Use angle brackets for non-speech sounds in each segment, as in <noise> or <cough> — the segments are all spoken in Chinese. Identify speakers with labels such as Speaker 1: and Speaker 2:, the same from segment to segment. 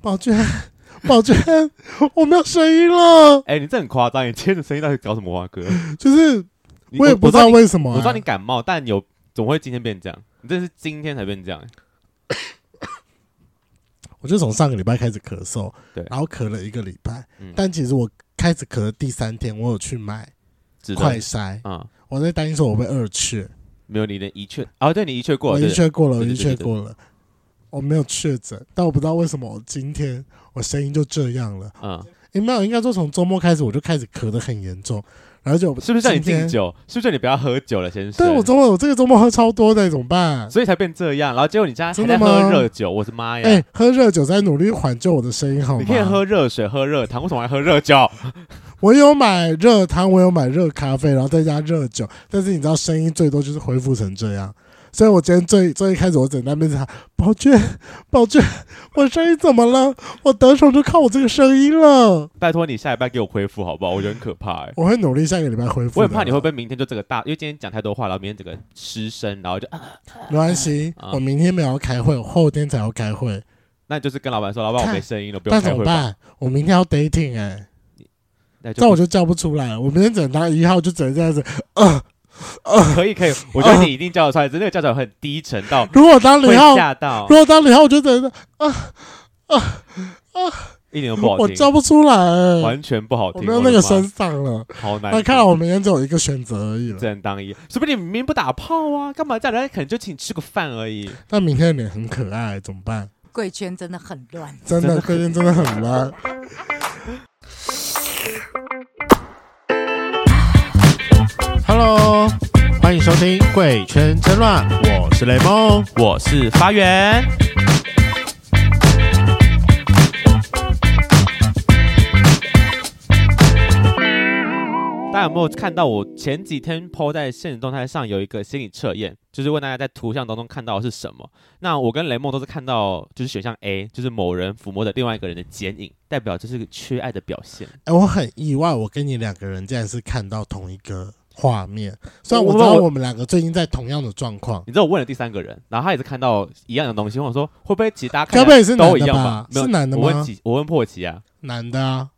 Speaker 1: 宝 <laughs> 娟，宝娟，我没有声音了。
Speaker 2: 哎、你这很夸张，你今天的声音到底搞什
Speaker 1: <laughs>
Speaker 2: 么啊，哥？
Speaker 1: 就是
Speaker 2: 你
Speaker 1: 我也不知道，为什么、啊
Speaker 2: 我知道你我知道你感冒，但有总会今天变这样，你这是今天才变这样、哎
Speaker 1: 我就从上个礼拜开始咳嗽，
Speaker 2: 对
Speaker 1: 然后咳了一个礼拜，
Speaker 2: 嗯
Speaker 1: 但其实我开始咳的第三天，我有去买
Speaker 2: 知道
Speaker 1: 快筛，
Speaker 2: 啊、
Speaker 1: 我在担心说我被二确，
Speaker 2: 没有你的遗确哦，对你遗确过
Speaker 1: 我
Speaker 2: 了，
Speaker 1: 已
Speaker 2: 对
Speaker 1: 经确过了，我
Speaker 2: 对
Speaker 1: 已
Speaker 2: 对
Speaker 1: 经确
Speaker 2: 对对
Speaker 1: 过了，我没有确诊，但我不知道为什么我今天我声音就这样了。
Speaker 2: 嗯，
Speaker 1: 诶，没有，应该说从周末开始我就开始咳得很严重，然后就是
Speaker 2: 不是叫你
Speaker 1: 今天
Speaker 2: 敬酒？是不是叫你不要喝酒了，先生？
Speaker 1: 对我周末我这个周末喝超多的，怎么办？
Speaker 2: 所以才变这样，然后结果你家还
Speaker 1: 真
Speaker 2: 在
Speaker 1: 的
Speaker 2: 喝
Speaker 1: 吗
Speaker 2: 热酒，我的妈呀！
Speaker 1: 哎、喝热酒在努力缓救我的声音好吗？
Speaker 2: 你可以喝热水、喝热汤，为什么还喝热酒？
Speaker 1: 我有买热汤，我有买热咖啡，然后再加热酒。但是你知道，声音最多就是恢复成这样。所以我今天最最一开始，我整在那边喊宝娟，宝娟，我声音怎么了？我得手就靠我这个声音了。
Speaker 2: 拜托你下礼拜给我恢复好不好？我觉得很可怕哎、
Speaker 1: 我会努力下个礼拜恢复的。
Speaker 2: 我很怕你会不会明天就这个大，因为今天讲太多话，然后明天整个失声，然后就啊，
Speaker 1: 没关系，
Speaker 2: 啊
Speaker 1: 我明天没有要开会，我后天才要开会。
Speaker 2: 那你就是跟老板说，老板我
Speaker 1: 看
Speaker 2: 没声音了，不用
Speaker 1: 但
Speaker 2: 开
Speaker 1: 怎么
Speaker 2: 会吧？
Speaker 1: 办？我明天要 dating 哎、
Speaker 2: 那
Speaker 1: 这样
Speaker 2: 就
Speaker 1: 我就叫不出来了。我明天只能当一号，就只能这样子。呃
Speaker 2: 可以可以，我觉得你一定叫得出来，真的叫出来很低沉
Speaker 1: <laughs>
Speaker 2: 到
Speaker 1: 如果当
Speaker 2: 会
Speaker 1: 零号，
Speaker 2: 吓到
Speaker 1: 如，果当零号，我就只能
Speaker 2: 一点都不好
Speaker 1: 我
Speaker 2: 听，
Speaker 1: 叫不出来、欸
Speaker 2: 完全不好
Speaker 1: 我
Speaker 2: 听，
Speaker 1: 没有
Speaker 2: 我
Speaker 1: 那
Speaker 2: 的
Speaker 1: 个
Speaker 2: 妈
Speaker 1: 身上了。
Speaker 2: 好难听。
Speaker 1: 那看来我们今天只有一个选择而已了。
Speaker 2: 正当一，说不定你明明不打炮啊，干嘛这样？人家可能就请你吃个饭而已。
Speaker 1: 但明天的脸很可爱，怎么
Speaker 2: <laughs>
Speaker 1: 办？
Speaker 3: 贵圈真的很乱。
Speaker 1: 真
Speaker 2: 真
Speaker 1: 的，
Speaker 2: 的
Speaker 1: 最近真的很乱。Hello，欢迎收听《贵圈真乱》，我是雷梦。
Speaker 2: 我是发源，大家有没有看到我前几天 PO 在现实动态上有一个心理测验，就是问大家在图像当中看到的是什么？那我跟雷梦都是看到就是选项 A，就是某人抚摸着另外一个人的剪影，代表这是个缺爱的表现。
Speaker 1: 哎、我很意外，我跟你两个人竟然是看到同一个画面。虽然我
Speaker 2: 我
Speaker 1: 知道
Speaker 2: 我
Speaker 1: 我们两个最近在同样的状况，
Speaker 2: 你知道我问了第三个人，然后他也是看到一样的东西，我想说会不会其实大家
Speaker 1: 该
Speaker 2: 看
Speaker 1: 不会也是
Speaker 2: 都
Speaker 1: 男
Speaker 2: 一
Speaker 1: 的
Speaker 2: 样
Speaker 1: 吧？
Speaker 2: 没有
Speaker 1: 是男的
Speaker 2: 我问
Speaker 1: 吗？
Speaker 2: 奇，我问破奇啊，
Speaker 1: 男的啊，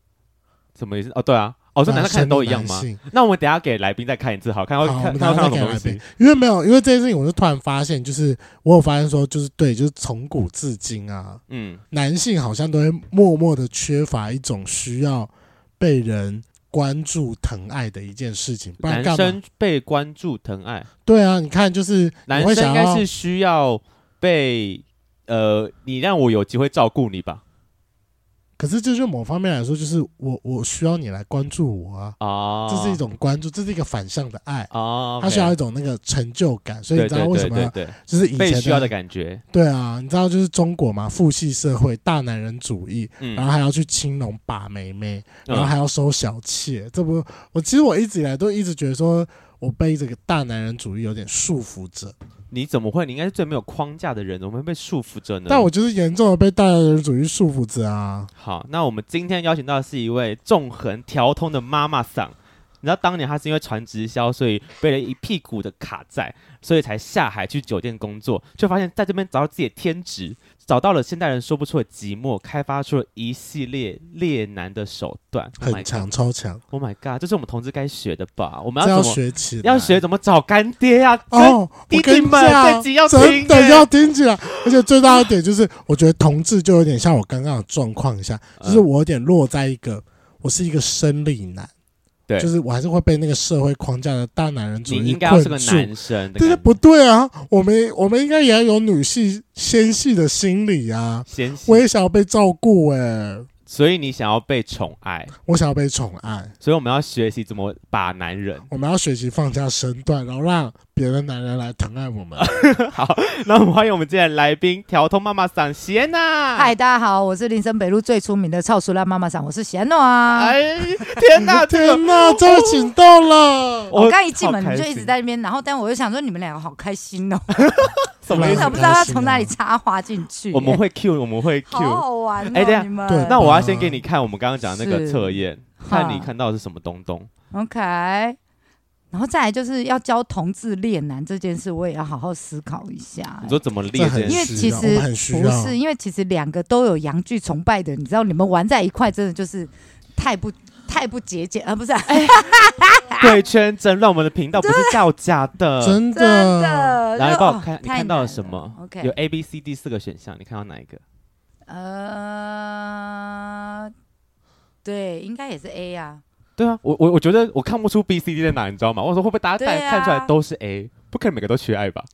Speaker 2: 什么意思？哦，对啊，哦，所以男生看的都一样吗
Speaker 1: 男？性
Speaker 2: 那我们等一下给来宾再看一次，好看，
Speaker 1: 好，
Speaker 2: 看
Speaker 1: 我
Speaker 2: 看
Speaker 1: 们
Speaker 2: 到
Speaker 1: 等
Speaker 2: 看
Speaker 1: 下
Speaker 2: 到
Speaker 1: 再
Speaker 2: 什
Speaker 1: 给
Speaker 2: 么
Speaker 1: 来
Speaker 2: 东
Speaker 1: 宾
Speaker 2: 西。。
Speaker 1: 因为没有，因为这件事情，我就突然发现，就是我有发现说，就是对，就是从古至今啊，
Speaker 2: 嗯，
Speaker 1: 男性好像都会默默的缺乏一种需要被人关注、疼爱的一件事情，不然
Speaker 2: 男
Speaker 1: 干嘛？
Speaker 2: 生被关注疼爱，
Speaker 1: 对啊，你看，就是
Speaker 2: 男
Speaker 1: 你会
Speaker 2: 生应
Speaker 1: 想
Speaker 2: 该
Speaker 1: 要
Speaker 2: 是需要被呃，你让我有机会照顾你吧？
Speaker 1: 可是这就某方面来说，就是我我需要你来关注我啊，
Speaker 2: 啊，
Speaker 1: 这是一种关注，这是一个反向的爱。
Speaker 2: 啊，
Speaker 1: 他需要一种那个成就感，所以你
Speaker 2: 对
Speaker 1: 知道
Speaker 2: 对
Speaker 1: 为什
Speaker 2: 对对
Speaker 1: 么
Speaker 2: 对，
Speaker 1: 就是以
Speaker 2: 被
Speaker 1: 前
Speaker 2: 需要的感觉，
Speaker 1: 对啊，你知道就是中国嘛，父系社会、大男人主义，然
Speaker 2: 嗯，
Speaker 1: 后还要去青龙把妹妹，啊然后
Speaker 2: 嗯
Speaker 1: 还要收小妾，这不，我其实我一直以来都一直觉得说，我被这个大男人主义有点束缚着，
Speaker 2: 嗯你怎么会？你应该是最没有框架的人，怎么会被束缚着呢？
Speaker 1: 但我就是严重的被大男人主义束缚着啊。
Speaker 2: 好，那我们今天邀请到的是一位纵横调通的妈妈桑。你知道当年她是因为传直销，所以背了一屁股的卡债，所以才下海去酒店工作，就发现在这边找到自己的天职，找到了现代人说不出的寂寞，开发出了一系列猎男的手段。Oh
Speaker 1: 很
Speaker 2: my
Speaker 1: 强，超强，
Speaker 2: god！Oh my god！这是我们同志该学的吧？我们
Speaker 1: 这
Speaker 2: 要
Speaker 1: 要
Speaker 2: 怎么
Speaker 1: 学起来，
Speaker 2: 要学怎么找干爹啊？真
Speaker 1: 哦！我
Speaker 2: 弟
Speaker 1: 跟
Speaker 2: 弟
Speaker 1: 你
Speaker 2: 们
Speaker 1: 讲
Speaker 2: 这集要
Speaker 1: 真
Speaker 2: 听
Speaker 1: 的
Speaker 2: 耶
Speaker 1: 要听起来，而且最大的点就是，我觉得同志就有点像我刚刚的状况一下，就是
Speaker 2: 嗯
Speaker 1: 我有点落在一个，我是一个生理男，
Speaker 2: 对
Speaker 1: 就是我还是会被那个社会框架的大男人主
Speaker 2: 你
Speaker 1: 义
Speaker 2: 应该要
Speaker 1: 困
Speaker 2: 是个
Speaker 1: 住。
Speaker 2: 男生
Speaker 1: 这
Speaker 2: 的感
Speaker 1: 是
Speaker 2: 觉，
Speaker 1: 不对啊！我们我们应该也要有女系纤细的心理啊！
Speaker 2: 先行
Speaker 1: 我也想要被照顾哎、
Speaker 2: 所以你想要被宠爱，
Speaker 1: 我想要被宠爱。
Speaker 2: 所以我们要学习怎么把男人。
Speaker 1: 我们要学习放下身段，然后让别的男人来疼爱我们。
Speaker 2: 好， <laughs> 那我们欢迎我们今天的来宾调通妈妈桑谢娜。
Speaker 3: 嗨，，大家好，我是林森北路最出名的超熟辣妈妈桑，我是贤诺啊。
Speaker 2: 哎，天
Speaker 3: <laughs>
Speaker 2: 哪，这个
Speaker 1: 天哪，终于请到了！
Speaker 3: 我刚一进门
Speaker 2: 好开
Speaker 3: 你
Speaker 2: 心
Speaker 3: 就一直在那边，然后但我就想说你们两个好开心哦，
Speaker 2: 什么意
Speaker 3: 我
Speaker 2: 思？
Speaker 3: 想不知道要从哪里插花进去。
Speaker 2: 我们会 Q，我们会
Speaker 3: 好
Speaker 2: Q。
Speaker 3: 好玩哦，
Speaker 2: 哎等一下
Speaker 3: 你们。
Speaker 1: 对
Speaker 2: 那我要先给你看我们刚刚讲的那个
Speaker 3: 是
Speaker 2: 测验，看你看到的是什么东东。
Speaker 3: OK，然后再来就是要教同志恋男这件事，我也要好好思考一下、
Speaker 2: 你
Speaker 3: 欸
Speaker 2: 说啊怎么列
Speaker 1: 这
Speaker 2: 这
Speaker 1: 很
Speaker 2: 件
Speaker 3: 因
Speaker 1: 需
Speaker 2: 事？
Speaker 3: 为其
Speaker 1: 要
Speaker 3: 实
Speaker 1: 我们很需
Speaker 3: 不
Speaker 1: 要，
Speaker 3: 是，因为其实两个都有洋剧崇拜的，你知道，你们玩在一块，真的就是太不太不节俭啊，不是啊、
Speaker 2: 贵圈争乱，我们的频道不是造假的。
Speaker 1: 真
Speaker 3: 真的。
Speaker 2: 来，
Speaker 3: 就
Speaker 2: 帮
Speaker 3: 哦
Speaker 2: 我看，你
Speaker 3: 太
Speaker 2: 看到
Speaker 3: 难
Speaker 2: 了什么
Speaker 3: ？OK，
Speaker 2: 有 A、B、C、D 四个选项，你看到哪一个？
Speaker 3: 呃，对，应该也是 A 呀、
Speaker 2: 对啊，我我我觉得我看不出 B、C、D 在哪，你知道吗？我说会不会大家
Speaker 3: 对
Speaker 2: 看
Speaker 3: 啊
Speaker 2: 看出来都是 A？不可能每个都缺爱吧？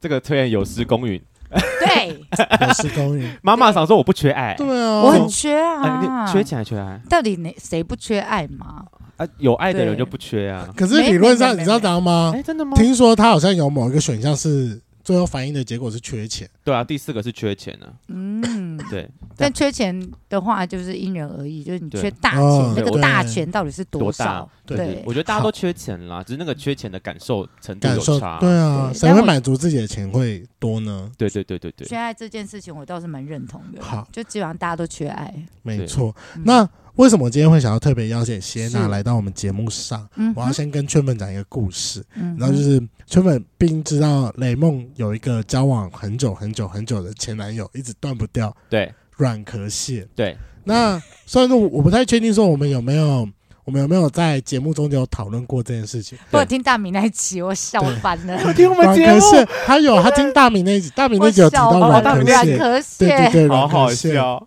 Speaker 2: 这个推演有失公允。 <laughs>
Speaker 3: 对，
Speaker 1: 我是公允，
Speaker 2: 妈妈想说我不缺爱，
Speaker 1: 对
Speaker 3: 我
Speaker 1: 啊
Speaker 3: 很，缺啊，
Speaker 2: 哦啊，你缺钱还缺爱
Speaker 3: 到底哪谁不缺爱嘛？
Speaker 2: 啊？有爱的人
Speaker 3: 对
Speaker 2: 就不缺啊。
Speaker 1: 可是理论上你知道答案吗？
Speaker 2: 哎，真的吗？
Speaker 1: 啊听说他好像有某一个选项是最后反映的结果是缺钱，
Speaker 2: 对啊，第四个是缺钱啊。
Speaker 3: 嗯，
Speaker 2: 对，
Speaker 3: 但缺钱的话就是因人而异，就是你
Speaker 2: 对
Speaker 3: 缺大
Speaker 1: 哦
Speaker 3: 钱，那
Speaker 2: 对
Speaker 3: 个
Speaker 1: 我
Speaker 3: 大钱到底是
Speaker 2: 多大啊
Speaker 3: 少？
Speaker 1: 对
Speaker 2: 对
Speaker 3: 对，
Speaker 2: 我觉得大家都缺钱啦，只是那个缺钱的感受程度
Speaker 1: 感受
Speaker 2: 有差。
Speaker 1: 对啊，谁
Speaker 3: 对但
Speaker 1: 会
Speaker 3: 我
Speaker 1: 满足自己的钱会多呢？
Speaker 2: 对对对对对
Speaker 3: 缺爱这件事情我倒是蛮认同的，
Speaker 1: 好，
Speaker 3: 就基本上大家都缺爱。
Speaker 1: 没
Speaker 2: 对
Speaker 1: 错。
Speaker 3: 嗯
Speaker 1: 那为什么我今天会想要特别邀请谢娜
Speaker 3: 是
Speaker 1: 来到我们节目上？
Speaker 3: 嗯哼，
Speaker 1: 我要先跟圈粉讲一个故事，
Speaker 3: 嗯哼，
Speaker 1: 然后就是圈粉并知道雷梦有一个交往很久很久很久的前男友，一直断不掉
Speaker 2: 对
Speaker 1: 软壳蟹。
Speaker 2: 对，
Speaker 1: 那
Speaker 3: <laughs>
Speaker 1: 虽然说我我不太确定说我们有没有我们有没有在节目中有讨论过这件事情，
Speaker 3: 我有听大米那一期，我笑
Speaker 1: 对
Speaker 3: 翻
Speaker 1: <laughs>
Speaker 3: 了，
Speaker 2: 听我
Speaker 1: 软壳蟹他有他听大米那一集，大米那
Speaker 3: 我
Speaker 1: 集有
Speaker 3: 笑
Speaker 1: 提到
Speaker 2: 哦
Speaker 1: 软
Speaker 2: 大
Speaker 1: 壳
Speaker 2: 米
Speaker 3: 软
Speaker 1: 蟹，
Speaker 3: 壳
Speaker 1: 对对
Speaker 3: 蟹，
Speaker 1: 对，
Speaker 2: 好
Speaker 1: 软
Speaker 2: 好
Speaker 1: 壳蟹。
Speaker 2: 笑。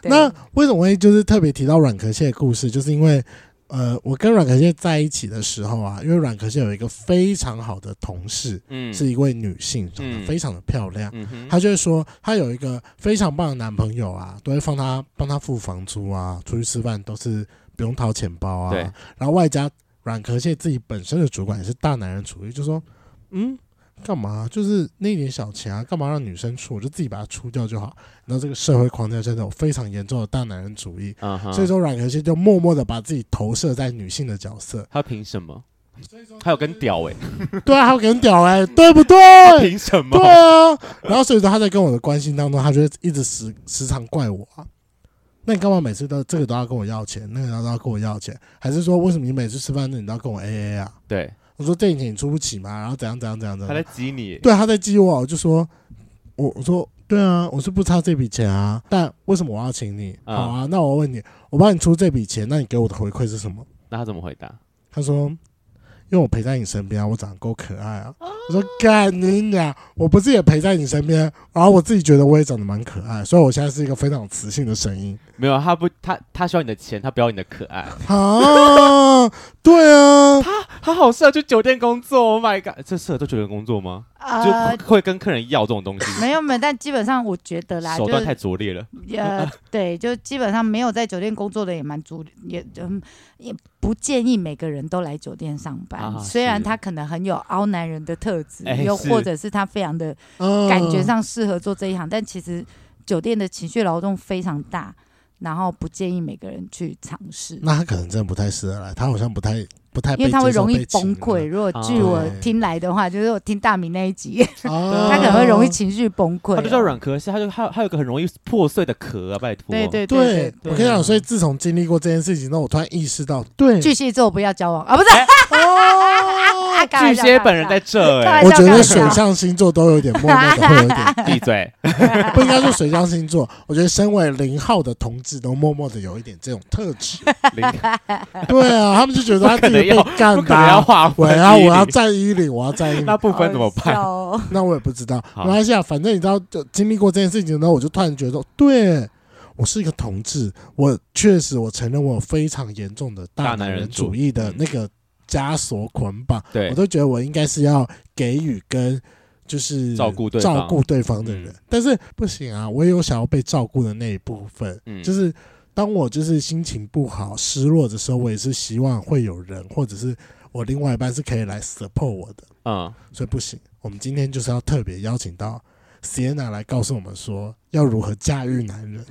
Speaker 3: 对
Speaker 1: 那为什么会就是特别提到软壳蟹的故事，就是因为呃，我跟软壳蟹在一起的时候啊，因为软壳蟹有一个非常好的同事，
Speaker 2: 嗯
Speaker 1: 是一位女性，长得
Speaker 2: 嗯
Speaker 1: 非常的漂亮。
Speaker 2: 嗯哼，
Speaker 1: 她就会说，她有一个非常棒的男朋友啊，都会放她帮她付房租啊，出去吃饭都是不用掏钱包啊。
Speaker 2: 对
Speaker 1: 然后外加软壳蟹自己本身的主管也是大男人主义，就说，嗯，干嘛？就是那一点小钱啊，干嘛让女生出？我就自己把它出掉就好。然后这个社会框架真的有非常严重的大男人主义，
Speaker 2: 嗯哼，
Speaker 1: 所以说软壳蟹就默默的把自己投射在女性的角色。
Speaker 2: 他凭什么？他有跟屌哎，
Speaker 1: 对啊，他很屌哎、对不对？
Speaker 2: 他凭什么
Speaker 1: 对？啊，然后所以说他在跟我的关系当中，他就会一直时时常怪我啊。那你干嘛每次都这个都要跟我要钱，那个都要跟我要钱？还是说为什么你每次吃饭那你都要跟我 A A 啊？
Speaker 2: 对，
Speaker 1: 我说电影钱你出不起嘛，然后怎样怎样怎样怎
Speaker 2: 他在
Speaker 1: 样？
Speaker 2: 激你。欸
Speaker 1: 对，啊他在激我，我就说，我我说对啊，我是不差这笔钱啊，但为什么我要请你？好
Speaker 2: 嗯
Speaker 1: 啊，那我问你，我帮你出这笔钱，那你给我的回馈是什么？
Speaker 2: 那他怎么回答？
Speaker 1: 他说：“因为我陪在你身边啊，我长得够可爱啊。”
Speaker 3: 哦
Speaker 1: 我说：“干你娘！我不是也陪在你身边，然后我自己觉得我也长得蛮可爱，所以我现在是一个非常有磁性的声音。
Speaker 2: 没有，他不，他他需要你的钱，他不要你的可爱。”
Speaker 1: 啊，对啊，
Speaker 2: 他好适合去酒店工作，Oh my god！这适合做酒店工作吗？就
Speaker 3: 呃
Speaker 2: 会会跟客人要这种东西，
Speaker 3: <laughs> 没有没有，但基本上我觉得啦，
Speaker 2: 手段
Speaker 3: 就是
Speaker 2: 太嗯拙劣了。
Speaker 3: 呃，对，就基本上没有在酒店工作的也蛮足，也嗯也不建议每个人都来酒店上班。
Speaker 2: 啊
Speaker 3: 虽然
Speaker 2: 是
Speaker 3: 他可能很有凹男人的特质，
Speaker 2: 哎
Speaker 3: 又
Speaker 2: 是
Speaker 3: 或者是他非常的
Speaker 1: 嗯
Speaker 3: 感觉上适合做这一行，但其实酒店的情绪劳动非常大，然后不建议每个人去尝试。
Speaker 1: 那他可能真的不太适合来，他好像不太不太被
Speaker 3: 因为他会
Speaker 1: 接受
Speaker 3: 容易
Speaker 1: 被情
Speaker 3: 崩
Speaker 1: 了
Speaker 3: 溃。，如果
Speaker 2: 啊
Speaker 3: 据我
Speaker 1: 对
Speaker 3: 听来的话，就是我听大明那一集，
Speaker 1: 啊
Speaker 3: <laughs> 他可能会容易情绪崩溃哦。
Speaker 2: 他啊就叫软壳蟹，他就他他有一个很容易破碎的壳啊，拜托。
Speaker 3: 对对
Speaker 1: 对
Speaker 3: 对，
Speaker 1: 我
Speaker 2: 对
Speaker 1: 跟你讲，所以自从经历过这件事情之后，我突然意识到，
Speaker 3: <laughs>
Speaker 1: 对，
Speaker 3: 巨蟹座不要交往啊，不是
Speaker 1: 哦，
Speaker 3: 啊，开
Speaker 2: 巨
Speaker 3: 玩笑
Speaker 2: 蟹本人。
Speaker 3: 开玩
Speaker 2: 在
Speaker 3: 笑 <laughs>
Speaker 2: 这
Speaker 3: 开
Speaker 2: 哎、
Speaker 3: 玩
Speaker 1: 我
Speaker 3: 笑
Speaker 1: 觉
Speaker 3: 开
Speaker 1: 得
Speaker 3: 玩
Speaker 1: 水
Speaker 3: 笑
Speaker 1: 象星座都有点默默的会有一
Speaker 3: <laughs>
Speaker 1: 点
Speaker 2: 闭嘴。
Speaker 1: 不应该说水象星座，我觉得身为零号的同志都默默的有一点这种特
Speaker 3: <laughs>
Speaker 1: 质。
Speaker 2: 零
Speaker 1: 对啊，他们就觉得他自己被
Speaker 2: 不
Speaker 1: 干
Speaker 2: 可能
Speaker 1: 吧。
Speaker 2: 要划
Speaker 1: 我
Speaker 2: 分。
Speaker 1: 啊要我要
Speaker 2: 一零
Speaker 1: 站一零，我要站一
Speaker 2: 那
Speaker 1: 零，
Speaker 2: 部分怎么
Speaker 3: 好
Speaker 2: 办？
Speaker 3: 笑哦
Speaker 1: 那我也不知道，没
Speaker 2: 好
Speaker 1: 关系啊，反正你知道，就经历过这件事情呢，我就突然觉得，对我是一个同志，我确实我承认我有非常严重的大
Speaker 2: 大
Speaker 1: 男
Speaker 2: 男人
Speaker 1: 人
Speaker 2: 主
Speaker 1: 主义的那个枷锁捆绑，
Speaker 2: 对
Speaker 1: 我，都觉得我应该是要给予跟就是
Speaker 2: 照顾对方
Speaker 1: 照顾对方的人，
Speaker 2: 嗯
Speaker 1: 但是不行啊，我也有想要被照顾的那一部分，
Speaker 2: 嗯
Speaker 1: 就是当我就是心情不好、失落的时候，我也是希望会有人或者是我另外一半是可以来 support 我的，
Speaker 2: 嗯，
Speaker 1: 所以不行，我们今天就是要特别邀请到 Sienna 来告诉我们说要如何驾驭男人，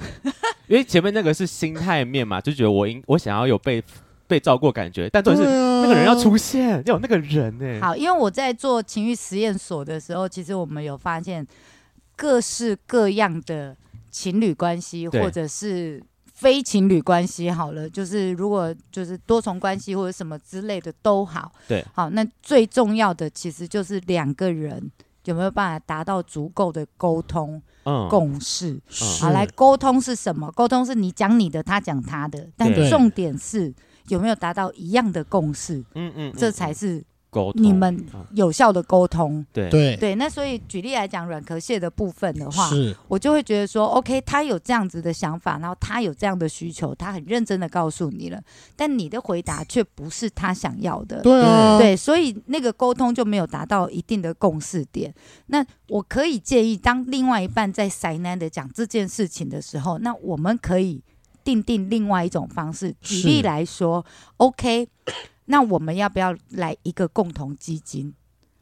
Speaker 2: 因为前面那个是心态面嘛，就觉得我应我想要有被被照顾的感觉，但重点是、
Speaker 1: 啊
Speaker 2: 那个人要出现，要有那个人哎呢、
Speaker 3: 好，因为我在做情欲实验所的时候，其实我们有发现各式各样的情侣关系，
Speaker 2: 对
Speaker 3: 或者是非情侣关系好了，就是如果就是多重关系或者什么之类的都好，
Speaker 2: 对，
Speaker 3: 好，那最重要的其实就是两个人有没有办法达到足够的沟通、
Speaker 2: 嗯，
Speaker 3: 共识。
Speaker 1: 是
Speaker 3: 好，来沟通是什么？沟通是你讲你的，他讲他的，但
Speaker 2: 对
Speaker 3: 重点是有没有达到一样的共识，
Speaker 2: 嗯嗯，
Speaker 3: 这
Speaker 2: 嗯
Speaker 3: 才是
Speaker 2: 沟通嗯
Speaker 3: 你们
Speaker 2: 啊
Speaker 3: 有效的沟通。
Speaker 2: 对
Speaker 1: 对，
Speaker 3: 对，那所以举例来讲，软壳蟹的部分的话，
Speaker 1: 是
Speaker 3: 我就会觉得说，OK，他有这样子的想法，然后他有这样的需求，他很认真的告诉你了，但你的回答却不是他想要的。
Speaker 1: 对
Speaker 2: 嗯
Speaker 1: 啊，
Speaker 3: 对，所以那个沟通就没有达到一定的共识点。那我可以建议，当另外一半在塞难的讲这件事情的时候，那我们可以定定另外一种方式。举
Speaker 1: 是
Speaker 3: 例来说，OK，那我们要不要来一个共同基金？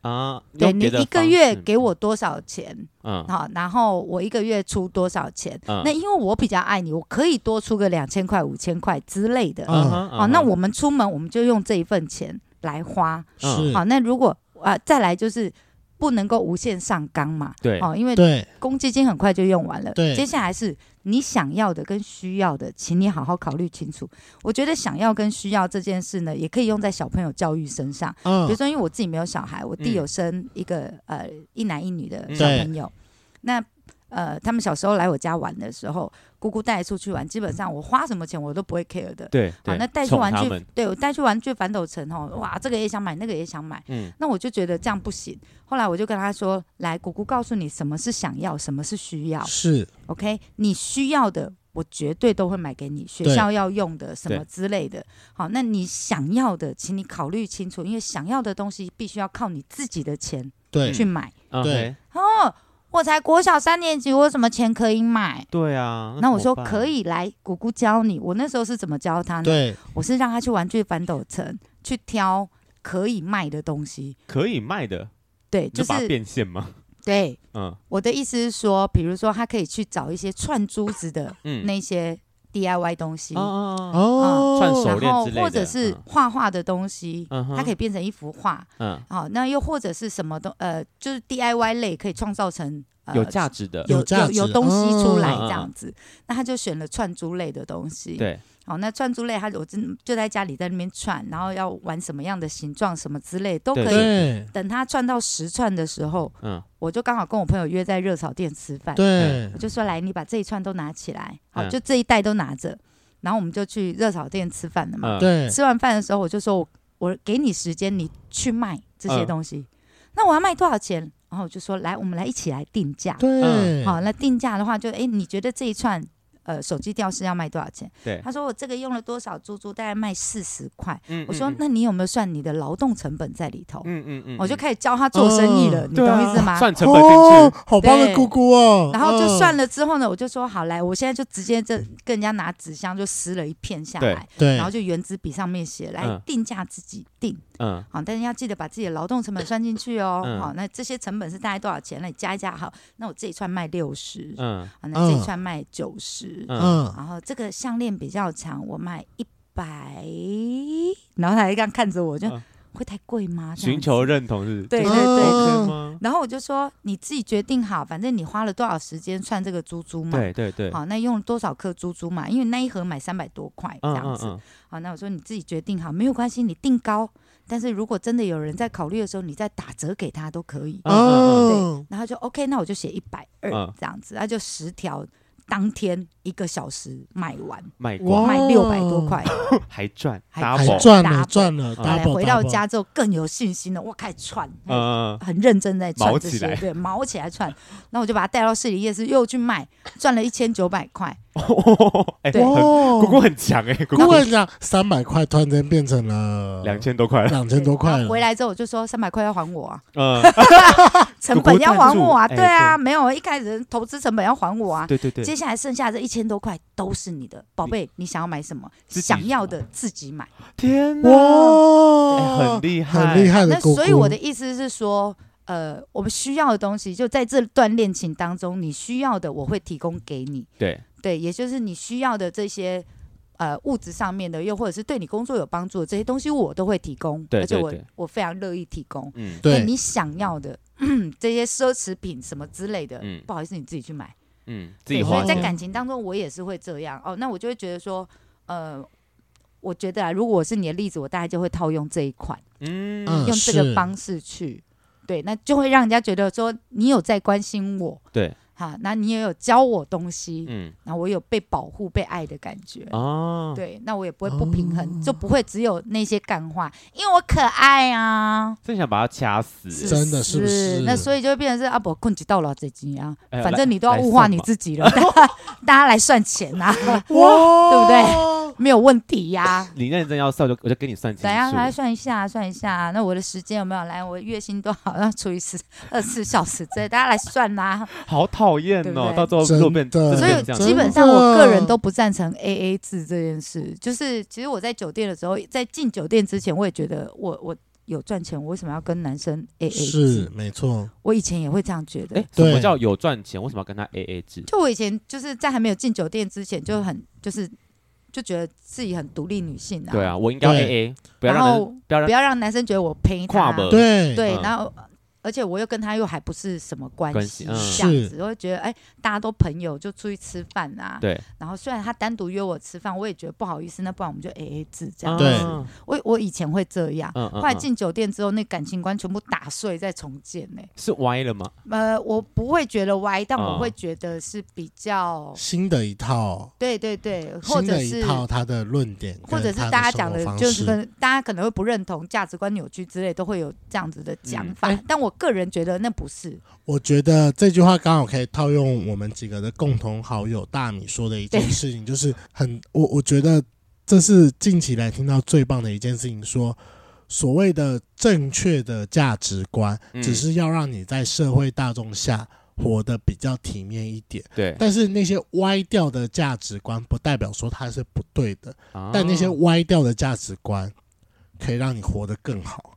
Speaker 2: 啊，
Speaker 3: 对
Speaker 2: 用
Speaker 3: 你
Speaker 2: 别的
Speaker 3: 一个
Speaker 2: 方
Speaker 3: 月
Speaker 2: 式
Speaker 3: 给我多少钱？
Speaker 2: 嗯
Speaker 3: 好，然后我一个月出多少钱？
Speaker 2: 嗯
Speaker 3: 那因为我比较爱你，我可以多出个两千块、五千块之类的。
Speaker 1: 嗯
Speaker 2: 哼
Speaker 3: 好，哦那
Speaker 2: 哼
Speaker 3: 我们出门我们就用这一份钱来花。
Speaker 2: 嗯
Speaker 1: 是
Speaker 3: 好，那如果啊、呃再来就是不能够无限上纲嘛，
Speaker 2: 对
Speaker 3: 哦，因为
Speaker 1: 对
Speaker 3: 公积金很快就用完了，
Speaker 1: 对
Speaker 3: 接下来是你想要的跟需要的，请你好好考虑清楚。我觉得想要跟需要这件事呢，也可以用在小朋友教育身上，比如
Speaker 1: 嗯
Speaker 3: 说，因为我自己没有小孩，我弟
Speaker 2: 嗯
Speaker 3: 有生一个、呃一男一女的
Speaker 2: 嗯
Speaker 3: 小
Speaker 1: 对
Speaker 3: 朋友，那。呃，他们小时候来我家玩的时候，姑姑带出去玩，基本上我花什么钱我都不会 care 的。
Speaker 2: 对
Speaker 3: 好，
Speaker 2: 对
Speaker 3: 那带去
Speaker 2: 宠
Speaker 3: 玩
Speaker 2: 他
Speaker 3: 具
Speaker 2: 们，
Speaker 3: 对我带去玩具反斗城哦，哇，这个也想买，那个也想买，
Speaker 2: 嗯
Speaker 3: 那我就觉得这样不行。后来我就跟他说：“来，姑姑告诉你什么是想要，什么是需要。
Speaker 1: 是
Speaker 3: OK，你需要的我绝对都会买给你，学
Speaker 1: 对
Speaker 3: 校要用的什么
Speaker 2: 对
Speaker 3: 之类的。好，那你想要的，请你考虑清楚，因为想要的东西必须要靠你自己的钱
Speaker 1: 对
Speaker 3: 去买。
Speaker 2: 嗯
Speaker 1: 对
Speaker 2: ，OK，
Speaker 3: 哦，我才国小三年级，我有什么钱可以买？
Speaker 2: 对啊，
Speaker 3: 那
Speaker 2: 怎
Speaker 3: 我
Speaker 2: 么
Speaker 3: 说
Speaker 2: 办
Speaker 3: 可，以来，姑姑教你。我那时候是怎么教他呢？
Speaker 1: 对
Speaker 3: 我是让他去玩具反斗城去挑可以卖的东西。
Speaker 2: 可以卖的，
Speaker 3: 对，
Speaker 2: 你就
Speaker 3: 就
Speaker 2: 把它
Speaker 3: 是
Speaker 2: 变现吗？
Speaker 3: 对。
Speaker 2: 嗯
Speaker 3: 我的意思是说，比如说他可以去找一些串珠子的
Speaker 2: 嗯，
Speaker 3: 那些 DIY 东西，
Speaker 2: 哦哦哦，
Speaker 1: 哦，
Speaker 2: 串手
Speaker 3: 然后
Speaker 2: 链之类的
Speaker 3: 或者是
Speaker 2: 嗯
Speaker 3: 画画的东西，
Speaker 2: 嗯哼
Speaker 3: 它可以变成一幅画。
Speaker 2: 嗯，
Speaker 3: 好、那又或者是什么东呃，就是 DIY 类可以创造成、呃、
Speaker 2: 有价值的，
Speaker 3: 有
Speaker 1: 有价
Speaker 3: 有
Speaker 1: 值
Speaker 3: 有东西出来
Speaker 2: 嗯嗯嗯
Speaker 3: 这样子。那他就选了串珠类的东西。，
Speaker 2: 对，
Speaker 3: 好、那串珠类他我真就在家里在那边串，然后要玩什么样的形状什么之类都可
Speaker 2: 对
Speaker 3: 以。
Speaker 1: 对
Speaker 3: 等他串到十串的时候，
Speaker 2: 嗯
Speaker 3: 我就刚好跟我朋友约在热炒店吃饭。
Speaker 1: 对
Speaker 3: 我就说来，你把这一串都拿起来，好，
Speaker 2: 嗯
Speaker 3: 就这一袋都拿着，然后我们就去热炒店吃饭了嘛。
Speaker 2: 嗯，
Speaker 1: 对，
Speaker 3: 吃完饭的时候，我就说我我给你时间，你去卖这些东
Speaker 2: 嗯
Speaker 3: 西。那我要卖多少钱？然后我就说来，我们来一起来定价。
Speaker 1: 对，
Speaker 3: 好，那定价的话就，诶，你觉得这一串呃手机吊饰要卖多少钱？
Speaker 2: 对
Speaker 3: 他说我这个用了多少珠珠，大概卖四十块。
Speaker 2: 嗯，
Speaker 3: 我说
Speaker 2: 嗯
Speaker 3: 那你有没有算你的劳动成本在里头？
Speaker 2: 嗯嗯哦啊嗯，
Speaker 3: 我就开始教他做生意
Speaker 1: 嗯
Speaker 3: 了，你懂意思吗？
Speaker 2: 算成本进
Speaker 1: 哦
Speaker 2: 去，，
Speaker 1: 好棒的
Speaker 3: 对
Speaker 1: 姑姑哦，
Speaker 3: 然后就算
Speaker 1: 了，
Speaker 3: 了之后呢，我就说好来，我现在就直接这跟人家拿纸箱就撕了一片下来，
Speaker 1: 对
Speaker 3: 然后就原子笔上面写来
Speaker 2: 嗯
Speaker 3: 定价自己定
Speaker 2: 嗯
Speaker 3: 好，但是要记得把自己的劳动成本算进去哦。
Speaker 2: 嗯
Speaker 3: 好，那这些成本是大概多少钱？那你加一加好，那我这一串卖六十、
Speaker 2: 嗯
Speaker 3: 好，那这
Speaker 1: 嗯
Speaker 3: 一串卖九十、
Speaker 2: 嗯，
Speaker 1: 嗯，
Speaker 3: 然后这个项链比较长，我卖一百，然后他还这样看着我就，
Speaker 2: 嗯
Speaker 3: 会太贵吗？这样
Speaker 2: 寻求
Speaker 3: 子
Speaker 2: 认同是，
Speaker 3: 对
Speaker 2: 这
Speaker 3: 对
Speaker 2: 是
Speaker 3: 对
Speaker 2: OK 吗？
Speaker 3: 然后我就说你自己决定好，反正你花了多少时间串这个珠珠嘛。
Speaker 2: 对对对，
Speaker 3: 好，那用了多少颗珠珠嘛？因为那一盒买三百多块这
Speaker 2: 嗯
Speaker 3: 样
Speaker 2: 嗯
Speaker 3: 子。
Speaker 2: 嗯，
Speaker 3: 好，那我说你自己决定好，没有关系，你定高。但是如果真的有人在考虑的时候，你再打折给他都可以。
Speaker 2: 嗯嗯
Speaker 1: 哦，
Speaker 3: 然后就 OK，那我就写一百二
Speaker 2: 嗯
Speaker 3: 这样子，那就十条，当天一个小时卖完，
Speaker 2: 卖
Speaker 1: 哇
Speaker 2: 光
Speaker 3: 卖六百多块。
Speaker 2: 还赚
Speaker 3: 还
Speaker 1: 还
Speaker 2: double，
Speaker 1: 赚了
Speaker 3: double，
Speaker 1: 赚了
Speaker 2: 好
Speaker 3: 后来
Speaker 1: ，double，
Speaker 3: 回到
Speaker 1: double
Speaker 3: 家之后更有信心了，我开始串。
Speaker 2: 嗯
Speaker 3: 哎
Speaker 2: 嗯嗯
Speaker 3: 很认真在串
Speaker 2: 毛
Speaker 3: 这
Speaker 2: 起
Speaker 3: 些，
Speaker 2: 来
Speaker 3: 对，毛起来串，然后我就把它带到市里夜市又去卖，赚了一千九百块，
Speaker 2: 哦，哎，
Speaker 3: 对
Speaker 2: 很
Speaker 1: 哦，
Speaker 2: 姑姑很强哎，姑
Speaker 1: 姑
Speaker 2: 姑
Speaker 1: 姑讲三百块突然间变成了
Speaker 2: 两千多块了，
Speaker 1: 两千多块
Speaker 3: 然
Speaker 1: 了
Speaker 3: 后，回来之后我就说三百块要还我啊， <laughs>
Speaker 2: 嗯，
Speaker 3: 成本要还我啊，
Speaker 2: 股股赞助
Speaker 3: 对啊，
Speaker 2: 哎
Speaker 3: 没有一开始投资成本要还我啊。
Speaker 2: 对对对，
Speaker 3: 接下来剩下这一千多块都是你的，宝贝，你想要买什么，
Speaker 2: 自己
Speaker 3: 想要的自己买。
Speaker 2: 天哪，哎
Speaker 1: 哇
Speaker 2: 很，厉害，
Speaker 1: 很厉害的
Speaker 3: 那
Speaker 1: 姑姑，
Speaker 3: 所以我的意思是说，呃，我们需要的东西就在这段恋情当中，你需要的我会提供给你，
Speaker 2: 对，
Speaker 3: 对，也就是你需要的这些。呃，物质上面的，又或者是对你工作有帮助的这些东西，我都会提供，
Speaker 2: 对
Speaker 3: 而且
Speaker 2: 对
Speaker 3: 我
Speaker 2: 对
Speaker 3: 我非常乐意提供。
Speaker 2: 嗯，
Speaker 3: 那
Speaker 1: 对
Speaker 3: 你想要的嗯这些奢侈品什么之类的，
Speaker 2: 嗯
Speaker 3: 不好意思，你自己去买。
Speaker 2: 嗯，自己
Speaker 3: 对，
Speaker 2: 花
Speaker 3: 所以
Speaker 2: 钱，
Speaker 3: 在感情当中，我也是会这样哦。那我就会觉得说，呃，我觉得啊，如果我是你的例子，我大概就会套用这一款，
Speaker 2: 嗯
Speaker 1: 嗯
Speaker 3: 用这
Speaker 1: 是
Speaker 3: 个方式去，对，那就会让人家觉得说你有在关心我，
Speaker 2: 对，
Speaker 3: 哈，那你也有教我东西，
Speaker 2: 嗯
Speaker 3: 那我有被保护、被爱的感觉。
Speaker 2: 哦，
Speaker 3: 对，那我也不会不平衡，就不会只有那些干话，因为我可爱啊，
Speaker 2: 真想把他掐死，
Speaker 3: 是
Speaker 1: 真的是不是
Speaker 3: 那所以就会变成是啊，不，困及到了这集啊，
Speaker 2: 哎呀
Speaker 3: 反
Speaker 2: 来
Speaker 3: 正你都要
Speaker 2: 来
Speaker 3: 物化
Speaker 2: 算
Speaker 3: 你
Speaker 2: 嘛
Speaker 3: 自己了，大 <laughs> 家大家来算钱呐、
Speaker 2: <laughs>
Speaker 3: 啊，
Speaker 1: 哇，
Speaker 3: 对不
Speaker 1: 对？
Speaker 3: 没有问题呀、
Speaker 2: 你认真要算，我就我就给你算清
Speaker 3: 等一下来
Speaker 2: 楚。
Speaker 3: 算一下，算一下，那我的时间有没有来？我月薪多少？要除以十 <laughs> 二十四小时之类，大家来算啦、
Speaker 2: 好讨厌
Speaker 3: 对不
Speaker 2: 哦，
Speaker 3: 对
Speaker 2: 到最后
Speaker 1: 真
Speaker 2: 如果变
Speaker 1: 的
Speaker 2: 真的
Speaker 3: 所以
Speaker 2: 嗯变这样
Speaker 1: 真
Speaker 3: 基本
Speaker 1: 的
Speaker 3: 上，我个人都不赞成 A A 制这件事。就是其实我在酒店的时候，在进酒店之前，我也觉得我我有赚钱，我为什么要跟男生 A A
Speaker 1: 是
Speaker 3: <laughs> 制？
Speaker 1: 没错，
Speaker 3: 我以前也会这样觉得。
Speaker 2: 哎，什么
Speaker 1: 对
Speaker 2: 叫有赚钱？为什么要跟他 A A 制？
Speaker 3: 就我以前就是在还没有进酒店之前，就很就是就觉得自己很独立女性啊。
Speaker 2: 对啊，我应该要
Speaker 1: 对
Speaker 2: A A，不要
Speaker 3: 然
Speaker 2: 让
Speaker 3: 后
Speaker 2: 人不要让
Speaker 3: 不要让男生觉得我陪他。
Speaker 2: 跨门
Speaker 1: 对
Speaker 3: 对
Speaker 2: 嗯，
Speaker 3: 然后而且我又跟他又还不是什么关系，
Speaker 2: 关系
Speaker 3: 这
Speaker 1: 嗯
Speaker 3: 样子，我会觉得哎，大家都朋友就出去吃饭啊。
Speaker 2: 对
Speaker 3: 然后虽然他单独约我吃饭，我也觉得不好意思，那不然我们就 A A 制这样。
Speaker 1: 对
Speaker 2: 嗯
Speaker 3: 我我以前会这样。
Speaker 2: 嗯，
Speaker 3: 后
Speaker 2: 后
Speaker 3: 来进酒店之后，那感情观全部打碎再重建呢、
Speaker 2: 是歪了吗？
Speaker 3: 呃，我不会觉得歪，但
Speaker 2: 嗯
Speaker 3: 我会觉得是比较，
Speaker 1: 新的一套，
Speaker 3: 对对对，或
Speaker 1: 新
Speaker 3: 者
Speaker 1: 的一
Speaker 3: 是
Speaker 1: 套他的论点，
Speaker 3: 或者是大家讲的，就是可能大家可能会不认同、价值观扭曲之类，都会有这样子的讲法。
Speaker 1: 嗯哎
Speaker 3: 但我个人觉得那不是，
Speaker 1: 我觉得这句话刚好可以套用我们几个的共同好友大米说的一件事情，就是很我我觉得这是近期来听到最棒的一件事情，说所谓的正确的价值观，
Speaker 2: 嗯
Speaker 1: 只是要让你在社会大众下活得比较体面一点，
Speaker 2: 对，
Speaker 1: 但是那些歪掉的价值观不代表说它是不对的，
Speaker 2: 啊
Speaker 1: 但那些歪掉的价值观可以让你活得更好。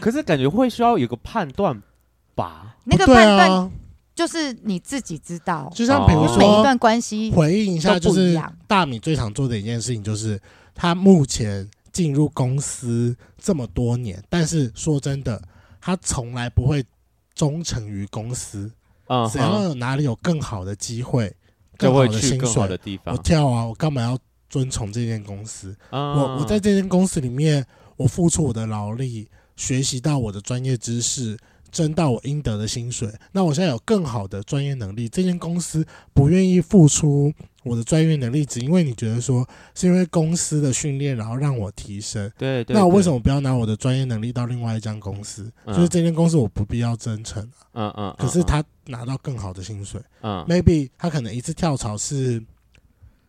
Speaker 2: 可是感觉会需要有个判断吧？
Speaker 3: 那个
Speaker 1: 不对
Speaker 3: 判断
Speaker 1: 啊，
Speaker 3: 就是你自己知道。
Speaker 1: 就像比如
Speaker 2: 哦
Speaker 3: 因为
Speaker 1: 说，
Speaker 3: 每一段关系
Speaker 1: 回应一下，就
Speaker 3: 都不一
Speaker 1: 是
Speaker 3: 样
Speaker 1: 大米最常做的一件事情，就是他目前进入公司这么多年，但是说真的，他从来不会忠诚于公司，
Speaker 2: 嗯
Speaker 1: 只要
Speaker 2: 哼，
Speaker 1: 有哪里有更好的机会、
Speaker 2: 就
Speaker 1: 更好
Speaker 2: 会
Speaker 1: 的
Speaker 2: 去
Speaker 1: 薪
Speaker 2: 更好的
Speaker 1: 水，
Speaker 2: 地方啊
Speaker 1: 我。跳啊！我干嘛要遵从这间公司？
Speaker 2: 我
Speaker 1: 我我在这间公司里面，我付出我的劳力，学习到我的专业知识，挣到我应得的薪水。那我现在有更好的专业能力，这间公司不愿意付出我的专业能力，只因为你觉得说是因为公司的训练，然后让我提升。
Speaker 2: 对对，
Speaker 1: 那我为什
Speaker 2: 么？
Speaker 1: 么不要拿我的专业能力到另外一家公司？
Speaker 2: 嗯
Speaker 1: 就是这间公司我不必要真诚啊，
Speaker 2: 嗯嗯，
Speaker 1: 可是
Speaker 2: 嗯
Speaker 1: 他拿到更好的薪水。
Speaker 2: 嗯
Speaker 1: maybe 他可能一次跳槽是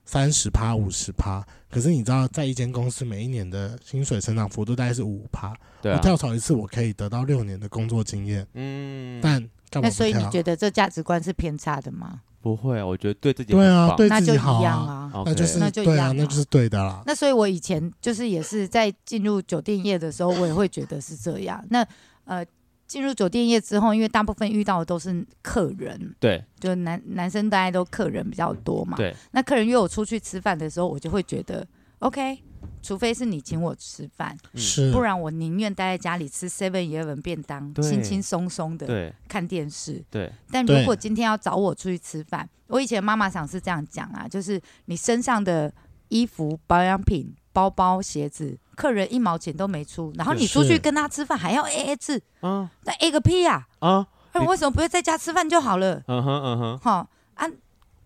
Speaker 1: 三十趴、五十趴，可是你知道，在一间公司每一年的薪水成长幅度大概是五趴，
Speaker 2: 对
Speaker 1: 我
Speaker 2: 啊，
Speaker 1: 跳槽一次我可以得到六年的工作经验，
Speaker 2: 嗯，
Speaker 1: 但干嘛
Speaker 3: 那
Speaker 1: 不
Speaker 3: 所以你
Speaker 1: 跳？
Speaker 3: 觉得这价值观是偏差的吗？
Speaker 2: 不会，我觉得对自己
Speaker 1: 对
Speaker 2: 很
Speaker 1: 啊，
Speaker 2: 棒
Speaker 1: 对
Speaker 3: 那
Speaker 1: 自
Speaker 3: 就
Speaker 1: 己
Speaker 3: 一
Speaker 1: 好
Speaker 3: 样
Speaker 1: 啊，
Speaker 3: 啊。
Speaker 2: OK
Speaker 1: 那就是
Speaker 3: 那就一
Speaker 1: 对
Speaker 3: 样
Speaker 1: 啊，
Speaker 3: 啊
Speaker 1: 那就是对的啦。
Speaker 3: 那所以我以前就是也是在进入酒店业的时候，我也会觉得是这样。那呃，进入酒店业之后，因为大部分遇到的都是客人，
Speaker 2: 对
Speaker 3: 就男男生大概都客人比较多嘛。
Speaker 2: 对，
Speaker 3: 那客人约我出去吃饭的时候，我就会觉得 OK，除非是你请我吃饭，
Speaker 2: 嗯
Speaker 1: 是，
Speaker 3: 不然我宁愿待在家里吃 Seven Eleven 便当，
Speaker 2: 对
Speaker 3: 轻轻松松的
Speaker 2: 对
Speaker 3: 看电视。
Speaker 2: 对，
Speaker 3: 但
Speaker 1: 对
Speaker 3: 如果今天要找我出去吃饭，我以前妈妈想是这样讲啊，就是你身上的衣服、保养品、包包、鞋子，客人一毛钱都没出，然后你
Speaker 1: 是
Speaker 3: 出去跟他吃饭还要 A A 制，
Speaker 2: 啊
Speaker 3: 那 A 个屁呀、
Speaker 2: 啊，
Speaker 3: 那
Speaker 2: 你
Speaker 3: 为什么不会在家吃饭就好了？
Speaker 2: 嗯哼嗯哼，
Speaker 3: 哈啊！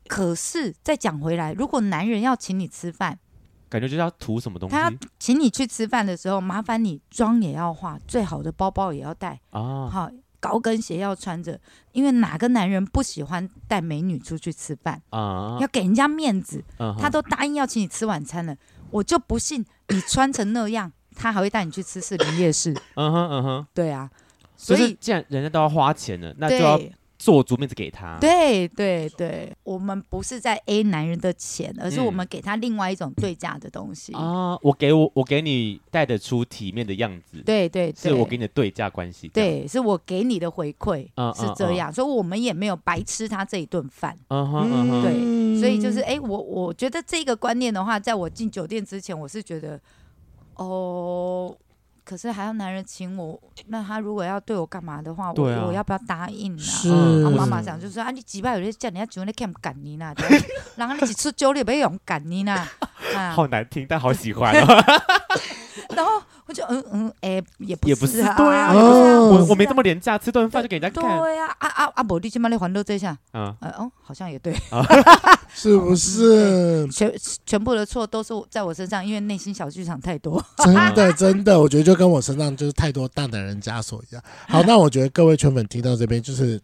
Speaker 3: 可是再讲回来，如果男人要请你吃饭，
Speaker 2: 感觉就是要图什么东西
Speaker 3: 他请你去吃饭的时候，麻烦你妆也要化，最好的包包也要带，
Speaker 2: 啊，
Speaker 3: 好，高跟鞋要穿着，因为哪个男人不喜欢带美女出去吃饭？
Speaker 2: 啊
Speaker 3: 要，给人家面子，
Speaker 2: 嗯哼
Speaker 3: 他都答应要请你吃晚餐了，我就不信你穿成那样，他还会带你去吃士林夜市。 <laughs>
Speaker 2: 嗯哼嗯哼，
Speaker 3: 对啊，
Speaker 2: 就
Speaker 3: 所
Speaker 2: 是
Speaker 3: 以
Speaker 2: 既然人家都要花钱了，那就要
Speaker 3: 对
Speaker 2: 做足面子给他。
Speaker 3: 对对对，我们不是在 A 男人的钱，而是
Speaker 2: 嗯
Speaker 3: 我们给他另外一种对价的东西。
Speaker 2: 啊，我给我我给你带得出体面的样子，
Speaker 3: 对对对，
Speaker 2: 是我给你的对价关系。这样，
Speaker 3: 对，是我给你的回馈、
Speaker 2: 嗯
Speaker 3: 是这样，所以我们也没有白吃他这一顿饭。
Speaker 2: 嗯哼嗯哼，
Speaker 3: 对
Speaker 1: 对
Speaker 3: 所以就是，哎、我我觉得这个观念的话，在我进酒店之前，我是觉得，哦，可是还要男人请我，那他如果要对我干嘛的话，我、
Speaker 2: 对啊
Speaker 3: 我要不要答应啊？
Speaker 1: 是
Speaker 2: 嗯
Speaker 3: 啊，
Speaker 2: 嗯
Speaker 3: 妈妈讲就说啊，你几摆有咧叫人家酒，你欠干你啦， <laughs> 然后你一出酒你不要用干你啦，啊，
Speaker 2: 好难听，但好喜欢哦。
Speaker 3: 然后我就嗯嗯，哎、也不
Speaker 2: 也不
Speaker 3: 是
Speaker 2: 是
Speaker 3: 啊，
Speaker 2: 对啊
Speaker 1: 也不是啊
Speaker 3: 不
Speaker 2: 我
Speaker 3: 是
Speaker 2: 我没
Speaker 3: 啊
Speaker 2: 这么廉价，吃顿饭就给人家看，
Speaker 3: 对呀、啊，啊啊啊！无你即摆咧烦恼这下，
Speaker 2: 嗯，
Speaker 3: 呃，哦，好像也对， <laughs>
Speaker 1: 是不
Speaker 3: 嗯
Speaker 1: 是？
Speaker 3: 全全部的错都是在我身上，因为内心小剧场太
Speaker 2: <laughs>
Speaker 3: 多。
Speaker 1: 真的真的，我觉得就跟我身上就是太多大男人枷锁一样。好，那我觉得各位圈粉听到这边，就是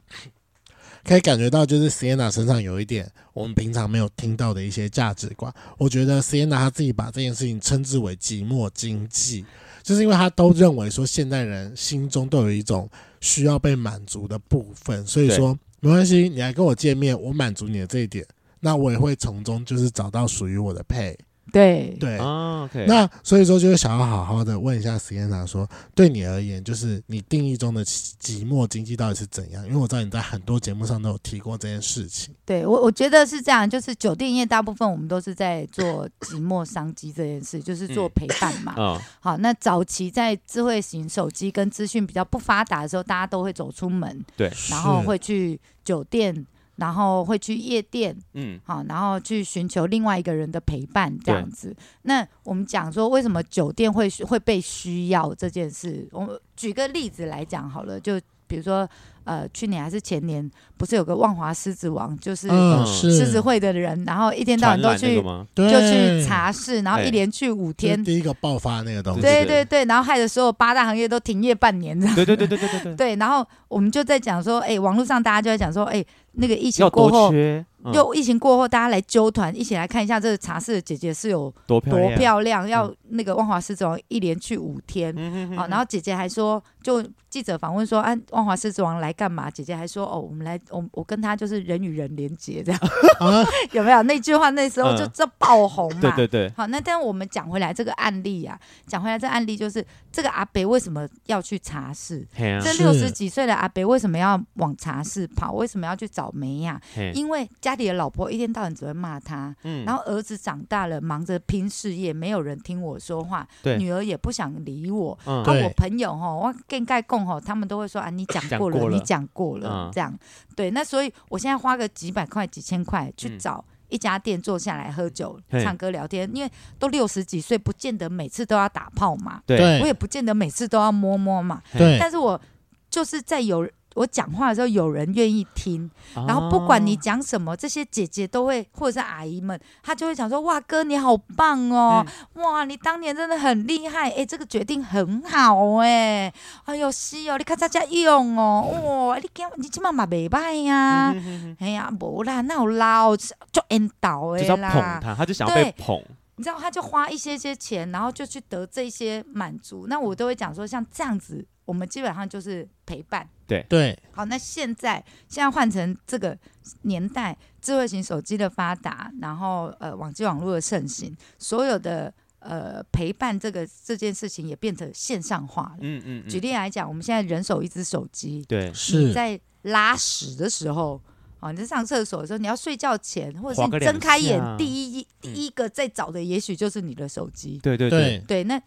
Speaker 1: 可以感觉到，就是 Sienna 身上有一点我们平常没有听到的一些价值观。我觉得 Sienna 她自己把这件事情称之为寂寞经济，就是因为她都认为说现代人心中都有一种需要被满足的部分，所以说没关系，你来跟我见面，我满足你的这一点，那我也会从中就是找到属于我的配。
Speaker 3: 对，
Speaker 1: 对，
Speaker 2: 啊，OK，
Speaker 1: 哎那所以说，就是想要好好的问一下 Sienna 说，对你而言，就是你定义中的寂寞经济到底是怎样？因为我知道你在很多节目上都有提过这件事情。
Speaker 3: 对我我觉得是这样，就是酒店业大部分我们都是在做寂寞商机这件事，就是做
Speaker 2: 嗯
Speaker 3: 陪伴嘛。
Speaker 2: 嗯，
Speaker 3: 好，那早期在智慧型手机跟资讯比较不发达的时候，大家都会走出门，然后会去酒店，然后会去夜店，
Speaker 2: 嗯，
Speaker 3: 好，然后去寻求另外一个人的陪伴，这样子。那我们讲说，为什么酒店会需会被需要这件事？我们举个例子来讲好了，就比如说，呃，去年还是前年，不是有个万华狮子王，就是
Speaker 1: 嗯，
Speaker 2: 嗯
Speaker 1: 是
Speaker 3: 呃狮子会的人，然后一天到晚
Speaker 2: 传
Speaker 3: 都
Speaker 2: 染那
Speaker 3: 去
Speaker 2: 个吗？
Speaker 1: 对
Speaker 3: 就去查室，然后一
Speaker 2: 哎
Speaker 3: 连去五
Speaker 1: 就是
Speaker 3: 天，
Speaker 1: 第一个爆发那个东西。
Speaker 3: 对
Speaker 2: 对
Speaker 3: 对对，然后害得所有八大行业都停业半年这样。 <laughs>
Speaker 2: 对对对对对对对，
Speaker 3: 对，然后我们就在讲说，哎，网络上大家就在讲说，哎，那个疫情
Speaker 2: 要
Speaker 3: 过
Speaker 2: 多
Speaker 3: 后，
Speaker 2: 缺，嗯
Speaker 3: 就疫情过后，大家来揪团，一起来看一下这个茶室的姐姐是有
Speaker 2: 嗯多漂
Speaker 3: 多
Speaker 2: 亮，
Speaker 3: 漂亮，要那个万华狮子王一连去五天。
Speaker 2: 嗯哼哼
Speaker 3: 好、然后姐姐还说，就记者访问说，啊，万华狮子王来干嘛？姐姐还说，哦，我们来，我我跟他就是人与人连接
Speaker 2: <laughs>
Speaker 3: 这样， <laughs>
Speaker 1: 啊，
Speaker 3: 有没有？那句话那时候就
Speaker 2: 嗯
Speaker 3: 这爆红嘛。
Speaker 2: 对对对，
Speaker 3: 好，那但我们讲回来这个案例啊，讲回来这个案例就是这个阿北为什么要去茶室？
Speaker 2: 嘿啊
Speaker 3: 这
Speaker 1: 是
Speaker 3: 六十几岁的阿北为什么要往茶室跑？为什么要去找梅亚？
Speaker 2: 嘿，
Speaker 3: 因为家里的老婆一天到晚只会骂他，
Speaker 2: 嗯
Speaker 3: 然后儿子长大了忙着拼事业，没有人听我说话，
Speaker 2: 对
Speaker 3: 女儿也不想理我。
Speaker 2: 嗯
Speaker 3: 啊，
Speaker 1: 对
Speaker 3: 我朋友吼，我更盖供吼，他们都会说啊，你讲
Speaker 2: 讲
Speaker 3: 过了，
Speaker 2: 过了
Speaker 3: 你讲过了，
Speaker 2: 嗯
Speaker 3: 这样对。那所以我现在花个几百块、几千块去
Speaker 2: 嗯
Speaker 3: 找一家店坐下来喝酒、
Speaker 2: 嘿
Speaker 3: 唱歌、聊天，因为都六十几岁，不见得每次都要打炮嘛，
Speaker 2: 对
Speaker 3: 我
Speaker 1: 对
Speaker 3: 也不见得每次都要摸摸嘛。
Speaker 1: 对，
Speaker 3: 但是我就是在有我讲话的时候，有人愿意听，然后不管你
Speaker 2: 啊
Speaker 3: 讲什么，这些姐姐都会或者是阿姨们，她就会讲说：“哇，哥你好棒哦，
Speaker 2: 嗯
Speaker 3: 哇，你当年真的很厉害，哎，这个决定很好哎，哎呦是哦，你看大家用哦，哇，你今你今晚嘛袂歹呀，
Speaker 2: 嗯哼哼哼
Speaker 3: 哎呀，无啦，那有老就引导
Speaker 2: 就
Speaker 3: 哎
Speaker 2: 是要捧
Speaker 3: 啦，
Speaker 2: 他，他就想要被
Speaker 3: 对
Speaker 2: 捧，
Speaker 3: 你知道，他就花一些些钱，然后就去得这些满足。那我都会讲说，像这样子，我们基本上就是陪伴。”
Speaker 1: 对，
Speaker 3: 好，那现在现在换成这个年代，智慧型手机的发达，然后呃，网际网络的盛行，所有的呃陪伴这个这件事情也变成线上化了。
Speaker 2: 嗯嗯，嗯
Speaker 3: 举例来讲，我们现在人手一只手机，
Speaker 2: 对，
Speaker 3: 你
Speaker 1: 是，
Speaker 3: 在拉屎的时候。哦，你在上厕所的时候，你要睡觉前，或者
Speaker 2: 划
Speaker 3: 是你
Speaker 2: 个
Speaker 3: 睁
Speaker 2: 两
Speaker 3: 开眼
Speaker 2: 下嗯
Speaker 3: 第一第一个在找的，也许就是你的手机。
Speaker 2: 对对对
Speaker 1: 对，
Speaker 3: 对，那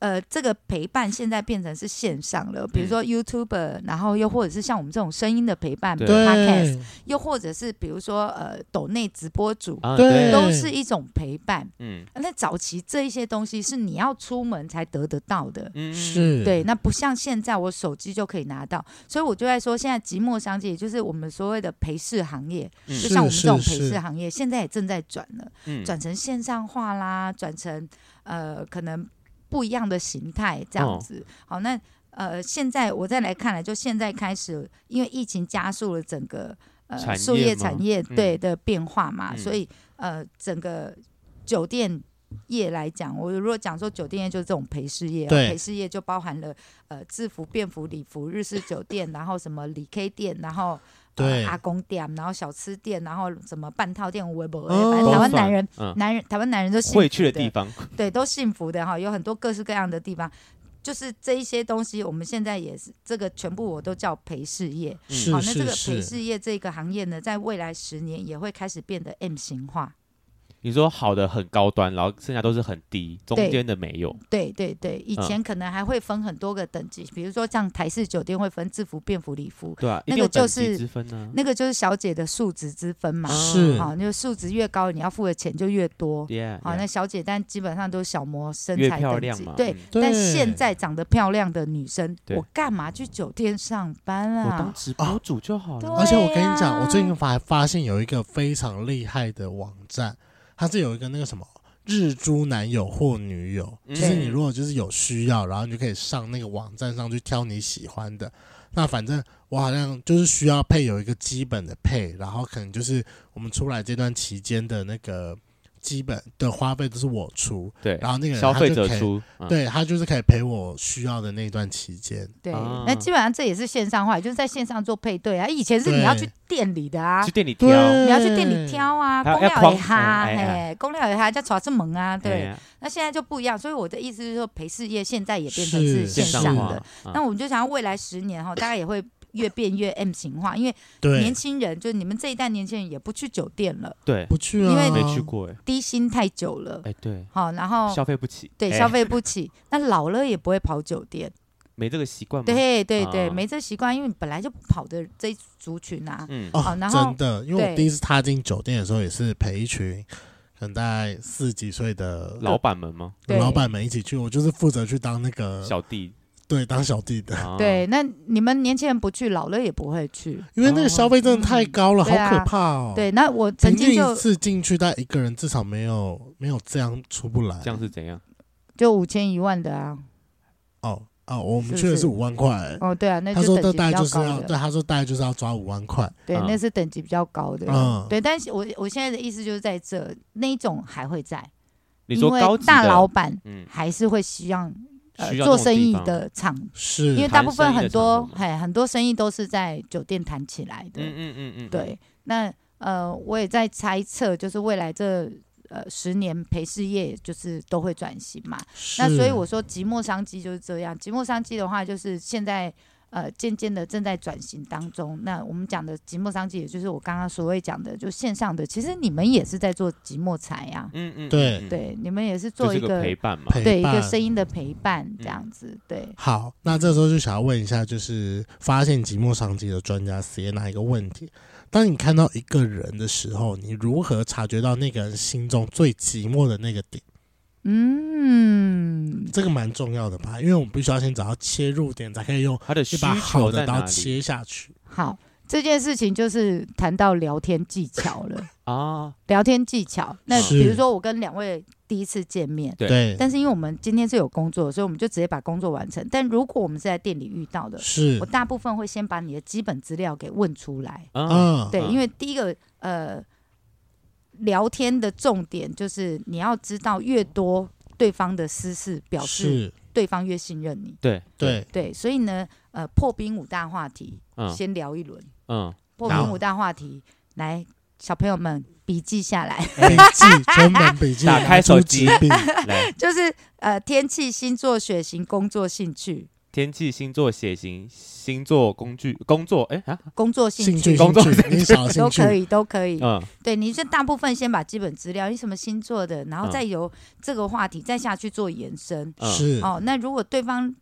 Speaker 3: 呃，这个陪伴现在变成是线上了，
Speaker 2: 嗯
Speaker 3: 比如说 YouTuber，、然后又或者是像我们这种声音的陪伴
Speaker 2: 对
Speaker 3: ，Podcast，
Speaker 1: 对，
Speaker 3: 又或者是比如说呃，抖内直播主，
Speaker 2: 啊
Speaker 1: 对
Speaker 2: 对，
Speaker 3: 都是一种陪伴。
Speaker 2: 嗯
Speaker 3: 那早期这一些东西是你要出门才得得到的。
Speaker 2: 嗯，
Speaker 1: 是，
Speaker 3: 对，那不像现在我手机就可以拿到，所以我就在说，现在即墨商机，也就是我们所谓的陪侍行业，
Speaker 2: 嗯
Speaker 3: 就像我们这种
Speaker 1: 是
Speaker 3: 陪
Speaker 1: 是
Speaker 3: 侍行业，现在也正在转了。
Speaker 2: 嗯
Speaker 3: 转成线上化啦，转成呃可能不一样的形态这样
Speaker 2: 哦
Speaker 3: 子。好，那呃现在我再来看来，就现在开始，因为疫情加速了整个呃
Speaker 2: 产
Speaker 3: 树
Speaker 2: 业
Speaker 3: 业
Speaker 2: 吗
Speaker 3: 产业
Speaker 2: 嗯
Speaker 3: 对的变化嘛，
Speaker 2: 嗯
Speaker 3: 所以呃整个酒店。业来讲，我如果讲说酒店业就是这种陪侍业、啊，
Speaker 1: 对
Speaker 3: 陪侍业就包含了呃制服、便服、礼服、日式酒店，然后什么理 K 店，然后
Speaker 1: 对
Speaker 3: 呃、阿公店，然后小吃店，然后什么半套店、微博，
Speaker 1: 哦
Speaker 3: 反正台湾男人，
Speaker 2: 嗯
Speaker 3: 男人台湾男人都幸福
Speaker 2: 会去的地，方，
Speaker 3: 对，都幸福的哈，有很多各式各样的地方。就是这一些东西，我们现在也是这个全部我都叫陪侍业。
Speaker 1: 是
Speaker 2: 嗯
Speaker 3: 好，那这个
Speaker 1: 是
Speaker 3: 陪
Speaker 1: 是，
Speaker 3: 侍业这个行业呢，在未来十年也会开始变得 M 型化。
Speaker 2: 你说好的很高端，然后剩下都是很低，中
Speaker 3: 对
Speaker 2: 间的没有。
Speaker 3: 对对对，
Speaker 2: 嗯
Speaker 3: 以前可能还会分很多个等级，比如说像台式酒店会分制服、便服、礼服，
Speaker 2: 对啊，一
Speaker 3: 那
Speaker 2: 定有
Speaker 3: 个就
Speaker 2: 等级
Speaker 3: 是
Speaker 2: 之分啊呢、
Speaker 3: 那个就是小姐的数值之分嘛。
Speaker 1: 是
Speaker 3: 好，那个数值越高，你要付的钱就越多。
Speaker 2: Yeah，
Speaker 3: 好，那小姐但基本上都是小模身
Speaker 2: 越
Speaker 3: 材
Speaker 2: 漂
Speaker 3: 等
Speaker 2: 亮
Speaker 3: 级
Speaker 2: 嘛，，
Speaker 3: 对。
Speaker 2: 嗯
Speaker 1: 对
Speaker 3: 但现在长得漂亮的女生，
Speaker 2: 对
Speaker 3: 我干嘛去酒店上班
Speaker 2: 嗯我当
Speaker 3: 啊？
Speaker 2: 直播主就好了。
Speaker 3: 对
Speaker 1: 而且我跟你讲，
Speaker 3: 啊
Speaker 1: 我最近发发现有一个非常厉害的网站，它是有一个那个什么日租男友或女友，
Speaker 2: 嗯
Speaker 1: 就是你如果就是有需要，然后你就可以上那个网站上去挑你喜欢的。那反正我好像就是需要配有一个基本的配，然后可能就是我们出来这段期间的那个基本的花费都是我出，
Speaker 2: 对，
Speaker 1: 然后那个人
Speaker 2: 消
Speaker 1: 他
Speaker 2: 费
Speaker 1: 就
Speaker 2: 者
Speaker 1: 可以，
Speaker 2: 出，嗯，
Speaker 1: 对他就是可以陪我需要的那段期间。
Speaker 3: 对
Speaker 2: 啊，
Speaker 3: 那基本上这也是线上化，就是在线上做配对啊。以前是
Speaker 1: 对
Speaker 3: 你要去店里的啊
Speaker 2: 去，店里挑
Speaker 1: 对，，
Speaker 3: 你要去店里挑啊，
Speaker 2: 还要
Speaker 3: 公
Speaker 2: 要
Speaker 3: 料
Speaker 2: 框
Speaker 3: 也哈，
Speaker 2: 哎哎
Speaker 3: 嘿，公料也哈，叫耍正门啊，
Speaker 2: 哎
Speaker 3: 对。
Speaker 2: 呀，
Speaker 3: 那现在就不一样，所以我的意思是说，陪事业现在也变成
Speaker 1: 是
Speaker 3: 是
Speaker 2: 线
Speaker 3: 线
Speaker 2: 上
Speaker 3: 上
Speaker 2: 化
Speaker 3: 的。，
Speaker 2: 嗯
Speaker 3: 那我们就想要未来十年哈，大概也会越变越 M 型化，因为
Speaker 1: 对
Speaker 3: 年，轻人就是你们这一代年轻人也不去酒店了，
Speaker 2: 对，
Speaker 1: 不去啊，
Speaker 3: 因为
Speaker 2: 没去过哎，
Speaker 3: 低薪太久了，
Speaker 2: 哎对，
Speaker 3: 好，然后
Speaker 2: 消费不起，
Speaker 3: 哦对
Speaker 2: 哎
Speaker 3: 消费
Speaker 2: <laughs>
Speaker 3: 不起，那老了也不会跑酒店，
Speaker 2: 没这个习惯吗？，
Speaker 3: 对对对，
Speaker 2: 啊
Speaker 3: 没这习惯，因为本来就不跑的这一族群啊，
Speaker 2: 嗯，
Speaker 1: 哦
Speaker 3: 好，然后
Speaker 1: 真的，因为我
Speaker 3: 对
Speaker 1: 第一次踏进酒店的时候，也是陪一群可能大概四十几岁的
Speaker 2: 老板们吗？
Speaker 3: 对
Speaker 1: 老板们一起去，我就是负责去当那个
Speaker 2: 小弟，
Speaker 1: 嗯对当小弟的，
Speaker 2: 啊
Speaker 3: 对，那你们年轻人不去，老了也不会去。
Speaker 1: 因为那个消费真的太高了，
Speaker 3: 嗯
Speaker 1: 好
Speaker 3: 对啊
Speaker 1: 可怕哦。
Speaker 3: 对，，那我曾
Speaker 1: 平
Speaker 3: 经
Speaker 1: 均一
Speaker 3: 就
Speaker 1: 次进去，但一个人至少没有没有这样出不来
Speaker 2: 这。样是怎样？
Speaker 3: 就五千一万的啊，
Speaker 1: 哦哦，我们
Speaker 3: 是
Speaker 1: 去的
Speaker 3: 是
Speaker 1: 是五万
Speaker 2: 嗯
Speaker 1: 块。
Speaker 3: 哦，对啊，那
Speaker 1: 他
Speaker 3: 就
Speaker 1: 说：“这
Speaker 3: 等级
Speaker 1: 大
Speaker 3: 比
Speaker 1: 概就
Speaker 3: 较
Speaker 1: 是
Speaker 3: 高
Speaker 1: 要，对，
Speaker 3: 的，
Speaker 1: 他说大概就是要抓五万块，
Speaker 3: 对，
Speaker 2: 嗯
Speaker 3: 那是等级比较高的，
Speaker 1: 嗯
Speaker 3: 对。但是我我现在的意思就是在这那一种还会在，
Speaker 2: 你说
Speaker 3: 因为
Speaker 2: 高级
Speaker 3: 大
Speaker 2: 的
Speaker 3: 老，板
Speaker 2: 嗯，
Speaker 3: 还是会希望呃
Speaker 2: 需要
Speaker 3: 做
Speaker 2: 这种
Speaker 3: 生
Speaker 2: 地
Speaker 3: 意
Speaker 2: 方
Speaker 3: 的场，因为
Speaker 1: 是
Speaker 3: 大
Speaker 2: 谈
Speaker 3: 部分
Speaker 2: 生意的
Speaker 3: 很多
Speaker 2: 场合嘛
Speaker 3: 嘿很多生意都是在酒店谈起来的，
Speaker 2: 嗯嗯嗯嗯，嗯，
Speaker 3: 对，那呃，我也在猜测，就是未来这呃十年陪事业就是都会转型嘛。
Speaker 1: 是。
Speaker 3: 那所以我说，即墨商机就是这样。即墨商机的话，就是现在呃渐渐的正在转型当中。那我们讲的即墨商机，也就是我刚刚所谓讲的，就线上的，其实你们也是在做即墨财呀，
Speaker 2: 嗯嗯，
Speaker 1: 对
Speaker 2: 嗯，
Speaker 3: 对，你们也是
Speaker 2: 就
Speaker 3: 做
Speaker 2: 是
Speaker 3: 一
Speaker 2: 个陪嗯伴嘛，
Speaker 1: 陪
Speaker 3: 对一
Speaker 1: 伴
Speaker 3: 个声音的陪伴这样子，对。
Speaker 1: 好，那这时候就想要问一下，就是发现寂寞商机的专家 s i e n a 一个问题：当你看到一个人的时候，你如何察觉到那个人心中最寂寞的那个点？
Speaker 3: 嗯，
Speaker 1: 这个蛮重要的吧，因为我们必须要先找到切入点，才可以用
Speaker 2: 他的需
Speaker 1: 一把
Speaker 2: 求
Speaker 1: 好
Speaker 2: 在
Speaker 1: 的
Speaker 2: 哪
Speaker 1: 刀
Speaker 2: 里
Speaker 1: 切下去。
Speaker 3: 好，这件事情就是谈到聊天技巧了。
Speaker 2: 啊？
Speaker 3: 聊天技巧。那
Speaker 1: 是
Speaker 3: 比如说我跟两位第一次见面，
Speaker 2: 对
Speaker 1: 对，
Speaker 3: 但是因为我们今天是有工作，所以我们就直接把工作完成。但如果我们是在店里遇到的，
Speaker 1: 是
Speaker 3: 我，大部分会先把你的基本资料给问出来。
Speaker 2: 嗯，
Speaker 1: 嗯，
Speaker 3: 对，
Speaker 2: 嗯
Speaker 3: 因为第一个呃，聊天的重点就是你要知道越多对方的私事，表示
Speaker 1: 是，
Speaker 3: 对方越信任你。
Speaker 2: 对，
Speaker 1: 对，
Speaker 3: 对，所以呢，呃，破冰五大话题、
Speaker 2: 嗯
Speaker 3: 先聊一轮，
Speaker 2: 嗯，
Speaker 3: 破
Speaker 1: 啊然
Speaker 3: 冰
Speaker 1: 后
Speaker 3: 五大话题，来，小朋友们笔记下来。
Speaker 1: 笔记，全本笔记，
Speaker 2: 打开手机
Speaker 1: 拿出纸笔
Speaker 2: 来，
Speaker 3: 就是呃，天气、星座、血型、工作、兴趣、
Speaker 2: 天气、星座、血型、星座工具、工作，哎啊，
Speaker 3: 工作兴
Speaker 1: 兴趣，
Speaker 2: 工作
Speaker 1: 兴趣你小
Speaker 3: 都
Speaker 1: 兴
Speaker 3: 可
Speaker 1: 趣，哦
Speaker 3: 以，都可以。
Speaker 2: 嗯，
Speaker 3: 对，你就大部分先把基本资料，你什么星座的，然后
Speaker 1: 哦
Speaker 2: 嗯
Speaker 3: 再由这个话题再下去做延伸。
Speaker 2: 嗯，
Speaker 1: 是，
Speaker 3: 哦，那如果对方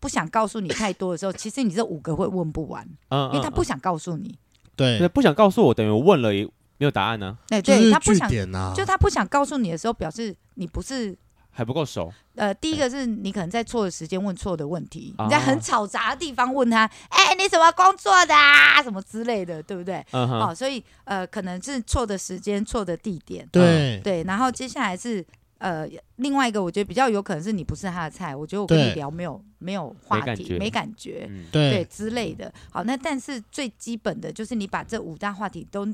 Speaker 3: 不想告诉你太多的时候，其实你这五个会问不完，
Speaker 2: 嗯，
Speaker 3: 因为他
Speaker 2: 嗯
Speaker 3: 不，想告诉你。
Speaker 2: 对，
Speaker 1: 对，
Speaker 2: 不想告诉我，等于我问了也没有答案呢，
Speaker 3: 哎，
Speaker 1: 就
Speaker 3: 对
Speaker 1: 是
Speaker 3: 他不
Speaker 1: 据
Speaker 3: 想，
Speaker 1: 点啊，
Speaker 3: 就他不想告诉你的时候，表示你不是。
Speaker 2: 还不够熟，
Speaker 3: 呃，第一个是你可能在错的时间问错的问题，
Speaker 1: 哦
Speaker 2: 啊
Speaker 3: 你在很吵杂的地方问他，哎、你什么工作的啊，什么之类的，对不对？
Speaker 2: 嗯哼，
Speaker 3: 哦，所以呃，可能是错的时间、错的地点，
Speaker 1: 对，
Speaker 3: 对。然后接下来是呃，另外一个我觉得比较有可能是你不是他的菜，我觉得我跟
Speaker 1: 对
Speaker 3: 你聊没有没有话
Speaker 2: 感
Speaker 3: 题，
Speaker 2: 觉
Speaker 3: 没感觉，
Speaker 2: 嗯，
Speaker 3: 对
Speaker 1: 对，
Speaker 3: 之类的。好，那但是最基本的就是你把这五大话题都。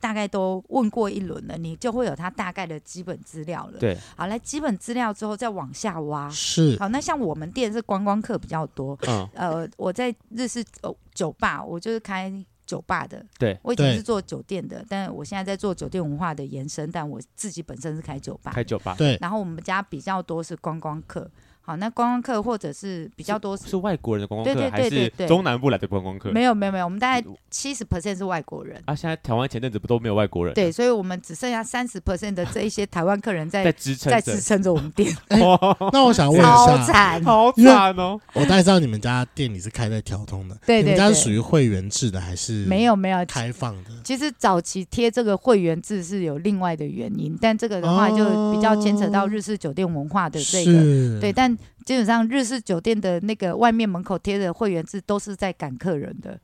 Speaker 3: 大概都问过一轮了，你就会有他大概的基本资料了。
Speaker 2: 对，
Speaker 3: 好，来基本资料之后再往下挖。
Speaker 1: 是，
Speaker 3: 好，那像我们店是观光客比较多，
Speaker 2: 嗯，
Speaker 3: 呃，我在日式酒酒吧，我就是开酒吧的。
Speaker 2: 对，
Speaker 3: 我以前
Speaker 1: 对
Speaker 3: 是做酒店的，但我现在在做酒店文化的延伸，但我自己本身是开酒吧。
Speaker 2: 开酒吧，
Speaker 1: 对，
Speaker 3: 然后我们家比较多是观光客，好，那观光客或者是比较多是
Speaker 2: 是外国人的观光
Speaker 3: 对
Speaker 2: 客，
Speaker 3: 对
Speaker 2: 还
Speaker 3: 对
Speaker 2: 是
Speaker 3: 对对
Speaker 2: 中南部来的观光客？
Speaker 3: 没有没有没有，我们大概七十 percent 是外国人。
Speaker 2: 啊，现在台湾前阵子不都没有外国人？
Speaker 3: 对，所以我们只剩下三十 percent 的这一些台湾客人
Speaker 2: 在
Speaker 3: 在
Speaker 2: 支撑
Speaker 3: 在
Speaker 2: 着
Speaker 3: 支，撑着我们店，
Speaker 2: 哇
Speaker 1: <laughs> 那我啊想问一
Speaker 3: 超
Speaker 1: 下，
Speaker 3: 惨。
Speaker 2: 好惨哦！
Speaker 1: 我大概知道你们家店里是开在调通的，
Speaker 3: 对对
Speaker 1: 你们家是
Speaker 3: 对
Speaker 1: 属于会员制的还是
Speaker 3: 没有没有，
Speaker 1: 开放的？
Speaker 3: 其实早期贴这个会员制是有另外的原因，但这个的话就比较牵扯到日式酒店文化的这个。
Speaker 1: 哦是，
Speaker 3: 对，但基本上日式酒店的那个外面门口贴的会员制都是在赶客人的，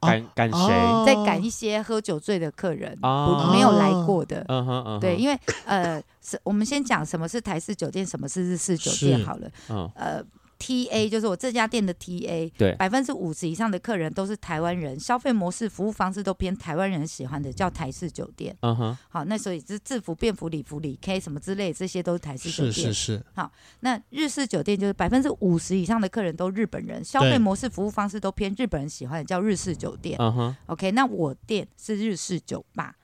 Speaker 1: 哦
Speaker 2: 赶赶谁？
Speaker 1: 哦啊
Speaker 3: 在赶一些喝酒醉的客人，
Speaker 2: 哦
Speaker 3: 不没有来过的。
Speaker 2: 嗯哼嗯哼，
Speaker 3: 对，因为呃，是我们先讲什么是台式酒店，什么是日式酒
Speaker 1: 是
Speaker 3: 店好了。
Speaker 2: 嗯
Speaker 3: 呃，TA 就是我这家店的 TA，
Speaker 2: 对
Speaker 3: 百分之五十以上的客人都是台湾人，消费模式、服务方式都偏台湾人喜欢的，叫台式酒店。
Speaker 2: 嗯哼，
Speaker 3: 好，那所以是制服、便服、礼服、礼 K 什么之类，这些都是台式酒
Speaker 1: 是是
Speaker 3: 店。
Speaker 1: 是，
Speaker 3: 那日式酒店就是百分之五十以上的客人都日本人，消费
Speaker 1: 对
Speaker 3: 模式、服务方式都偏日本人喜欢的，叫日式酒店。
Speaker 2: 嗯哼，
Speaker 3: OK，那我店是日式酒吧，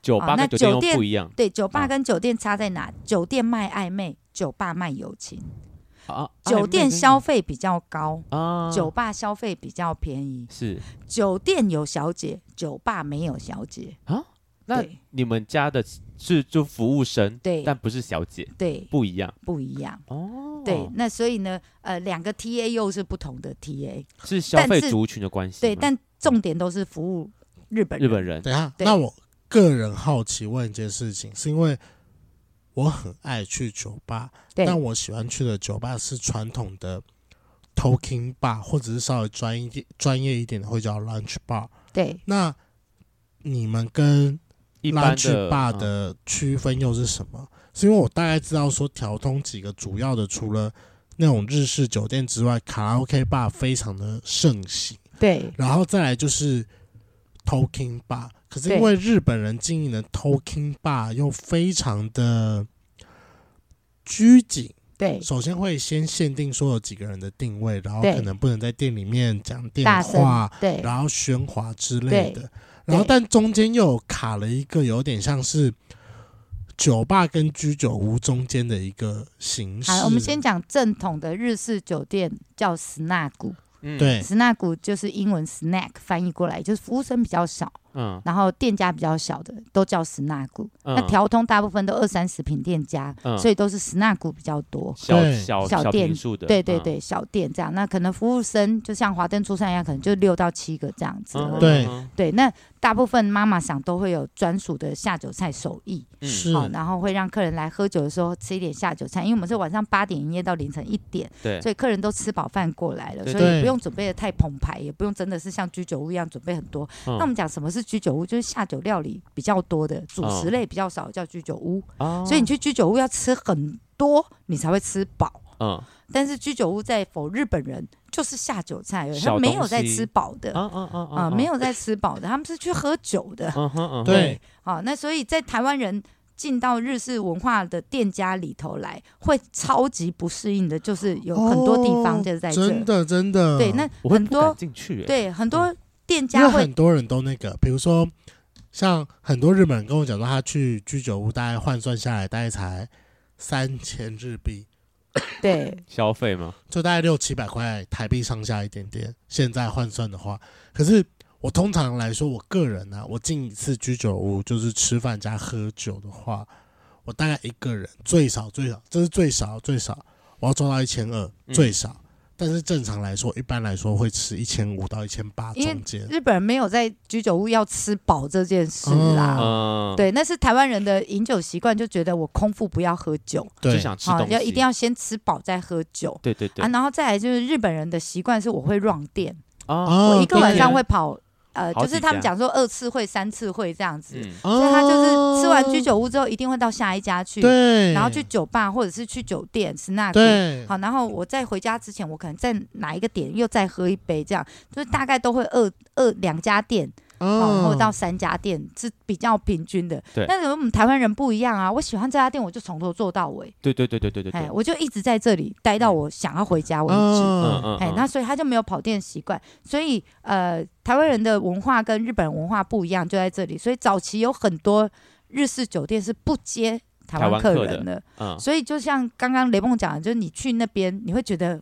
Speaker 2: 酒吧
Speaker 3: 哦那
Speaker 2: 跟酒店又
Speaker 3: 酒店
Speaker 2: 不一样
Speaker 3: 对，酒吧
Speaker 2: 啊
Speaker 3: 跟酒店差在哪？酒店卖暧昧，酒吧卖友情。
Speaker 2: 啊。
Speaker 3: 酒店消
Speaker 2: 费
Speaker 3: 费比较高，
Speaker 2: 啊，
Speaker 3: 酒吧消费比较便宜，
Speaker 2: 是
Speaker 3: 酒店有小姐，酒吧没有小姐。
Speaker 2: 啊。那
Speaker 3: 对
Speaker 2: 你们家的是就服务生，
Speaker 3: 对
Speaker 2: 但不是小姐，
Speaker 3: 对，
Speaker 2: 不一样
Speaker 3: 不一样。
Speaker 2: 哦。
Speaker 3: 对，，那所以呢，呃，两个 TA 又是不同的 TA，
Speaker 2: 是消费
Speaker 3: 但是
Speaker 2: 族群的关系吗。
Speaker 3: 对，但重点都是服务日本
Speaker 2: 日
Speaker 3: 人。
Speaker 2: 本人
Speaker 1: 等一下，
Speaker 3: 对
Speaker 1: 那我个人好奇问一件事情，是因为我很爱去酒吧，
Speaker 3: 对
Speaker 1: 但我喜欢去的酒吧是传统的 talking bar，或者是稍微专一点、专业一点的会叫 lunch bar。
Speaker 3: 对，
Speaker 1: 那你们跟
Speaker 2: 一般
Speaker 1: lunch
Speaker 2: 的
Speaker 1: bar
Speaker 2: 嗯
Speaker 1: 的区分又是什么？是因为我大概知道说调通几个主要的，除了那种日式酒店之外，卡拉 OK bar 非常的盛行。
Speaker 3: 对，
Speaker 1: 然后再来就是 Talking Bar，可是因
Speaker 3: 对
Speaker 1: 为日本人经营的 Talking Bar 又非常的拘谨，
Speaker 3: 对，
Speaker 2: 嗯
Speaker 1: 首先会先限定说有几个人的定位，然后
Speaker 3: 对
Speaker 1: 可能不能在店里面讲电
Speaker 3: 大声
Speaker 1: 话，，
Speaker 3: 对，
Speaker 1: 然后喧哗之类
Speaker 3: 对
Speaker 1: 的。然后
Speaker 3: 对
Speaker 1: 但中间又有卡了一个有点像是酒吧跟居酒屋中间的一个形式。
Speaker 3: 好，我们先讲正统的日式酒店叫 snack，
Speaker 2: 嗯，
Speaker 1: 对
Speaker 3: snack 就是英文 snack 翻译过来就是服务生比较少，
Speaker 2: 嗯，
Speaker 3: 然后店家比较小的都叫 snack。
Speaker 2: 嗯
Speaker 3: 那调通大部分都二三十平店家，
Speaker 2: 嗯
Speaker 3: 所以都是 snack 比较多。
Speaker 2: 小
Speaker 1: 对
Speaker 2: 小
Speaker 3: 小店
Speaker 2: 平数的，
Speaker 3: 对对
Speaker 2: 嗯，
Speaker 3: 对，小店这样，那可能服务生就像华灯初上一样，可能就六到七个这样子而已。
Speaker 2: 嗯
Speaker 1: 对
Speaker 2: 嗯
Speaker 3: 对，那大部分妈妈想都会有专属的下酒菜手艺，
Speaker 2: 嗯
Speaker 1: 是
Speaker 3: 好、哦然后会让客人来喝酒的时候吃一点下酒菜，因为我们是晚上八点营业到凌晨一点，
Speaker 2: 对
Speaker 3: 所以客人都吃饱饭过来了，
Speaker 2: 对
Speaker 3: 所以也
Speaker 1: 对
Speaker 3: 不用准备的太澎湃，也不用真的是像居酒屋一样准备很多。那
Speaker 2: 嗯
Speaker 3: 我们讲什么是居酒屋，就是下酒料理比较多的，主食
Speaker 2: 嗯
Speaker 3: 类比较少，叫居酒屋。
Speaker 2: 哦
Speaker 3: 所以你去居酒屋要吃很多，你才会吃饱。
Speaker 2: 嗯
Speaker 3: 但是居酒屋在否日本人就是下酒菜而已，
Speaker 2: 小东
Speaker 3: 他没有在
Speaker 2: 西
Speaker 3: 吃饱的
Speaker 2: 啊啊啊
Speaker 3: 啊、没，有在吃饱的，他们是去喝酒的。
Speaker 2: 嗯哼嗯哼，
Speaker 1: 对
Speaker 3: 好，那所以在台湾人进到日式文化的店家里头来，会超级不适应的，就是有很多地方
Speaker 1: 哦
Speaker 3: 就是在这。
Speaker 1: 真的真的
Speaker 3: 对，那
Speaker 2: 我会
Speaker 3: 很
Speaker 2: 不敢
Speaker 3: 多
Speaker 2: 进去，欸，
Speaker 3: 对很多店
Speaker 1: 因为
Speaker 3: 家会
Speaker 1: 很多人都那个，比如说像很多日本人跟我讲说，他去居酒屋大概换算下来大概才三千日币，
Speaker 3: 对
Speaker 2: 消费嘛，
Speaker 1: 就大概六七百块台币上下一点点。现在换算的话，可是我通常来说，我个人呢、啊，我进一次居酒屋就是吃饭加喝酒的话，我大概一个人最少最少，这是最少最少，我要抓到一千二
Speaker 2: 嗯
Speaker 1: 最少。但是正常来说，一般来说会吃一千五到一千八
Speaker 3: 因为
Speaker 1: 中间。
Speaker 3: 日本人没有在居酒屋要吃饱这件事啦。
Speaker 1: 啊
Speaker 2: 嗯，，
Speaker 3: 对，那是台湾人的饮酒习惯，就觉得我空腹不要喝酒，
Speaker 2: 就
Speaker 1: 对，
Speaker 2: 想吃
Speaker 3: 好、
Speaker 2: 东西，
Speaker 3: 要一定，要先吃饱再喝酒
Speaker 2: 对对对
Speaker 3: 啊。，然后再来就是日本人的习惯是我会 run 店，
Speaker 2: 啊，
Speaker 1: 哦
Speaker 3: 我一个
Speaker 1: 对
Speaker 3: 晚上会跑，呃，
Speaker 2: 好
Speaker 3: 就
Speaker 2: 几
Speaker 3: 是他们
Speaker 2: 家
Speaker 3: 讲说二次会、三次会这样子，
Speaker 2: 嗯，
Speaker 3: 所以他就是
Speaker 1: 哦
Speaker 3: 吃完居酒屋之后，一定会到下一家去，
Speaker 1: 对，
Speaker 3: 然后去酒吧或者是去酒店 snack。
Speaker 1: 哦对，
Speaker 3: 好，然后我再回家之前，我可能在哪一个点又再喝一杯，这样就是大概都会二二两家店，
Speaker 1: 嗯
Speaker 3: 然后到三家店是比较平均的。
Speaker 2: 对
Speaker 3: 但是我们台湾人不一样啊，我喜欢这家店，我就从头做到尾，
Speaker 2: 对对对对对对对，
Speaker 3: 哎，
Speaker 2: 嗯
Speaker 3: 我就一直在这里待到我想要回家为止。
Speaker 1: 嗯
Speaker 2: <laughs> 嗯，
Speaker 3: 哎，
Speaker 2: 嗯
Speaker 3: 那所以他就没有跑店习惯，所以呃，台湾人的文化跟日本文化不一样，就在这里。所以早期有很多日式酒店是不接台
Speaker 2: 台
Speaker 3: 湾
Speaker 2: 湾
Speaker 3: 客
Speaker 2: 客
Speaker 3: 人了。
Speaker 2: 嗯，
Speaker 3: 所以就像刚刚雷梦讲的，就是你去那边，你会觉得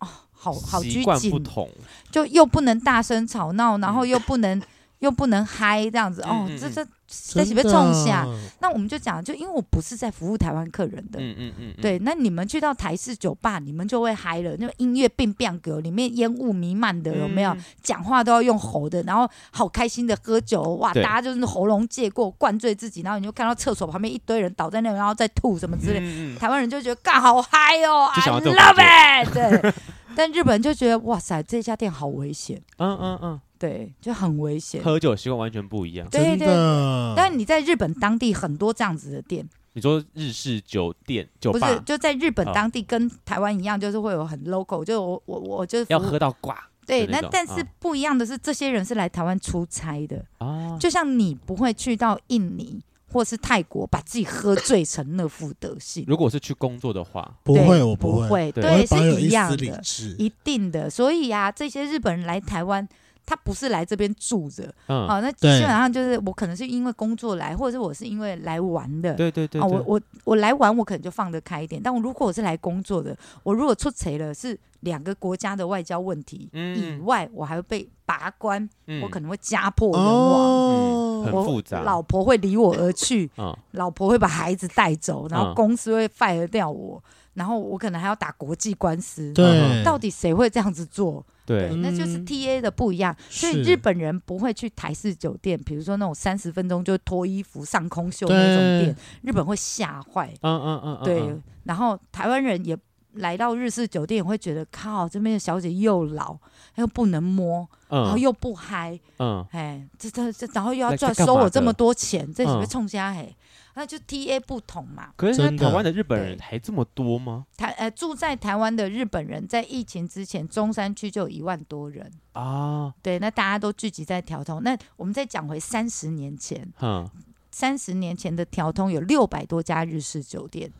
Speaker 3: 哦，好好
Speaker 2: 习
Speaker 3: 拘
Speaker 2: 惯不
Speaker 3: 谨，
Speaker 2: 同，
Speaker 3: 就又不能大声吵闹，然后
Speaker 2: 嗯
Speaker 3: 又不能、又不能嗨这样子。哦，
Speaker 2: 嗯嗯
Speaker 3: 这
Speaker 2: 嗯
Speaker 3: 这
Speaker 1: 真
Speaker 3: 这
Speaker 1: 的
Speaker 3: 几被冲下。
Speaker 1: 哦
Speaker 3: 那我们就讲，就因为我不是在服务台湾客人的。
Speaker 2: 嗯嗯嗯，嗯，
Speaker 3: 对，那你们去到台式酒吧，你们就会嗨了，那种音乐变变格，里面烟雾弥漫的，有没有？
Speaker 2: 嗯？
Speaker 3: 讲话都要用吼的，然后好开心的喝酒，哇，
Speaker 2: 对
Speaker 3: 大家就是喉咙借过，灌醉自己，然后你就看到厕所旁边一堆人倒在那，然后再吐什么之类。
Speaker 2: 嗯嗯嗯
Speaker 3: 台湾人就觉得干好嗨哦
Speaker 2: 就
Speaker 3: ，I
Speaker 2: 想要这种
Speaker 3: love it，对。但日本人就觉得哇塞，这家店好危险，
Speaker 2: 嗯嗯嗯
Speaker 3: 对，就很危
Speaker 2: 嗯，
Speaker 3: 险。
Speaker 2: 喝酒习惯完全不一样。
Speaker 3: 对
Speaker 1: 真的，
Speaker 3: 但你在日本当地很多这样子的店，
Speaker 2: 你说日式酒店酒
Speaker 3: 不是
Speaker 2: 吧
Speaker 3: 就在日本
Speaker 2: 啊
Speaker 3: 当地跟台湾一样，就是会有很 local，就我我我就是服务
Speaker 2: 要喝到挂
Speaker 3: 对，
Speaker 2: 的那
Speaker 3: 那
Speaker 2: 种
Speaker 3: 但是
Speaker 2: 啊
Speaker 3: 不一样的是，这些人是来台湾出差的，
Speaker 2: 哦，
Speaker 3: 就像你不会去到印尼或是泰国把自己喝醉成那副德行，
Speaker 2: 如果是去工作的话，
Speaker 1: <laughs> 不
Speaker 3: 对
Speaker 1: 会，我不
Speaker 3: 不
Speaker 1: 会，
Speaker 3: 会，
Speaker 2: 对
Speaker 1: 我会
Speaker 3: 对，
Speaker 1: 保有
Speaker 3: 是
Speaker 1: 一
Speaker 3: 一样
Speaker 1: 丝理
Speaker 3: 的，
Speaker 1: 智。
Speaker 3: 一定的。所以啊，这些日本人来台湾，他不是来这边住着，
Speaker 2: 嗯，
Speaker 3: 啊，那基
Speaker 1: 对
Speaker 3: 本上就是我可能是因为工作来，或者是我是因为来玩的。
Speaker 2: 对对对
Speaker 3: 啊，我
Speaker 2: 对
Speaker 3: 我我来玩，我可能就放得开一点。但我如果我是来工作的，我如果出贼了，是两个国家的外交问题、
Speaker 2: 嗯
Speaker 3: 以外，我还会被拔关，
Speaker 2: 嗯
Speaker 3: 我可能会家破人亡，
Speaker 2: 嗯
Speaker 1: 哦
Speaker 2: 很，
Speaker 3: 我
Speaker 2: 复杂
Speaker 3: 老婆会离我而去，
Speaker 2: 嗯
Speaker 3: 老婆会把孩子带走，然后
Speaker 2: 嗯
Speaker 3: 公司会 fire 掉我，然后我可能还要打国际官司。
Speaker 1: 对，
Speaker 3: 到底谁会这样子做？
Speaker 2: 对，
Speaker 3: 对，
Speaker 1: 嗯
Speaker 3: 那就是 T A 的不一样。所以
Speaker 1: 是
Speaker 3: 日本人不会去台式酒店，比如说那种三十分钟就脱衣服上空秀
Speaker 1: 对
Speaker 3: 那种店，日本会吓坏。
Speaker 2: 嗯嗯嗯，嗯
Speaker 3: 对
Speaker 2: 嗯，
Speaker 3: 然后台湾人也来到日式酒店，也会觉得靠，这边的小姐又老，又不能摸，然后
Speaker 2: 嗯
Speaker 3: 又不嗨，
Speaker 2: 嗯，
Speaker 3: 哎，这这这，然后又要
Speaker 2: 那
Speaker 3: 赚
Speaker 2: 在干
Speaker 3: 收
Speaker 2: 嘛
Speaker 3: 我
Speaker 2: 的
Speaker 3: 这么多钱，这几
Speaker 2: 嗯
Speaker 3: 个冲虾嘿，那就 T A 不同嘛。
Speaker 2: 可是那
Speaker 1: 真的
Speaker 2: 台湾的日本人还这么多吗？
Speaker 3: 台呃住在台湾的日本人，在疫情之前，中山区就有一万多人。
Speaker 2: 啊，
Speaker 3: 对，那大家都聚集在调通。那我们再讲回三十年前，
Speaker 2: 哼，
Speaker 3: 三十年前的调通有六百多家日式酒店。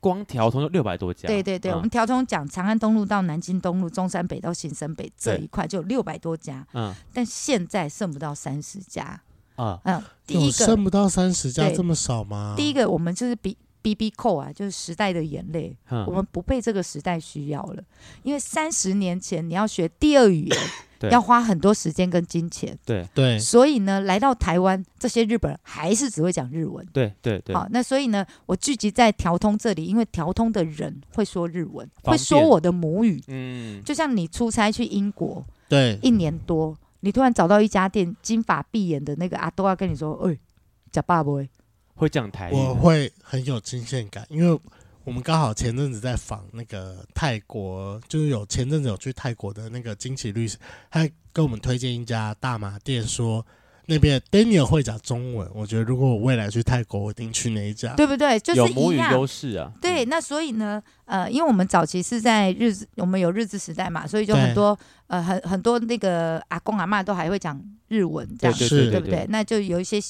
Speaker 2: 光条通就六百多家，
Speaker 3: 对对对，
Speaker 2: 嗯
Speaker 3: 我们调通讲长安东路到南京东路、中山北到新生北这
Speaker 2: 对
Speaker 3: 一块就有六百多家，
Speaker 2: 嗯
Speaker 3: 但现在剩不到三十家。
Speaker 2: 啊，
Speaker 3: 嗯，第
Speaker 1: 有
Speaker 3: 一个，
Speaker 1: 剩不到三十家
Speaker 3: 对
Speaker 1: 这么少吗？
Speaker 3: 第一个我们就是比 B B 扣啊，就是时代的眼泪。我
Speaker 2: 嗯，
Speaker 3: 们不被这个时代需要了，因为三十年前你要学第二语言
Speaker 2: 对，
Speaker 3: 要花很多时间跟金钱，
Speaker 2: 对
Speaker 1: 对，
Speaker 3: 所以呢，来到台湾，这些日本人还是只会讲日文。
Speaker 2: 对对对，
Speaker 3: 好，那所以呢，我聚集在调通这里，因为调通的人会说日文，
Speaker 2: 方便
Speaker 3: 会说我的母语。
Speaker 2: 嗯，
Speaker 3: 就像你出差去英国
Speaker 1: 对，
Speaker 3: 一年多，你突然找到一家店，金发碧眼的那个阿都要跟你说：“哎、假爸不会？
Speaker 2: 会讲台语
Speaker 1: 我
Speaker 2: 的，
Speaker 1: 会很有惊现感，因为我们刚好前阵子在访那个泰国，就是有前阵子有去泰国的那个金奇律师，他跟我们推荐一家大麻店说。那边 Daniel 会讲中文，我觉得如果我未来去泰国，我一定去那一家。
Speaker 3: 对不对？”就
Speaker 2: 有
Speaker 3: 是
Speaker 2: 母
Speaker 3: 一
Speaker 2: 语
Speaker 3: 样。
Speaker 2: 优势啊，
Speaker 3: 对，那所以呢，呃，因为我们早期是在日治，我们有日治时代嘛，所以就
Speaker 1: 对
Speaker 3: 很多呃很很多那个阿公阿嬷都还会讲日文这
Speaker 2: 对
Speaker 3: 样，
Speaker 2: 对
Speaker 1: 是
Speaker 3: 对
Speaker 2: 对
Speaker 3: 不对？？那就有一些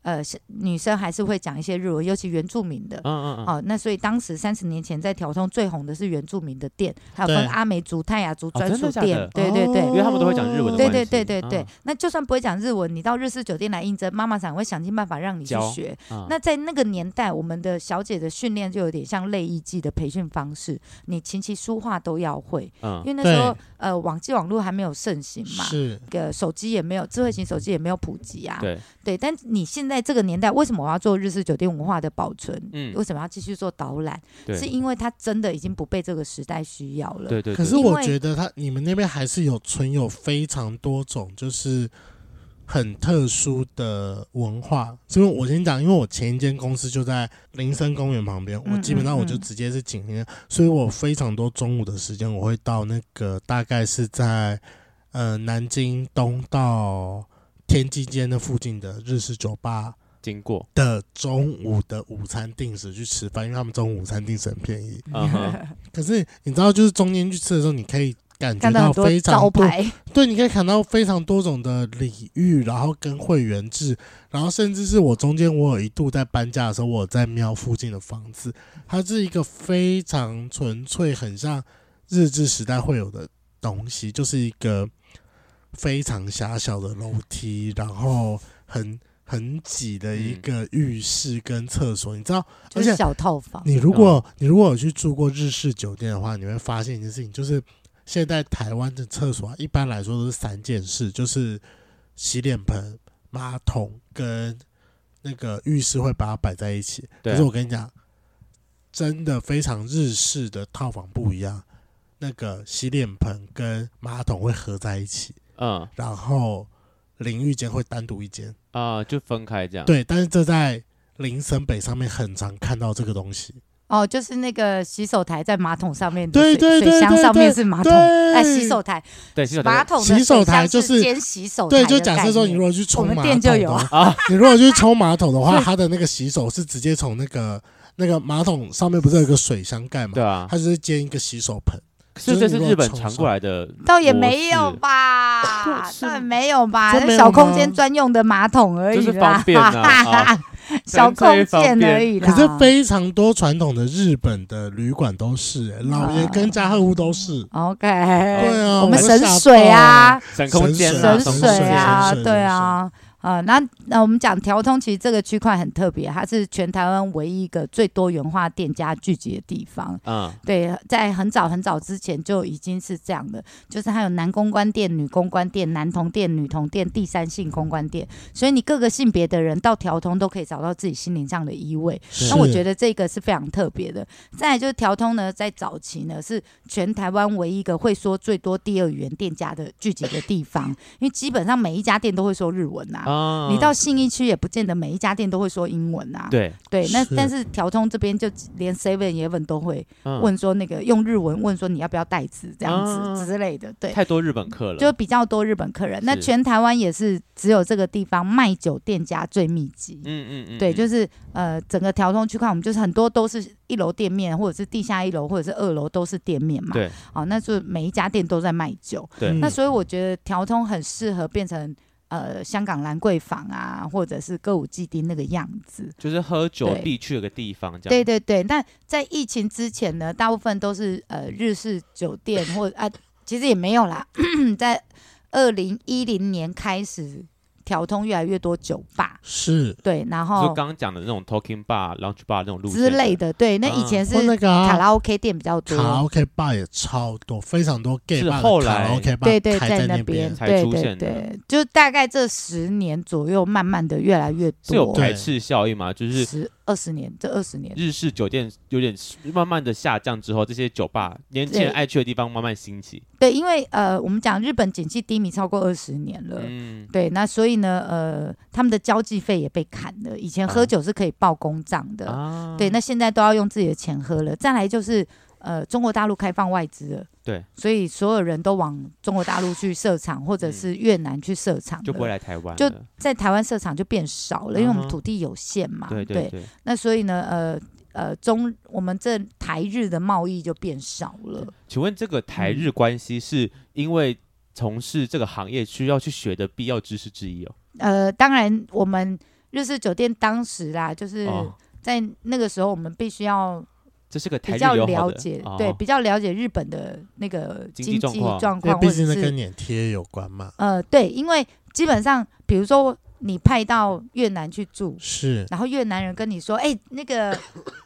Speaker 3: 呃是女生还是会讲一些日文，尤其原住民的。
Speaker 2: 嗯嗯嗯，
Speaker 3: 哦，那所以当时三十年前在调通最红的是原住民的店，还有
Speaker 1: 对
Speaker 3: 分阿美族、泰雅族
Speaker 2: 哦
Speaker 3: 专
Speaker 2: 真的
Speaker 3: 属
Speaker 2: 假
Speaker 3: 店，
Speaker 2: 的
Speaker 3: 对对对。
Speaker 1: 哦
Speaker 2: 因为他们都会讲日文的
Speaker 3: 对
Speaker 2: 关
Speaker 3: 对
Speaker 2: 系
Speaker 3: 对对对
Speaker 2: 嗯，
Speaker 3: 那就算不会讲日文，你到日式酒店来应征，妈妈想会想尽办法让你去
Speaker 2: 教
Speaker 3: 学。
Speaker 2: 嗯
Speaker 3: 那在那个年代，我们的小姐的训练就有点像类艺伎的培训方式，你琴棋书画都要会，
Speaker 2: 嗯
Speaker 3: 因为那
Speaker 1: 对
Speaker 3: 时候呃网际网络还没有盛行嘛。
Speaker 1: 是
Speaker 3: 个手机也没有，智慧型手机也没有普及啊。
Speaker 2: 对，
Speaker 3: 对，但你现在这个年代，为什么我要做日式酒店文化的保存？
Speaker 2: 嗯
Speaker 3: 为什么要继续做导览？
Speaker 2: 对
Speaker 3: 是因为它真的已经不被这个时代需要了。
Speaker 2: 对对，
Speaker 1: 可
Speaker 2: 对
Speaker 1: 是
Speaker 3: 因
Speaker 1: 我
Speaker 3: 为
Speaker 1: 觉得他你们那边还是有存有非常多种，就是很特殊的文化。因为我先讲，因为我前一间公司就在林森公园旁边，我
Speaker 3: 嗯
Speaker 1: 基本上
Speaker 3: 嗯
Speaker 1: 我就
Speaker 3: 嗯
Speaker 1: 直接是紧邻，所以我非常多中午的时间，我会到那个大概是在呃南京东到天际街那附近的日式酒吧。
Speaker 2: 经过，
Speaker 1: 的中午的午餐定时去吃饭，因为他们中午午餐定时很便宜。
Speaker 2: 嗯哼，
Speaker 1: 可是你知道，就是中间去吃的时候，你可以感觉
Speaker 3: 看到很多
Speaker 1: 非常
Speaker 3: 招
Speaker 1: 多，
Speaker 3: 牌，
Speaker 1: 对，你可以看到非常多种的礼遇，然后跟会员制，然后甚至是我中间我有一度在搬家的时候，我有在瞄附近的房子，它是一个非常纯粹，很像日治时代会有的东西，就是一个非常狭小的楼梯，然后很很挤的一
Speaker 3: 嗯
Speaker 1: 个浴室跟厕所，你知道？
Speaker 3: 就
Speaker 1: 而
Speaker 3: 是
Speaker 1: 且
Speaker 3: 小套
Speaker 2: 啊
Speaker 3: 房，
Speaker 1: 你如果、你如果有去住过日式酒店的话，你会发现一件事情，就是现在台湾的厕所、啊、一般来说都是三件事，就是洗脸盆、马桶跟那个浴室会把它摆在一起。
Speaker 2: 对啊
Speaker 1: 可是我跟你讲，真的非常日式的套房不一样，那个洗脸盆跟马桶会合在一起，
Speaker 2: 嗯
Speaker 1: 然后淋浴间会单独一间。
Speaker 2: 啊，就分开这样。
Speaker 1: 对，但是这在林森北上面很常看到这个东西。
Speaker 3: 哦，就是那个洗手台在马桶上面的
Speaker 1: 对
Speaker 3: 水，
Speaker 1: 对对
Speaker 3: 水箱
Speaker 1: 对
Speaker 3: 上面
Speaker 1: 对
Speaker 3: 是马桶，
Speaker 1: 对
Speaker 3: 哎，洗手台，
Speaker 2: 对，洗手
Speaker 3: 马
Speaker 2: 台
Speaker 3: 桶的
Speaker 1: 洗手
Speaker 3: 水
Speaker 1: 台
Speaker 3: 箱
Speaker 1: 就是
Speaker 3: 兼洗手台
Speaker 1: 对，
Speaker 3: 的概
Speaker 1: 就
Speaker 3: 念，
Speaker 1: 假设说你如果去冲
Speaker 3: 我们
Speaker 1: 马
Speaker 3: 店
Speaker 1: 桶
Speaker 3: 就有
Speaker 1: 的
Speaker 3: 啊
Speaker 1: 话， <laughs> 你如果去冲马桶的话，它的那个洗手是直接从那个那个马桶上面不是有一个水箱盖嘛
Speaker 2: 对？啊，
Speaker 1: 它就是接一个洗手盆，
Speaker 2: 是这是日本传过来的，
Speaker 3: 倒也没有吧
Speaker 2: 我，是
Speaker 3: 倒也没有吧，
Speaker 1: 真没
Speaker 3: 那
Speaker 1: 有
Speaker 3: 小空间
Speaker 1: 吗
Speaker 3: 专用的马桶而
Speaker 2: 就
Speaker 3: 已
Speaker 2: 是
Speaker 3: 啦
Speaker 2: 方，便
Speaker 3: <laughs>
Speaker 2: 啊
Speaker 3: 小空
Speaker 2: 方
Speaker 3: 间
Speaker 2: 便
Speaker 3: 而已啦。
Speaker 1: 可是非常多传统的日本的旅馆都是、欸老
Speaker 3: 啊
Speaker 1: 爷跟家贺屋都是。
Speaker 3: OK，
Speaker 1: 对啊，
Speaker 3: 我们
Speaker 1: 都
Speaker 3: 省
Speaker 1: 吓
Speaker 3: 水
Speaker 1: 到
Speaker 3: 啊
Speaker 1: 了，，
Speaker 2: 省空间啊，
Speaker 3: 省
Speaker 1: 省
Speaker 3: 水啊，
Speaker 1: 省水
Speaker 3: 对啊。啊、那那我们讲调通，其实这个区块很特别，它是全台湾唯一一个最多元化店家聚集的地方。
Speaker 2: 嗯，
Speaker 3: 对，在很早很早之前就已经是这样的，就是它有男公关店、女公关店、男童店、女童店、第三性公关店，所以你各个性别的人到调通都可以找到自己心灵上的依偎。
Speaker 1: 是
Speaker 3: 那我觉得这个是非常特别的。再来就是调通呢，在早期呢是全台湾唯一一个会说最多第二语言店家的聚集的地方，因为基本上每一家店都会说日文呐、
Speaker 2: 啊
Speaker 3: 你到信义区也不见得每一家店都会说英文呐、
Speaker 2: 对，
Speaker 3: 对，那
Speaker 1: 是
Speaker 3: 但是调通这边就连 Seven Eleven 都会
Speaker 2: 嗯
Speaker 3: 问说那个用日文问说你要不要带子这样
Speaker 2: 啊
Speaker 3: 子之类的，对。
Speaker 2: 太多日本客了，
Speaker 3: 就比较多日本客人，那
Speaker 2: 是
Speaker 3: 全台湾也是只有这个地方卖酒店家最密集。
Speaker 2: 嗯嗯嗯，
Speaker 3: 对，
Speaker 2: 嗯
Speaker 3: 就是呃，整个调通区块，我们就是很多都是一楼店面，或者是地下一楼，或者是二楼都是店面嘛。
Speaker 2: 对，
Speaker 3: 好、那就是每一家店都在卖酒。
Speaker 2: 对
Speaker 1: 嗯
Speaker 3: 那所以我觉得调通很适合变成呃香港兰桂坊啊，或者是歌舞伎町那个样子。
Speaker 2: 就是喝酒
Speaker 3: 对
Speaker 2: 必去的一个地方，这样
Speaker 3: 对对对，那在疫情之前呢，大部分都是呃日式酒店或啊，其实也没有啦， <coughs> 在二零一零年开始，调通越来越多酒吧，
Speaker 1: 是
Speaker 3: 对，然
Speaker 2: 就
Speaker 3: 后
Speaker 2: 刚刚讲的那种 talking bar、lounge bar 那种路线
Speaker 3: 之类，的，对，那以前
Speaker 1: 或那
Speaker 3: 是
Speaker 1: 个
Speaker 3: 卡
Speaker 1: 啊、
Speaker 3: 拉 OK 店比较多，
Speaker 1: 卡拉 OK bar 也超多，非常多 gay
Speaker 2: 是
Speaker 1: bar
Speaker 2: 后
Speaker 1: 的卡
Speaker 2: 来
Speaker 1: 拉 OK bar
Speaker 3: 对对，
Speaker 1: 开在
Speaker 3: 那
Speaker 1: 边，
Speaker 2: 才
Speaker 3: 对
Speaker 2: 出
Speaker 3: 对
Speaker 2: 现的
Speaker 3: 对，就大概这十年左右，慢慢的越来越
Speaker 2: 是有
Speaker 3: 多，
Speaker 2: 排斥效应嘛？就是
Speaker 3: 十二十年，这二十年，
Speaker 2: 日式酒店有点慢慢的下降之后，这些酒吧年轻人
Speaker 3: 对
Speaker 2: 爱去的地方慢慢兴起，
Speaker 3: 对，因为呃，我们讲日本景气低迷超过二十年了。
Speaker 2: 嗯，
Speaker 3: 对，那所以呢，呃，他们的交际费也被砍了。以前喝
Speaker 2: 啊
Speaker 3: 酒是可以报公账的，
Speaker 2: 啊，
Speaker 3: 对，那现在都要用自己的钱喝了。再来就是，呃，中国大陆开放外资了，
Speaker 2: 对，
Speaker 3: 所以所有人都往中国大陆去设厂，或者
Speaker 2: 嗯
Speaker 3: 是越南去设厂了，
Speaker 2: 就不会来台湾了，
Speaker 3: 就在台湾设厂就变少了，因为我们
Speaker 2: 嗯哼
Speaker 3: 土地有限嘛，
Speaker 2: 对对对，
Speaker 3: 那所以呢，呃呃，中我们这台日的贸易就变少了。
Speaker 2: 请问这个台
Speaker 3: 嗯
Speaker 2: 日关系是因为从事这个行业需要去学的必要知识之一哦？
Speaker 3: 呃，当然我们日式酒店当时啦，就是
Speaker 2: 哦，
Speaker 3: 在那个时候，我们必须要
Speaker 2: 这是个台
Speaker 3: 比
Speaker 2: 日
Speaker 3: 较
Speaker 2: 友好
Speaker 3: 了
Speaker 2: 的
Speaker 3: 解，
Speaker 2: 哦
Speaker 3: 对，比较了解日本的那个
Speaker 2: 经
Speaker 3: 经
Speaker 2: 济
Speaker 3: 济
Speaker 2: 状况
Speaker 3: 状
Speaker 1: 对，
Speaker 3: 况，或
Speaker 1: 毕
Speaker 3: 者
Speaker 1: 竟那跟
Speaker 3: 是
Speaker 1: 脸贴有关嘛。
Speaker 3: 呃，对，因为基本上，比如说你派到越南去住。
Speaker 1: 是，
Speaker 3: 然后越南人跟你说：“哎、那个，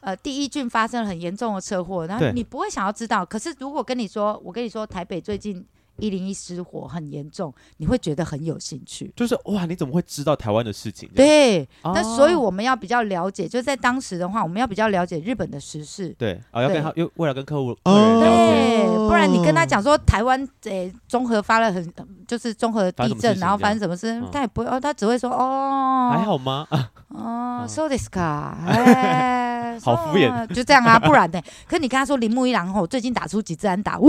Speaker 3: 呃，第一郡发生了很严重的车祸。”然后
Speaker 2: 对
Speaker 3: 你不会想要知道。可是如果跟你说，我跟你说，台北最近一零一失火很严重，你会觉得很有兴趣。
Speaker 2: 就是哇，你怎么会知道台湾的事情？这样，
Speaker 3: 对，
Speaker 2: 哦
Speaker 3: 那所以我们要比较了解，就在当时的话，我们要比较了解日本的时事，
Speaker 2: 对啊，要
Speaker 3: 对
Speaker 2: 跟他，又为了跟客户客
Speaker 1: 哦
Speaker 2: 人聊天，
Speaker 3: 对，不然你跟他讲说台湾诶综合发了很就是综合
Speaker 2: 发生什
Speaker 3: 地
Speaker 2: 么事
Speaker 3: 震，
Speaker 2: 情
Speaker 3: 然后发生什么事
Speaker 2: 嗯，
Speaker 3: 他也不会哦，他只会说哦，
Speaker 2: 还好吗？
Speaker 3: 哦
Speaker 2: 嗯
Speaker 3: ，so
Speaker 2: <laughs>，
Speaker 3: this car，哎
Speaker 2: 好
Speaker 3: so-
Speaker 2: 敷衍
Speaker 3: 就这样啊，不然
Speaker 2: <laughs>
Speaker 3: 呢？可你跟他说铃木一郎吼，最近打出几支安打，喂，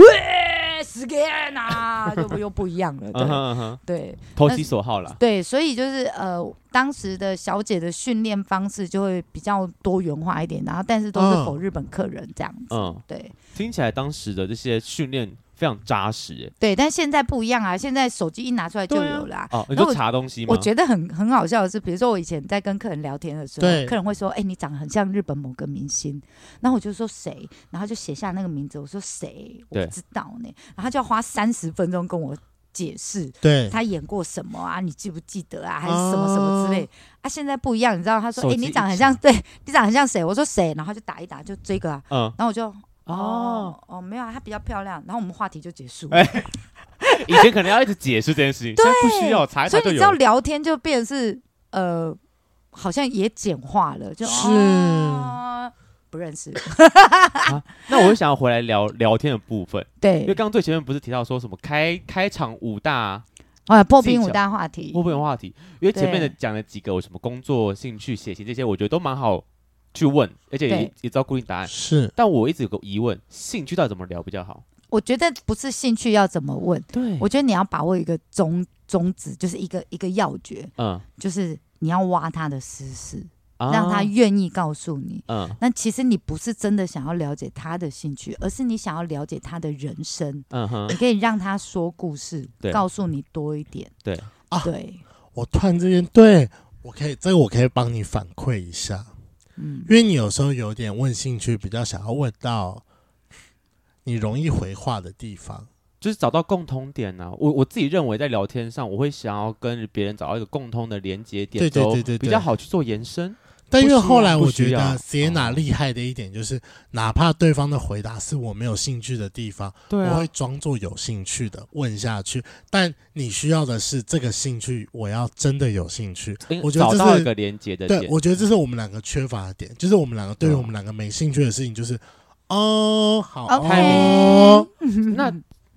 Speaker 3: 十个
Speaker 2: <laughs>
Speaker 3: 人啊，就不又不一样
Speaker 2: <laughs>
Speaker 3: 了，
Speaker 2: 嗯哼
Speaker 3: 对
Speaker 2: 嗯哼，
Speaker 3: 对。
Speaker 2: 投其所好啦。
Speaker 3: 对，所以就是呃，当时的小姐的训练方式就会比较多元化一点，然后但是都是
Speaker 1: 嗯
Speaker 3: 否日本客人这样子。
Speaker 2: 嗯，
Speaker 3: 对
Speaker 2: 听起来当时的这些训练非常扎实耶。
Speaker 3: 对，但现在不一样啊，现在手机一拿出来就
Speaker 2: 对啊
Speaker 3: 有啦、
Speaker 2: 哦，你
Speaker 3: 那
Speaker 2: 说
Speaker 3: 我
Speaker 2: 查东西吗？
Speaker 3: 我觉得很很好笑的是，比如说我以前在跟客人聊天的时候
Speaker 1: 对，
Speaker 3: 客人会说：“哎、你长得很像日本某个明星。”然后我就说谁，然后就写下那个名字。我说谁，我
Speaker 2: 对
Speaker 3: 不知道呢。然后他就要花三十分钟跟我解释
Speaker 1: 对，
Speaker 3: 他演过什么啊，你记不记得啊，还是什么什么之类。啊，现在不一样，你知道？他说：“
Speaker 2: 哦手
Speaker 3: 哎、
Speaker 2: 机
Speaker 3: 你长得很
Speaker 2: 一啊
Speaker 3: 像，对你长得很像谁？”我说：“谁？”然后他就打一打，就这个啊。
Speaker 2: 嗯，
Speaker 3: 然后我就
Speaker 2: 哦，
Speaker 3: 哦没有啊，她比较漂亮。然后我们话题就结束
Speaker 2: <laughs>
Speaker 3: 了。
Speaker 2: 哎以前可能要一直解释这件
Speaker 3: <laughs>
Speaker 2: 事情，现在不需要查一查
Speaker 3: 所以
Speaker 2: 就
Speaker 3: 你知道
Speaker 2: 有。
Speaker 3: 聊天就变成是呃，好像也简化了，就是哦、不
Speaker 2: <laughs>
Speaker 3: 认识。
Speaker 2: 那我就想要回来聊聊天的部分，因为
Speaker 3: 对，
Speaker 2: 刚刚最前面不是提到说什么开开场五大
Speaker 3: 啊，破冰
Speaker 2: 技巧
Speaker 3: 五大话题
Speaker 2: 互，动话题，因为前面的
Speaker 3: 对
Speaker 2: 讲了几个有什么工作、兴趣、血型这些，我觉得都蛮好去问，而且也
Speaker 3: 对
Speaker 2: 也知道固定答案。
Speaker 1: 是
Speaker 2: 但我一直有个疑问，兴趣到底怎么聊比较好？
Speaker 3: 我觉得不是兴趣要怎么问，
Speaker 2: 对
Speaker 3: 我觉得你要把握一个宗宗旨，就是一个一个要诀，
Speaker 2: 嗯，
Speaker 3: 就是你要挖他的私事，
Speaker 2: 啊
Speaker 3: 让他愿意告诉你。
Speaker 2: 嗯
Speaker 3: 那其实你不是真的想要了解他的兴趣，而是你想要了解他的人生。
Speaker 2: 嗯哼
Speaker 3: 你可以让他说故事
Speaker 2: 对，
Speaker 3: 告诉你多一点。
Speaker 2: 对
Speaker 1: 啊
Speaker 3: 对，
Speaker 1: 我突然之间，对我可以这个我可以帮你反馈一下，
Speaker 3: 嗯
Speaker 1: 因，为你有时候有点问兴趣，比较想要问到你容易回话的地方。
Speaker 2: 就是找到共通点呢、我我自己认为在聊天上，我会想要跟别人找到一个共通的连接点，
Speaker 1: 对对
Speaker 2: 之后
Speaker 1: 对对对
Speaker 2: 比较好去做延伸。
Speaker 1: 但因为后来
Speaker 2: 不
Speaker 1: 我
Speaker 2: 需
Speaker 1: 觉
Speaker 2: 要哦
Speaker 1: 得
Speaker 2: 不
Speaker 1: s i
Speaker 2: 需
Speaker 1: e
Speaker 2: 要
Speaker 1: n a 厉害的一点就是，哪怕对方的回答是我没有兴趣的地方，
Speaker 2: 对
Speaker 1: 我
Speaker 2: 啊
Speaker 1: 会，装作有兴趣的问下去。但你需要的是这个兴趣，我要真的有兴趣。
Speaker 2: 因为
Speaker 1: 我觉得
Speaker 2: 找
Speaker 1: 这
Speaker 2: 到一
Speaker 1: 是
Speaker 2: 个连接的
Speaker 1: 对，
Speaker 2: 点，
Speaker 1: 我觉得这是我们两个缺乏的点，就是我们两个对于
Speaker 2: 对啊
Speaker 1: 我们两个没兴趣的事情，就是哦，好
Speaker 3: OK
Speaker 1: 哦，
Speaker 2: 那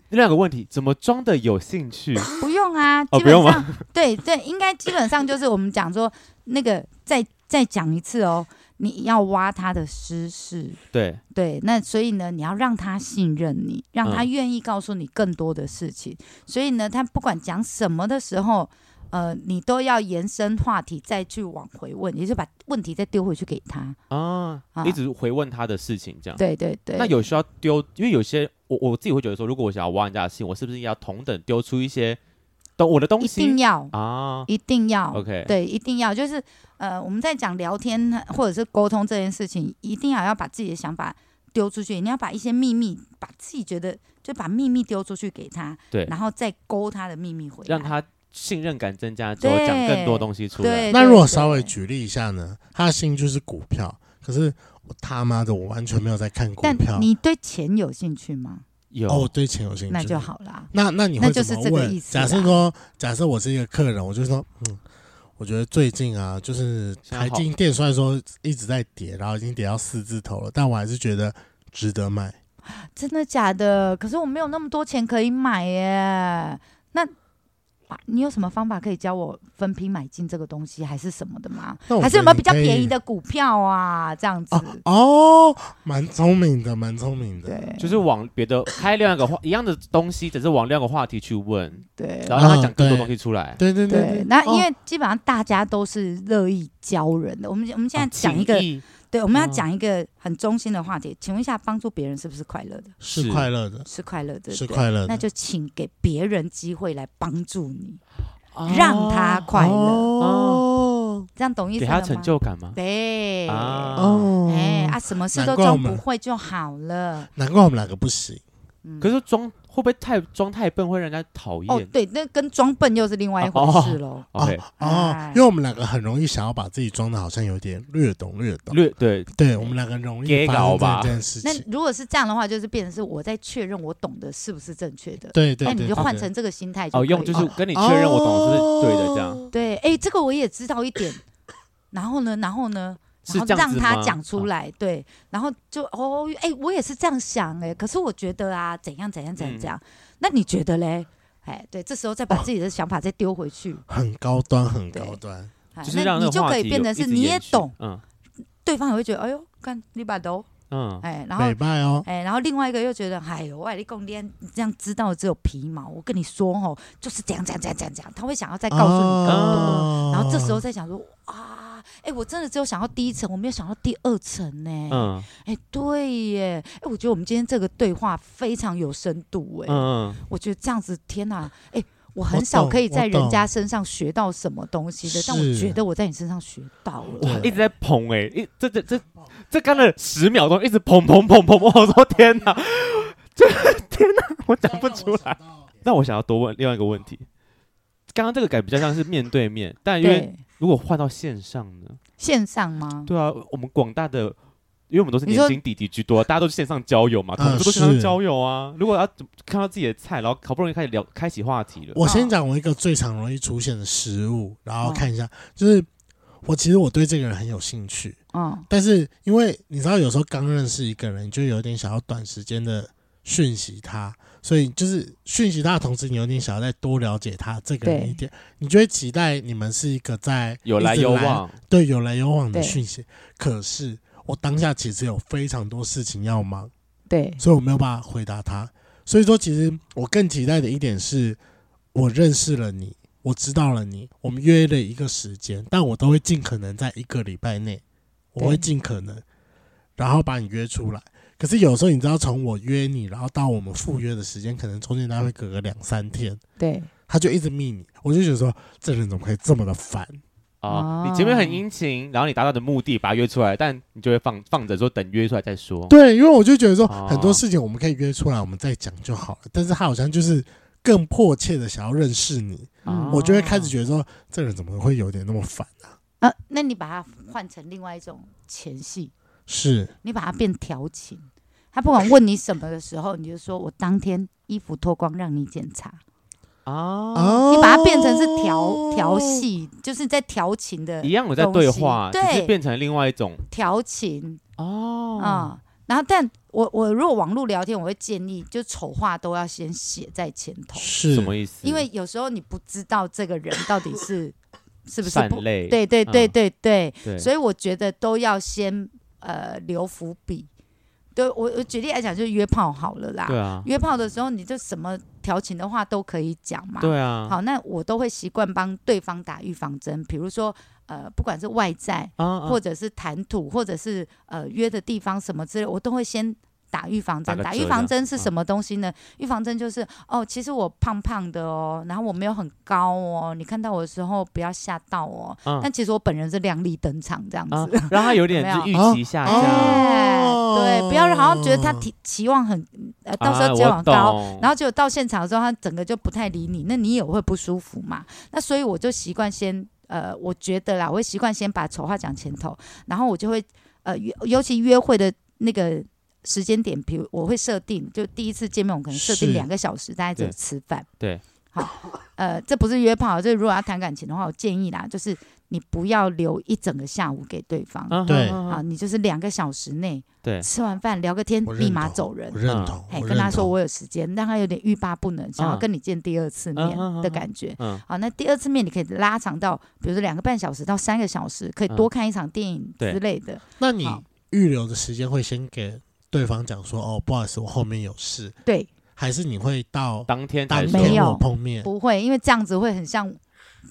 Speaker 2: 另外一个问题，怎么装的有兴
Speaker 3: <coughs>
Speaker 2: 趣？
Speaker 3: 不用啊，
Speaker 2: 哦
Speaker 3: 基
Speaker 2: 不
Speaker 3: 本
Speaker 2: 用吗
Speaker 3: 上、 <laughs> 对对，应该基本上就是我们讲说那个再再讲一次哦，你要挖他的私事，
Speaker 2: 对，
Speaker 3: 对，那所以呢，你要让他信任你，让他
Speaker 2: 嗯
Speaker 3: 愿意告诉你更多的事情。所以呢，他不管讲什么的时候，呃，你都要延伸话题再去往回问，也就是把问题再丢回去给他。
Speaker 2: 啊，
Speaker 3: 啊
Speaker 2: 一直回问他的事情这样。
Speaker 3: 对对对，
Speaker 2: 那有需要丢，因为有些我我自己会觉得说，如果我想要挖人家的信，我是不是要同等丢出一些懂我的东
Speaker 3: 一定
Speaker 2: 西
Speaker 3: 要，
Speaker 2: 啊
Speaker 3: 一定要。
Speaker 2: ？OK，
Speaker 3: 对，一定要就是呃，我们在讲聊天或者是沟通这件事情，一定要要把自己的想法丢出去，你要把一些秘密，把自己觉得就把秘密丢出去给他，
Speaker 2: 对
Speaker 3: 然后再勾他的秘密回来，
Speaker 2: 让他信任感增加之后，讲更多东西出来。
Speaker 3: 对。
Speaker 1: 那
Speaker 3: 对
Speaker 1: 如果
Speaker 3: 对
Speaker 1: 稍微举例一下呢，他的兴趣是股票，可是我他妈的我完全没有在看股
Speaker 3: 但
Speaker 1: 票。
Speaker 3: 你对钱有兴趣吗？
Speaker 2: 有
Speaker 1: 哦，我对钱有兴趣，
Speaker 3: 那就。好啦。
Speaker 1: 那那你会
Speaker 3: 那就
Speaker 1: 怎么
Speaker 3: 是这个意
Speaker 1: 问？
Speaker 3: 思
Speaker 1: 假设
Speaker 3: 啦
Speaker 1: 说，假设我是一个客人，我就说，嗯，我觉得最近啊，就是
Speaker 2: 现在
Speaker 1: 台
Speaker 2: 好
Speaker 1: 积电虽然说一直在跌，然后已经跌到四字头了，但我还是觉得值得买。
Speaker 3: 真的假的？可是我没有那么多钱可以买耶。那、啊你有什么方法可以教我分批买进这个东西，还是什么的吗？
Speaker 1: 那我
Speaker 3: 还是
Speaker 1: 觉得
Speaker 3: 有没有
Speaker 1: 你
Speaker 3: 比较
Speaker 1: 可以
Speaker 3: 便宜的股票啊？这样子，
Speaker 1: 哦哦，蛮聪明的，蛮聪明的。
Speaker 3: 对，
Speaker 2: 就是往别的开另外一个话一样的东西，只是往另外一个话题去问，
Speaker 3: 对
Speaker 2: 然后让他讲
Speaker 1: 嗯
Speaker 2: 更多
Speaker 1: 对
Speaker 2: 东西出来。
Speaker 1: 对对
Speaker 3: 对
Speaker 1: 对，
Speaker 3: 那因
Speaker 1: 哦
Speaker 3: 为基本上大家都是乐意教人的。我们我们现在讲一个
Speaker 2: 哦啊情，谊
Speaker 3: 对，我们要
Speaker 2: 嗯
Speaker 3: 讲一个很中心的话题。请问一下，帮助别人是不是快乐的？
Speaker 1: 是
Speaker 2: 是
Speaker 1: 快乐的，
Speaker 3: 是快乐的，对不
Speaker 1: 是
Speaker 3: 对
Speaker 1: 快乐的，
Speaker 3: 那就请给别人机会来帮助你，
Speaker 2: 哦啊
Speaker 3: 让他快乐，
Speaker 1: 哦
Speaker 3: 这样懂意思
Speaker 2: 给
Speaker 3: 了吗？
Speaker 2: 他成就感吗？
Speaker 3: 对，
Speaker 2: 啊
Speaker 1: 哦，
Speaker 3: 哎啊，什么事
Speaker 1: 难
Speaker 3: 都
Speaker 1: 怪我
Speaker 3: 装
Speaker 1: 们
Speaker 3: 不会就好了。
Speaker 1: 难怪我们两个不行。
Speaker 3: 嗯
Speaker 2: 可是装会不会太装太笨，会让人家讨
Speaker 3: 哦，
Speaker 2: 厌
Speaker 3: 对，那跟装笨又是另外一回事喽。
Speaker 2: ？OK，
Speaker 1: 哦
Speaker 3: 哎，
Speaker 1: 因为我们两个很容易想要把自己装的好像有点略懂略懂，
Speaker 2: 略对
Speaker 1: 对我们两个容易
Speaker 2: 给
Speaker 1: 发
Speaker 2: 搞
Speaker 1: 生
Speaker 2: 吧
Speaker 1: 这件事
Speaker 3: 那
Speaker 1: 情。
Speaker 3: 如果是这样的话，就是变成是我在确认我懂得是不是正确的。
Speaker 1: 对对
Speaker 3: 那
Speaker 1: 对，
Speaker 3: 你就
Speaker 1: 对
Speaker 3: 换
Speaker 1: 对
Speaker 3: 成这个心态就
Speaker 2: 哦，
Speaker 3: 可以
Speaker 2: 用就
Speaker 3: 了
Speaker 2: 是跟你确认我懂是不是对的，这样
Speaker 1: 哦
Speaker 3: 对，哎，这个我也知道一点，然后呢，然后呢，
Speaker 2: 是
Speaker 3: 然后
Speaker 2: 这样
Speaker 3: 让
Speaker 2: 子
Speaker 3: 他
Speaker 2: 吗
Speaker 3: 讲出来，对，然后就哦，哎，我也是这样想，哎，可是我觉得啊，怎样怎样怎样
Speaker 2: 嗯
Speaker 3: 怎样，那你觉得嘞？哎，对，这时候再把自己的想法再丢回去，
Speaker 1: 很高端，很
Speaker 3: 对
Speaker 1: 高端。
Speaker 3: 哎
Speaker 2: 嗯就是
Speaker 3: 那
Speaker 2: 让那
Speaker 3: 你
Speaker 2: 个
Speaker 3: 就
Speaker 2: 话
Speaker 3: 可以
Speaker 2: 题
Speaker 3: 变
Speaker 2: 有
Speaker 3: 成
Speaker 2: 一
Speaker 3: 是
Speaker 2: 直
Speaker 3: 你
Speaker 2: 延
Speaker 3: 也
Speaker 2: 续
Speaker 3: 懂，，
Speaker 2: 嗯
Speaker 3: 对方也会觉得，哎呦，看你把都，
Speaker 2: 嗯，
Speaker 3: 哎，然后
Speaker 1: 美拜哦，
Speaker 3: 哎，然后另外一个又觉得，哎呦，外力共你这样知道的只有皮毛。我跟你说哦，就是这样这样这样这样这样，他会想要再告诉你更多。
Speaker 1: 哦
Speaker 3: 然后这时候再想说，啊，哎，我真的只有想到第一层，我没有想到第二层呢。
Speaker 2: 嗯
Speaker 3: 哎，对耶，哎，我觉得我们今天这个对话非常有深度
Speaker 2: 嗯
Speaker 3: 哎，
Speaker 2: 嗯，
Speaker 3: 我觉得这样子，天哪，哎。
Speaker 1: 我
Speaker 3: 我很少
Speaker 1: 懂
Speaker 3: 可以
Speaker 1: 我
Speaker 3: 在人
Speaker 1: 懂
Speaker 3: 家身上学到什么东西的，但我
Speaker 1: 是
Speaker 3: 觉得我在你身上学到
Speaker 1: 哇
Speaker 3: 了。
Speaker 2: 一直在捧哎、一这这这这干了十秒钟，一 <laughs> 直捧捧捧捧，我说天哪，这天哪，我讲不出来。那我想要多问另外一个问题，刚刚这个感比较像是面对面，但因为
Speaker 3: 对，
Speaker 2: 如果换到线上呢？
Speaker 3: 线上吗？
Speaker 2: 对啊，我们广大的，因为我们都是
Speaker 3: 你
Speaker 2: 年
Speaker 3: 说
Speaker 2: 轻弟弟居多，大家都是线上交友嘛，
Speaker 1: 嗯
Speaker 2: 同事都线上
Speaker 1: 是
Speaker 2: 交友啊。如果要怎么看到自己的菜，然后好不容易开始聊开启话题了，
Speaker 1: 我先
Speaker 3: 嗯
Speaker 1: 讲我一个最常容易出现的食物，然后
Speaker 3: 嗯
Speaker 1: 看一下，就是我其实我对这个人很有兴趣，
Speaker 3: 嗯，
Speaker 1: 但是因为你知道，有时候刚认识一个人，你就有点想要短时间的讯息他，所以就是讯息他的同时，你有点想要再多了解他这个人
Speaker 3: 对
Speaker 1: 一点，你就会期待你们是一个在
Speaker 2: 有
Speaker 1: 一
Speaker 2: 来
Speaker 1: 直
Speaker 2: 有往，
Speaker 1: 对有来有往的
Speaker 3: 对
Speaker 1: 讯息。可是我当下其实有非常多事情要忙，
Speaker 3: 对，
Speaker 1: 所以我没有办法回答他。所以说，其实我更期待的一点是，我认识了你，我知道了你，我们约了一个时间，但我都会尽可能在一个礼拜内，我会
Speaker 3: 对
Speaker 1: 尽可能，然后把你约出来。可是有时候你知道，从我约你，然后到我们赴约的时间，可能中间他会隔个两三天，
Speaker 3: 对，
Speaker 1: 他就一直密你，我就觉得说，这人怎么可以这么的烦？
Speaker 2: 啊、
Speaker 3: 哦
Speaker 2: 你前面很殷勤，然后你达到的目的把它约出来，但你就会放放着说等约出来再说。
Speaker 1: 对，因为我就觉得说
Speaker 2: 哦
Speaker 1: 很多事情我们可以约出来，我们再讲就好了。但是他好像就是更迫切的想要认识你，
Speaker 3: 嗯
Speaker 1: 我就会开始觉得说，这人怎么会有点那么烦啊？
Speaker 3: 啊，那你把它换成另外一种前戏，
Speaker 1: 是
Speaker 3: 你把它变调情。他不管问你什么的时候，你就说我当天衣服脱光让你检查，
Speaker 2: 啊，
Speaker 1: 哦，
Speaker 3: 你把它变成是调调，戏，就是在调情的
Speaker 2: 一样有在对话，只
Speaker 3: 东西
Speaker 2: 是
Speaker 3: 对
Speaker 2: 变成另外一种
Speaker 3: 调情
Speaker 2: 哦
Speaker 3: 啊、然后，但我我如果网络聊天，我会建议就丑话都要先写在前头，
Speaker 1: 是
Speaker 2: 什么意思？
Speaker 3: 因为有时候你不知道这个人到底是是不是
Speaker 2: 善
Speaker 3: 不
Speaker 2: 类
Speaker 3: 对对对对对，
Speaker 2: 对，
Speaker 3: 所以我觉得都要先呃留伏笔。对我我举例来讲，就是约炮好了啦。
Speaker 2: 对啊，
Speaker 3: 约炮的时候，你就什么调情的话都可以讲嘛。
Speaker 2: 对啊，
Speaker 3: 好，那我都会习惯帮对方打预防针，比如说呃，不管是外在，
Speaker 2: 啊啊
Speaker 3: 或者是谈吐，或者是呃约的地方什么之类，我都会先。打预防针，
Speaker 2: 打个
Speaker 3: 打
Speaker 2: 折
Speaker 3: 预
Speaker 2: 这样啊
Speaker 3: 防针是什么东西呢？预防针就是哦，其实我胖胖的哦，然后我没有很高哦，你看到我的时候不要吓到哦。
Speaker 2: 嗯
Speaker 3: 但其实我本人是靓丽登场这样子，
Speaker 2: 啊，让他有点
Speaker 3: <laughs> 有
Speaker 2: 就是
Speaker 3: 没
Speaker 2: 预
Speaker 1: 有
Speaker 2: 期下
Speaker 1: 啊
Speaker 2: 降，
Speaker 3: 哎
Speaker 1: 哦
Speaker 3: 对，不要好像觉得他期期望很，呃，到时候交
Speaker 2: 啊
Speaker 3: 往高，
Speaker 2: 哦
Speaker 1: 嗯
Speaker 2: 我懂
Speaker 3: 然后结果到现场的时候，他整个就不太理你，那你也会不舒服嘛。那所以我就习惯先，呃，我觉得啦，我会习惯先把丑话讲前头，然后我就会，呃，约尤其约会的那个时间点，比如我会设定，就第一次见面，我可能设
Speaker 1: 是
Speaker 3: 定两个小时，大概只有
Speaker 2: 对
Speaker 3: 吃饭。
Speaker 2: 对，
Speaker 3: 好，呃，这不是约炮，这如果要谈感情的话，我建议啦，就是你不要留一整个下午给对方。
Speaker 2: 啊
Speaker 1: 对
Speaker 2: 啊
Speaker 3: 啊，
Speaker 2: 啊
Speaker 3: 你就是两个小时内
Speaker 1: <laughs>
Speaker 2: 对
Speaker 3: 吃完饭聊个天
Speaker 1: 我，认
Speaker 3: 立马
Speaker 1: 同
Speaker 3: 走人
Speaker 1: 我。认同，
Speaker 3: 哎，
Speaker 1: 我
Speaker 3: 跟他
Speaker 1: 认
Speaker 3: 说
Speaker 1: 同
Speaker 3: 我有时间，让他有点欲罢不能，想要
Speaker 2: 嗯
Speaker 3: 跟你见第二次面
Speaker 2: 嗯嗯嗯
Speaker 3: 的
Speaker 2: 嗯
Speaker 3: 感觉。
Speaker 2: 嗯
Speaker 3: 好，那第二次面你可以拉长到，比如说两个半小时到三个小时，可以
Speaker 2: 嗯
Speaker 3: 多看一场电影
Speaker 2: 对
Speaker 3: 之类的。
Speaker 1: 那你
Speaker 3: 好
Speaker 1: 预留的时间会先给对方讲说，哦，不好意思，我后面有事，
Speaker 3: 对，
Speaker 1: 还是你会到
Speaker 2: 当天
Speaker 1: 当
Speaker 2: 才说
Speaker 3: 没
Speaker 1: 天
Speaker 3: 有
Speaker 1: 我碰面？
Speaker 3: 不会，因为这样子会很像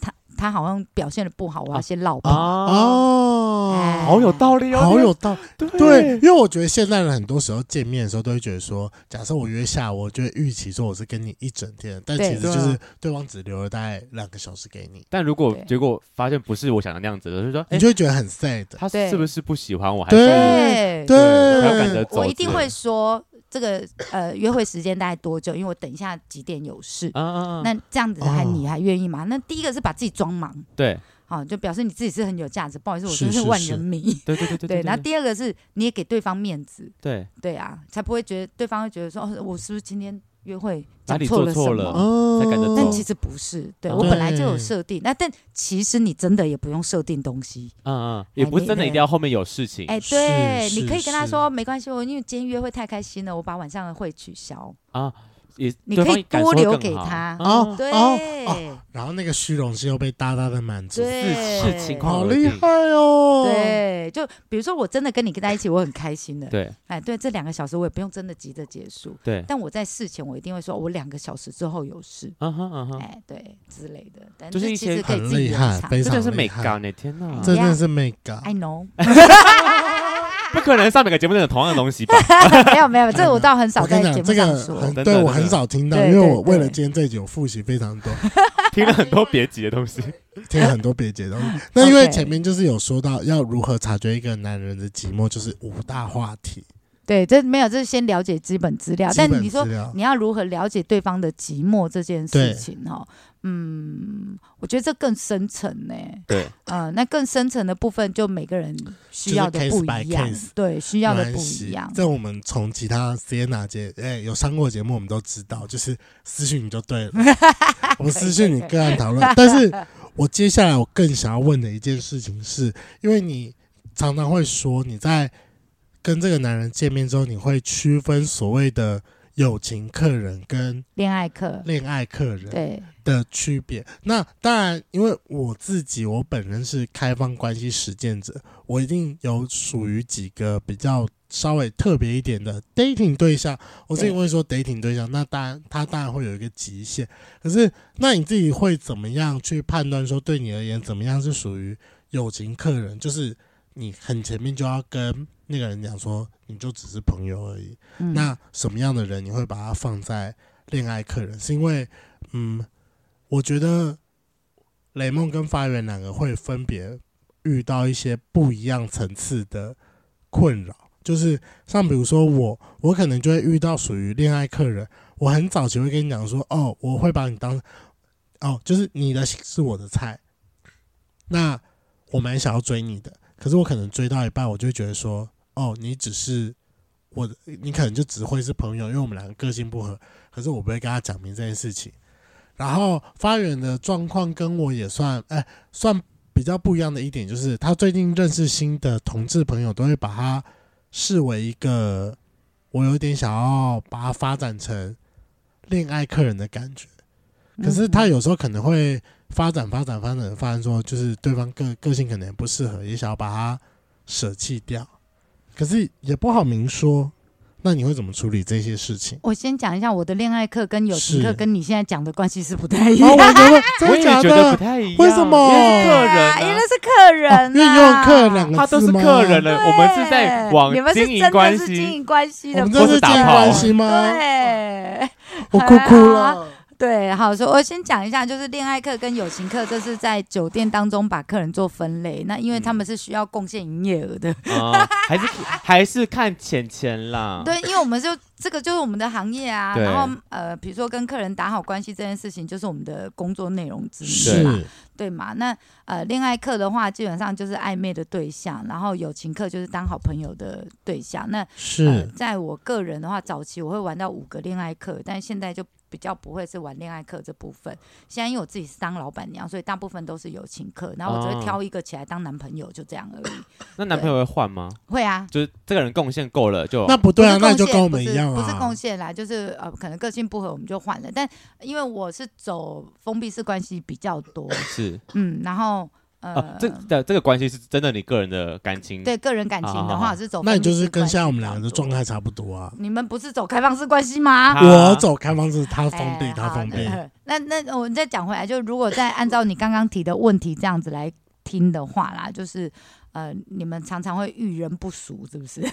Speaker 3: 他，他好像表现的不好，我要
Speaker 2: 啊
Speaker 3: 先落跑。
Speaker 2: 啊，
Speaker 1: 哦
Speaker 3: 哎，
Speaker 2: 好有道理哦，
Speaker 1: 好有道理。
Speaker 2: 对
Speaker 1: <laughs> 对，因为我觉得现在人很多时候见面的时候都会觉得说，假设我约下，我就会预期说我是跟你一整天，但其
Speaker 3: 对啊
Speaker 1: 实就是对方只留了大概两个小时给你，
Speaker 2: 但如果
Speaker 3: 对
Speaker 2: 结果发现不是我想的那样子的，就是说，
Speaker 1: 你
Speaker 2: 哎，
Speaker 1: 就会觉得很 sad。
Speaker 2: 他
Speaker 3: 对
Speaker 2: 是不是不喜欢我？还
Speaker 1: 对
Speaker 2: 是
Speaker 3: 对
Speaker 1: 对
Speaker 2: 我要赶着走之类的，
Speaker 3: 我一定会说这个呃约会时间大概多久，因为我等一下几点有事。
Speaker 2: 啊啊，
Speaker 3: 那这样子还
Speaker 1: 哦
Speaker 3: 你还愿意吗？那第一个是把自己装忙，
Speaker 2: 对
Speaker 3: 好、就表示你自己是很有价值。不好意思，我
Speaker 1: 是
Speaker 3: 真是
Speaker 1: 是
Speaker 3: 万
Speaker 1: 是
Speaker 3: 人迷。
Speaker 2: 对对对对
Speaker 3: 对，然后
Speaker 2: 对
Speaker 3: 第二个是你也给对方面子，
Speaker 2: 对
Speaker 3: 对啊，才不会觉得对方会觉得说，哦，我是不是今天约会
Speaker 2: 哪
Speaker 3: 讲
Speaker 2: 里
Speaker 3: 错
Speaker 2: 做
Speaker 3: 了什
Speaker 2: 错
Speaker 3: 么？
Speaker 2: 了
Speaker 1: 哦
Speaker 2: 才感觉
Speaker 3: 但
Speaker 2: 走
Speaker 3: 其实不是，对
Speaker 2: 哦
Speaker 3: 我本来就有
Speaker 1: 对
Speaker 3: 设定，那但其实你真的也不用设定东西，
Speaker 2: 嗯嗯，也不是真的一定要后面有事情
Speaker 3: 哎，
Speaker 1: 是
Speaker 3: 对，
Speaker 1: 是
Speaker 3: 你可以跟他
Speaker 1: 是
Speaker 3: 说没关系，我因为今天约会太开心了，我把晚上的会取消，
Speaker 2: 啊，也
Speaker 3: 你
Speaker 2: 对
Speaker 3: 可
Speaker 2: 方
Speaker 3: 以
Speaker 2: 感受
Speaker 3: 多
Speaker 2: 会
Speaker 3: 留
Speaker 2: 更
Speaker 3: 给
Speaker 2: 好
Speaker 3: 他
Speaker 1: 哦
Speaker 3: 对、
Speaker 1: 哦然后那个虚荣心又被大大的满足，
Speaker 3: 对，
Speaker 2: 是是情况
Speaker 1: 好厉害哦！，
Speaker 3: 对，就比如说我真的跟你跟在一起，我很开心的，
Speaker 2: 对
Speaker 3: 哎，对，这两个小时我也不用真的急着结束，
Speaker 2: 对，
Speaker 3: 但我在事前我一定会说，我两个小时之后有事，
Speaker 2: 嗯哼嗯哼，
Speaker 3: 哎，对之类的，但
Speaker 2: 就是一
Speaker 3: 其
Speaker 2: 些
Speaker 3: 实可以
Speaker 1: 很
Speaker 3: 自己
Speaker 1: 厉害
Speaker 3: 延，长
Speaker 1: 非
Speaker 2: 这真
Speaker 1: 常
Speaker 2: 的是美
Speaker 1: 厉害
Speaker 2: 感，呢，天
Speaker 3: 嗯
Speaker 2: 哪，
Speaker 1: 这真的是美感。<laughs>
Speaker 3: I know，
Speaker 2: 不可能上每个节目都有同样的
Speaker 1: <laughs>
Speaker 2: 东西吧？
Speaker 3: 没有没有，这我倒很少
Speaker 1: 我跟
Speaker 3: 在
Speaker 1: 你讲
Speaker 3: 节，目
Speaker 1: 这
Speaker 3: 上
Speaker 1: 个
Speaker 3: 说。
Speaker 1: 很
Speaker 2: 真的
Speaker 1: 对我
Speaker 2: 真的
Speaker 1: 很少听到，因
Speaker 3: 对
Speaker 1: 为我
Speaker 3: 对
Speaker 1: 为了
Speaker 3: 对
Speaker 1: 今天这一集，我复习非常
Speaker 3: <laughs>
Speaker 1: 多，
Speaker 2: 听了很多别集的东西，
Speaker 1: 听了很多别解的东西。
Speaker 3: <laughs>
Speaker 1: 那因为
Speaker 3: OK
Speaker 1: 前面就是有说到要如何察觉一个男人的寂寞，就是五大话题。
Speaker 3: 对，这没有，这是先了解基本资料。
Speaker 1: 基
Speaker 3: 啊但
Speaker 1: 本
Speaker 3: 你说
Speaker 1: 资料
Speaker 3: 你要如何了解对方的寂寞这件
Speaker 1: 对
Speaker 3: 事情哈？嗯，我觉得这更深层呢、
Speaker 2: 对，
Speaker 3: 呃，那更深层的部分就每个人需要的
Speaker 1: 就是
Speaker 3: 不
Speaker 1: case by
Speaker 3: 一样
Speaker 1: case，
Speaker 3: 对，需要的
Speaker 1: 没
Speaker 3: 不
Speaker 1: 关
Speaker 3: 一
Speaker 1: 系
Speaker 3: 样。
Speaker 1: 这我们从其他 Sienna 节哎、有上过节目，我们都知
Speaker 3: <laughs>
Speaker 1: 道，就是私讯你就对了，我们私讯你个案讨论。但是我接下来我更想要问的一件事情是，因为你常常会说你在跟这个男人见面之后，你会区分所谓的友情客人跟
Speaker 3: 恋爱课，
Speaker 1: 恋爱客人。
Speaker 3: 对，
Speaker 1: 的区别。那当然，因为我自己我本人是开放关系实践者，我一定有属于几个比较稍微特别一点的 dating 对象。我自己
Speaker 3: 对
Speaker 1: 会说 dating 对象，那当然他当然会有一个极限。可是，那你自己会怎么样去判断说，对你而言怎么样是属于友情客人？就是你很前面就要跟那个人讲说，你就只是朋友而已。
Speaker 3: 嗯，
Speaker 1: 那什么样的人你会把它放在恋爱客人？是因为，嗯，我觉得雷梦跟发源两个会分别遇到一些不一样层次的困扰，就是像比如说我，我可能就会遇到属于恋爱客人，我很早就会跟你讲说，哦，我会把你当，哦，就是你的是我的菜，那我蛮想要追你的，可是我可能追到一半，我就会觉得说，哦，你只是。我的你可能就只会是朋友，因为我们两个个性不合。可是我不会跟他讲明这件事情。然后发源的状况跟我也算，哎、算比较不一样的一点就是，他最近认识新的同志朋友，都会把他视为一个我有点想要把他发展成恋爱客人的感觉。可是他
Speaker 3: 嗯
Speaker 1: 有时候可能会发展发展发展，发现说就是对方个个性可能也不适合，也想要把他舍弃掉，可是也不好明说。那你会怎么处理这些事情？
Speaker 3: 我先讲一下我的恋爱课跟友情课
Speaker 1: 是
Speaker 3: 跟你现在讲的关系是不太一
Speaker 1: 啊，
Speaker 3: 样。
Speaker 1: 我觉
Speaker 3: <laughs>
Speaker 1: 得真
Speaker 2: 我
Speaker 1: 的
Speaker 2: 也
Speaker 1: 假
Speaker 2: 觉得不
Speaker 1: 的？
Speaker 2: 太一样，
Speaker 1: 为什么
Speaker 2: 因为是客人啊、
Speaker 3: 因为哎那是客人、
Speaker 1: 哦因为
Speaker 3: 啊，
Speaker 1: 用客两个
Speaker 2: 他都是
Speaker 1: 字吗
Speaker 2: 客人了，
Speaker 3: 对
Speaker 2: 我们是在往
Speaker 3: 你们
Speaker 2: 经
Speaker 3: 是真
Speaker 2: 营
Speaker 3: 的
Speaker 2: 关
Speaker 3: 是经
Speaker 2: 系。
Speaker 3: 营关系
Speaker 1: 我
Speaker 3: 的
Speaker 1: 们
Speaker 3: 部分，
Speaker 1: 这是经
Speaker 2: 打
Speaker 1: 营
Speaker 2: 炮
Speaker 1: 关系吗？
Speaker 3: 对。
Speaker 1: 我哭哭
Speaker 3: 啊
Speaker 1: 了。
Speaker 3: 对，好，所以我先讲一下，就是恋爱课跟友情课，这是在酒店当中把客人做分类。那因为他们是需要贡献营业额的，
Speaker 2: 啊，还
Speaker 3: <laughs>
Speaker 2: 是还是看钱钱啦。
Speaker 3: 对，因为我们就这个就是我们的行业啊。
Speaker 2: 嗯对
Speaker 3: 然后呃，比如说跟客人打好关系这件事情，就是我们的工作内容之一嘛，
Speaker 2: 啊
Speaker 1: 是，
Speaker 3: 对嘛？那呃，恋爱课的话，基本上就是暧昧的对象，然后友情课就是当好朋友的对象。那呃
Speaker 2: 哎
Speaker 1: 是，
Speaker 3: 在我个人的话，早期我会玩到五个恋爱课，但现在就比较不会是玩恋爱课这部分。现在因为我自己是当老板娘，所以大部分都是友情课，然后我只
Speaker 2: 哦
Speaker 3: 会挑一个起来当男朋友，就这样而已。
Speaker 2: 那男朋友会换吗？
Speaker 3: 会啊。
Speaker 2: 就是这个人贡献够了就
Speaker 1: 那不对啊，
Speaker 3: 不
Speaker 1: 那
Speaker 3: 是
Speaker 1: 你就
Speaker 3: 贡献
Speaker 1: 跟我们一样
Speaker 3: 不是不是
Speaker 1: 啊
Speaker 3: 贡。献啦，就是呃，可能个性不合我们就换了。但因为我是走封闭式关系比较多，
Speaker 2: 是
Speaker 3: 嗯，然后呃，
Speaker 1: 哦
Speaker 2: 啊，这的这个关系是真的你个人的感情。
Speaker 3: 对个人感情的
Speaker 2: 嗯好好
Speaker 3: 话
Speaker 2: 好
Speaker 3: 我是走，
Speaker 1: 那你就是跟现在我们两个的状
Speaker 3: 态，
Speaker 1: 态差不多啊。
Speaker 3: 你们不是走开放式关系吗？
Speaker 2: 他
Speaker 1: 我走开放式，他封闭
Speaker 3: 哎，
Speaker 1: 他
Speaker 3: 好
Speaker 1: 封闭。
Speaker 3: 的 <laughs> 那那我们再讲回来，就如果再按照你刚刚提的问题这样子来听的话啦，就是呃，你们常常会遇人不淑，是不 <laughs> 是？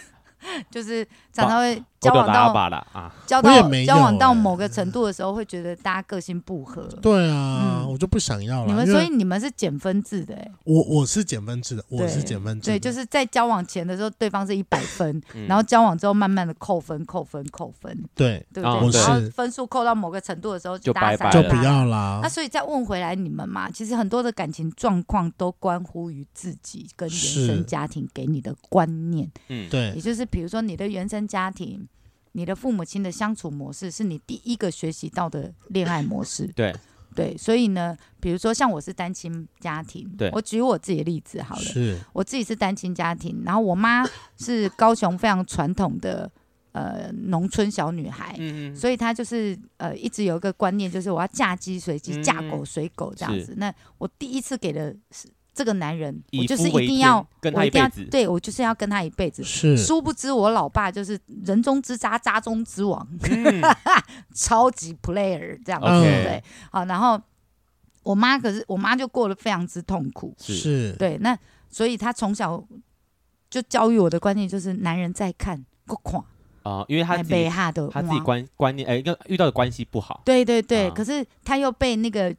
Speaker 3: 就是常常会
Speaker 2: 狗
Speaker 3: 交
Speaker 2: 屌
Speaker 3: 往
Speaker 2: 打哑
Speaker 3: 到
Speaker 2: 巴啦啊！
Speaker 3: 交
Speaker 1: 我也
Speaker 3: 到
Speaker 1: 没有
Speaker 3: 交往到
Speaker 1: 欸
Speaker 3: 某个程度的时候，会觉得大家个性不合。
Speaker 1: 对啊，
Speaker 3: 嗯
Speaker 1: 我就不想要
Speaker 3: 你
Speaker 1: 了，
Speaker 3: 们
Speaker 1: 因
Speaker 3: 所以
Speaker 1: 为
Speaker 3: 你们是减分制的、
Speaker 2: 嗯
Speaker 3: 欸，
Speaker 1: 我我是减分制的，我是
Speaker 3: 对
Speaker 1: 减分制的，
Speaker 3: 对，就是在交往前的时候，对方是一百分，
Speaker 2: 嗯
Speaker 3: 然后交往之后慢慢的扣分、扣分、扣分，
Speaker 1: 对，
Speaker 3: 对
Speaker 2: 哦
Speaker 3: 不
Speaker 2: 对
Speaker 3: 对？然后分数扣到某个程度的时候，
Speaker 2: 就
Speaker 3: 大
Speaker 2: 拜
Speaker 3: 家
Speaker 2: 拜
Speaker 1: 就
Speaker 3: 散
Speaker 1: 不
Speaker 3: 啦
Speaker 1: 要啦
Speaker 3: 那。所以再问回来你们嘛，其实很多的感情状况都关乎于自己跟原
Speaker 1: 是
Speaker 3: 生家庭给你的观念，
Speaker 2: 嗯，
Speaker 1: 对
Speaker 3: 也，就是比如说你的原生家庭，你的父母亲的相处模式是你第一个学习到的恋爱模式。
Speaker 2: 对
Speaker 3: 对，所以呢，比如说像我是单亲家庭
Speaker 2: 对，
Speaker 3: 我举我自己的例子好了，
Speaker 1: 是
Speaker 3: 我自己是单亲家庭，然后我妈是高雄非常传统的呃农村小女孩，
Speaker 2: 嗯嗯，
Speaker 3: 所以他就是呃，一直有一个观念，就是我要嫁鸡随鸡，
Speaker 2: 嗯
Speaker 3: 嫁狗随狗这样子。那我第一次给的是这个男人，我
Speaker 2: 以
Speaker 3: 就是
Speaker 2: 夫为
Speaker 3: 一定
Speaker 2: 天
Speaker 3: 要，
Speaker 2: 跟
Speaker 3: 我
Speaker 2: 他
Speaker 3: 一
Speaker 2: 一
Speaker 3: 定
Speaker 2: 辈
Speaker 3: 要
Speaker 2: 子，
Speaker 3: 对我就是要跟他一辈子。
Speaker 1: 是，
Speaker 3: 殊不知我老爸就是人中之渣，渣中之王， <laughs>
Speaker 2: 嗯，
Speaker 3: 超级 player 这样子，
Speaker 1: 嗯
Speaker 3: 对不
Speaker 2: OK，
Speaker 3: 对？好，然后我妈可是我妈就过得非常之痛苦，
Speaker 2: 是
Speaker 1: 是，
Speaker 3: 对，那所以她从小就教育我的观念就是男人在看，我看，
Speaker 2: 啊，因为他
Speaker 3: 还
Speaker 2: 自
Speaker 3: 被
Speaker 2: 己
Speaker 3: 他的
Speaker 2: 他自己
Speaker 3: 哇
Speaker 2: 观观念，哎，跟遇到的关系不好，
Speaker 3: 对对对，
Speaker 2: 啊
Speaker 3: 可是他又被那个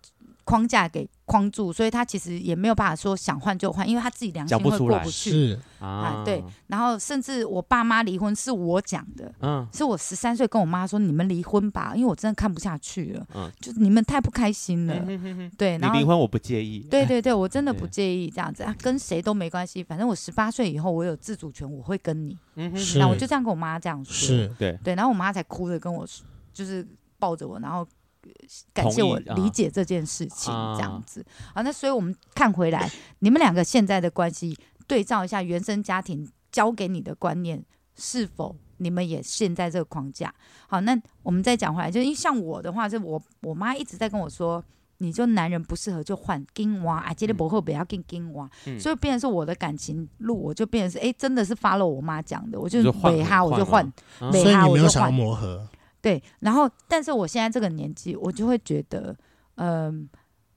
Speaker 3: 框架给框住，所以他其实也没有办法说想换就换，因为他自己良心
Speaker 2: 讲不
Speaker 3: 会
Speaker 2: 出
Speaker 3: 过
Speaker 2: 来
Speaker 3: 不去
Speaker 1: 是
Speaker 2: 啊
Speaker 3: 啊。对，，然后甚至我爸妈离婚是我讲的，
Speaker 2: 嗯
Speaker 3: 是我十三岁跟我妈说你们离婚吧，因为我真的看不下去了，
Speaker 2: 嗯
Speaker 3: 就你们太不开心了。
Speaker 2: 嗯，
Speaker 3: 对，
Speaker 2: 你
Speaker 3: 然后
Speaker 2: 离婚我不介意，
Speaker 3: 对对对，我真的不
Speaker 2: 对
Speaker 3: 介意这样子啊，跟谁都没关系，反正我十八岁以后我有自主权，我会跟你。
Speaker 2: 嗯哼
Speaker 1: 是
Speaker 3: 那我就这样跟我妈这样说，
Speaker 1: 是
Speaker 2: 对，
Speaker 3: 对，然后我妈才哭着跟我说，就是抱着我，然后呃感谢
Speaker 2: 同意
Speaker 3: 我
Speaker 2: 啊
Speaker 3: 理解这件事情
Speaker 2: 啊
Speaker 3: 这样子啊。那所以我们看回来，你们两个现在的关系对照一下原生家庭教给你的观念是否？你们也陷在这个框架。好，那我们再讲回来，就是因为像我的话，是我我妈一直在跟我说，你就男人不适合就换金娃啊，今天不会不要跟金娃，
Speaker 2: 嗯
Speaker 3: 所以变成是我的感情路，我就变成是哎、真的是 follow 我妈讲的，我就
Speaker 2: 你就换
Speaker 3: 尾哈我就
Speaker 2: 换
Speaker 3: 换
Speaker 2: 吗，
Speaker 3: 对
Speaker 1: 所以
Speaker 3: 啊
Speaker 1: 你
Speaker 3: 我
Speaker 1: 没有
Speaker 3: 就
Speaker 1: 想要
Speaker 3: 换
Speaker 1: 磨合，
Speaker 3: 对，然后但是我现在这个年纪，我就会觉得，嗯、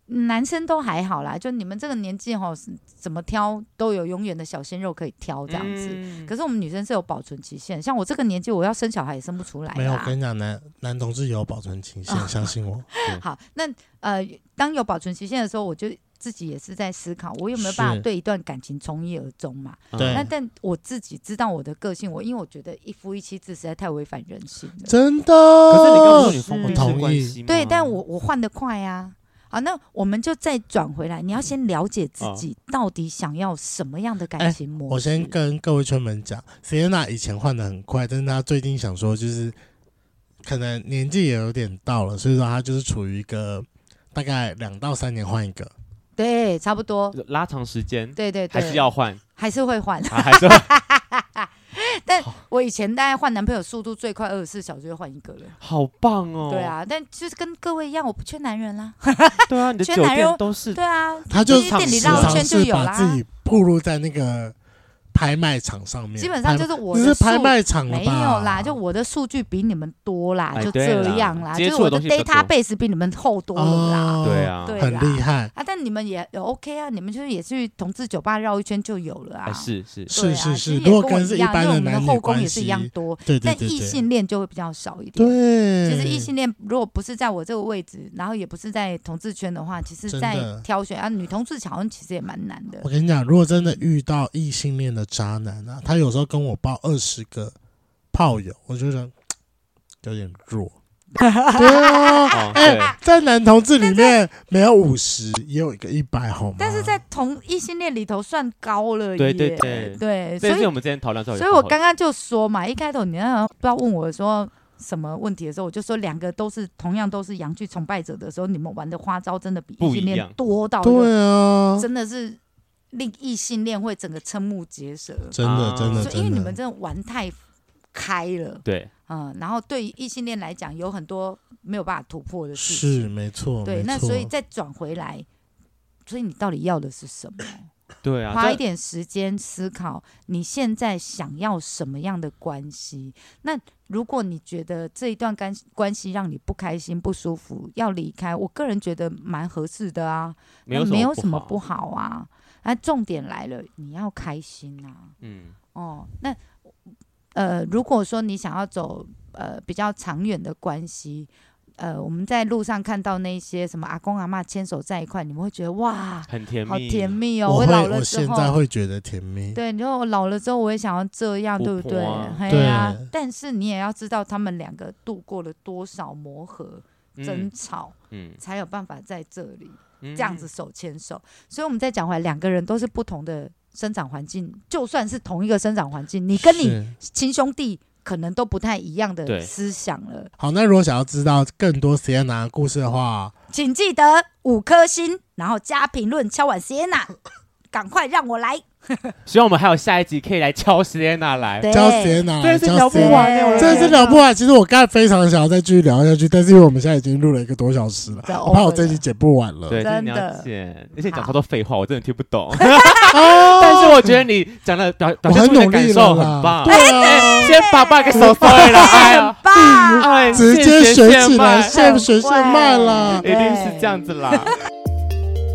Speaker 3: 男生都还好啦，就你们这个年纪哈，是怎么挑都有永远的小鲜肉可以挑这样子。
Speaker 2: 嗯
Speaker 3: 可是我们女生是有保存期限，像我这个年纪，我要生小孩也生不出来
Speaker 1: 没有。我
Speaker 3: 啦。
Speaker 1: 跟你讲，男男同志有保存期限，
Speaker 3: 啊
Speaker 1: 相信
Speaker 3: <laughs>
Speaker 1: 我。
Speaker 3: 好，那呃，当有保存期限的时候，我就自己也是在思考，我有没有
Speaker 1: 是嗯
Speaker 3: 办法对一段感情从一而终嘛？
Speaker 2: 嗯
Speaker 1: 对
Speaker 3: 那但我自己知道我的个性，我因为我觉得一夫一妻制实在太违反人性了。
Speaker 1: 真的。
Speaker 2: 可是你跟
Speaker 1: 可
Speaker 2: 妇女封
Speaker 3: 哦
Speaker 2: 闭
Speaker 1: 我同
Speaker 2: 式
Speaker 1: 意
Speaker 2: 关系吗，
Speaker 3: 对，但我我换的快啊。好，那我们就再转回来，
Speaker 2: 嗯
Speaker 3: 你要先了解
Speaker 2: 哦
Speaker 3: 自己到底想要什么样的
Speaker 2: 哎
Speaker 3: 感情模
Speaker 1: 我
Speaker 3: 式。
Speaker 1: 先跟各位圈粉讲，Sienna 以前换的很快，但是她最近想说，就是可能年纪也有点到了，所以说她就是处于一个大概两到三年换一个。
Speaker 3: 对，差不多，
Speaker 2: 拉长时间
Speaker 3: 对对对，
Speaker 2: 还是要换，
Speaker 3: 还是会换。 <laughs>
Speaker 2: 啊还是
Speaker 3: 我以前大概换男朋友速度最快二十四小时就换一个了。
Speaker 2: <laughs> 好棒哦，
Speaker 3: 对，啊，但就是跟各位一样，我不缺男人啦。
Speaker 2: 对啊，你的
Speaker 3: 缺
Speaker 2: 酒
Speaker 3: 男
Speaker 2: 店
Speaker 3: 人
Speaker 2: 都是
Speaker 3: 对啊，
Speaker 1: 她就
Speaker 3: 就是店里
Speaker 1: 尝
Speaker 3: 绕
Speaker 1: 试
Speaker 3: 一圈就有
Speaker 1: 把
Speaker 3: 啦。
Speaker 1: 自己暴露在那个拍卖场上面，
Speaker 3: 基本上就是我
Speaker 1: 你
Speaker 3: 的
Speaker 1: 是
Speaker 3: 数
Speaker 1: 拍卖场了吧？
Speaker 3: 没有啦，就我的数据比你们多啦，
Speaker 2: 哎
Speaker 3: 就
Speaker 2: 对啦
Speaker 3: 这样啦，
Speaker 2: 接
Speaker 3: 就
Speaker 2: 触
Speaker 3: 是
Speaker 2: 的
Speaker 3: 我的
Speaker 2: 东西比较多
Speaker 3: database 比你们厚多了啦。
Speaker 1: 哦
Speaker 2: 对，啊，
Speaker 3: 对
Speaker 1: 很
Speaker 3: 啦
Speaker 1: 厉害，
Speaker 3: 啊，但你们也也 OK 啊，你们就是也去同志酒吧绕一圈就有了啊。
Speaker 2: 哎是
Speaker 3: <laughs>
Speaker 2: 是，
Speaker 3: 对
Speaker 1: 是
Speaker 3: 啊，
Speaker 1: 是
Speaker 3: 其
Speaker 1: 是。
Speaker 3: 实
Speaker 1: 如
Speaker 3: 也
Speaker 1: 果
Speaker 3: 跟我
Speaker 1: 跟
Speaker 3: 一
Speaker 1: 是一
Speaker 3: 样，因
Speaker 1: 般
Speaker 3: 为
Speaker 1: 的
Speaker 3: 我们的
Speaker 1: 男
Speaker 3: 后
Speaker 1: 女
Speaker 3: 宫
Speaker 1: 关
Speaker 3: 也是
Speaker 1: 系，
Speaker 3: 一样多，
Speaker 1: 对对
Speaker 3: 但
Speaker 1: 对
Speaker 3: 异
Speaker 1: 对，
Speaker 3: 性恋就会比较少一点。
Speaker 1: 对，
Speaker 3: 其实异性恋如果不是在我这个位置，然后也不是在同志圈的话，其实
Speaker 1: 真
Speaker 3: 在
Speaker 1: 的
Speaker 3: 挑选啊，女同志好像其实也蛮难的
Speaker 1: 我。跟你讲，如果真的遇到异性恋的渣男啊，他有时候跟我报二十个炮友，我觉得有点
Speaker 3: <laughs>
Speaker 1: 弱。对啊，
Speaker 2: 哦
Speaker 1: 哎、
Speaker 2: 对，
Speaker 1: 在男同志里面没有五十，也有一个一百，好吗？
Speaker 3: 但是在同异性恋里头算高了耶，
Speaker 2: 对对对
Speaker 3: 对
Speaker 2: 这
Speaker 3: 所
Speaker 2: 也是
Speaker 3: 以
Speaker 2: 我们之前讨论到，
Speaker 3: 所以我刚刚就说嘛，一开头你那不知道问我说什么问题的时候，我就说两个都是同样都是阳具崇拜者的时候，你们玩的花招真的比异
Speaker 2: 不
Speaker 3: 性
Speaker 2: 一样
Speaker 3: 恋多到一个
Speaker 1: 对啊，
Speaker 3: 真的是令异性恋会整个瞠目结舌，
Speaker 1: 真的
Speaker 2: 啊
Speaker 1: 真的
Speaker 3: 所以因为你
Speaker 1: 真
Speaker 3: 们
Speaker 1: 的，
Speaker 3: 真的玩太开了，
Speaker 2: 对
Speaker 3: 嗯，然后对于异性恋来讲，有很多没有办法突破的事情，
Speaker 1: 是没错，
Speaker 3: 对，
Speaker 1: 没
Speaker 3: 那
Speaker 1: 错
Speaker 3: 所以再转回来，所以你到底要的是什么？
Speaker 2: 对啊，
Speaker 3: 花
Speaker 2: 这
Speaker 3: 一点时间思考你现在想要什么样的关系。那如果你觉得这一段关关系让你不开心、不舒服，要离开，我个人觉得蛮合适的啊。
Speaker 2: 没
Speaker 3: 那
Speaker 2: 有
Speaker 3: 没有什么
Speaker 2: 不
Speaker 3: 不
Speaker 2: 好，
Speaker 3: 好啊。啊，重点来了，你要开心啊。
Speaker 2: 嗯，
Speaker 3: 哦，那呃，如果说你想要走呃比较长远的关系，呃，我们在路上看到那些什么阿公阿妈牵手在一块，你们会觉得哇，
Speaker 2: 很甜蜜，啊
Speaker 3: 好甜蜜哦！
Speaker 1: 我
Speaker 3: 老
Speaker 1: 会
Speaker 3: 了
Speaker 1: 我
Speaker 3: 之
Speaker 1: 现在
Speaker 3: 后，
Speaker 1: 会觉得甜蜜，
Speaker 3: 对，你说我老了之后我也想要这样，对不
Speaker 2: 婆婆
Speaker 3: 对
Speaker 2: 啊？
Speaker 3: 哎
Speaker 1: 对
Speaker 3: 呀，但是你也要知道他们两个度过了多少磨合、
Speaker 2: 嗯，
Speaker 3: 争吵，
Speaker 2: 嗯，
Speaker 3: 才有办法在这里。
Speaker 2: 嗯
Speaker 3: 这样子，手牵手。所以我们再讲回来，两个人都是不同的生长环境，就算是同一个生长环境，你跟你
Speaker 1: 是
Speaker 3: 亲兄弟可能都不太一样的
Speaker 2: 对
Speaker 3: 思想了。
Speaker 1: 好。那如果想要知道更多 Sienna 的故事的话，
Speaker 3: 请记得五颗星，然后加评论敲碗 Sienna，赶快让我来。
Speaker 2: 希望我们还有下一集可以来敲 Sienna 来，
Speaker 3: 对，
Speaker 1: 教 Sienna，
Speaker 2: 真的是聊
Speaker 1: 教
Speaker 2: 不
Speaker 1: Sienna
Speaker 2: 完欸我的
Speaker 1: 真的是
Speaker 2: 天
Speaker 1: 聊不完。其实我刚才非常想要再继续聊下去，但是因为我们现在已经录了一个多小时了，
Speaker 3: 这
Speaker 1: 我怕我
Speaker 3: over
Speaker 1: 这集
Speaker 3: 了
Speaker 1: 剪不完了。
Speaker 2: 对，这是你要
Speaker 3: 真的
Speaker 2: 剪，而且讲
Speaker 3: 好
Speaker 2: 超多废话，我真的听不懂。
Speaker 1: 哦，
Speaker 2: 但是我觉得你讲的表
Speaker 1: 我
Speaker 2: 表现
Speaker 1: 很
Speaker 2: 出你的
Speaker 1: 努
Speaker 2: 感
Speaker 1: 力
Speaker 2: 受
Speaker 1: 了
Speaker 2: 很
Speaker 1: 啦，
Speaker 2: 棒，
Speaker 1: 对啊，
Speaker 2: 哎先把爸给手收回来，哎呀，
Speaker 3: 棒，
Speaker 2: 哎，
Speaker 1: 直接
Speaker 2: 谢谢
Speaker 1: 学起来，
Speaker 2: 麦
Speaker 3: 哎
Speaker 1: 现学现卖啦
Speaker 2: 一。定是这样子啦。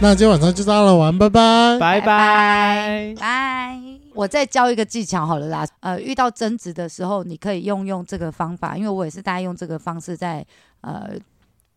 Speaker 1: 那今天晚上就到了，玩，拜拜。
Speaker 2: 拜拜。
Speaker 3: 拜。我再教一个技巧好了啦，呃，遇到争执的时候，你可以用用这个方法，因为我也是大概用这个方式在呃，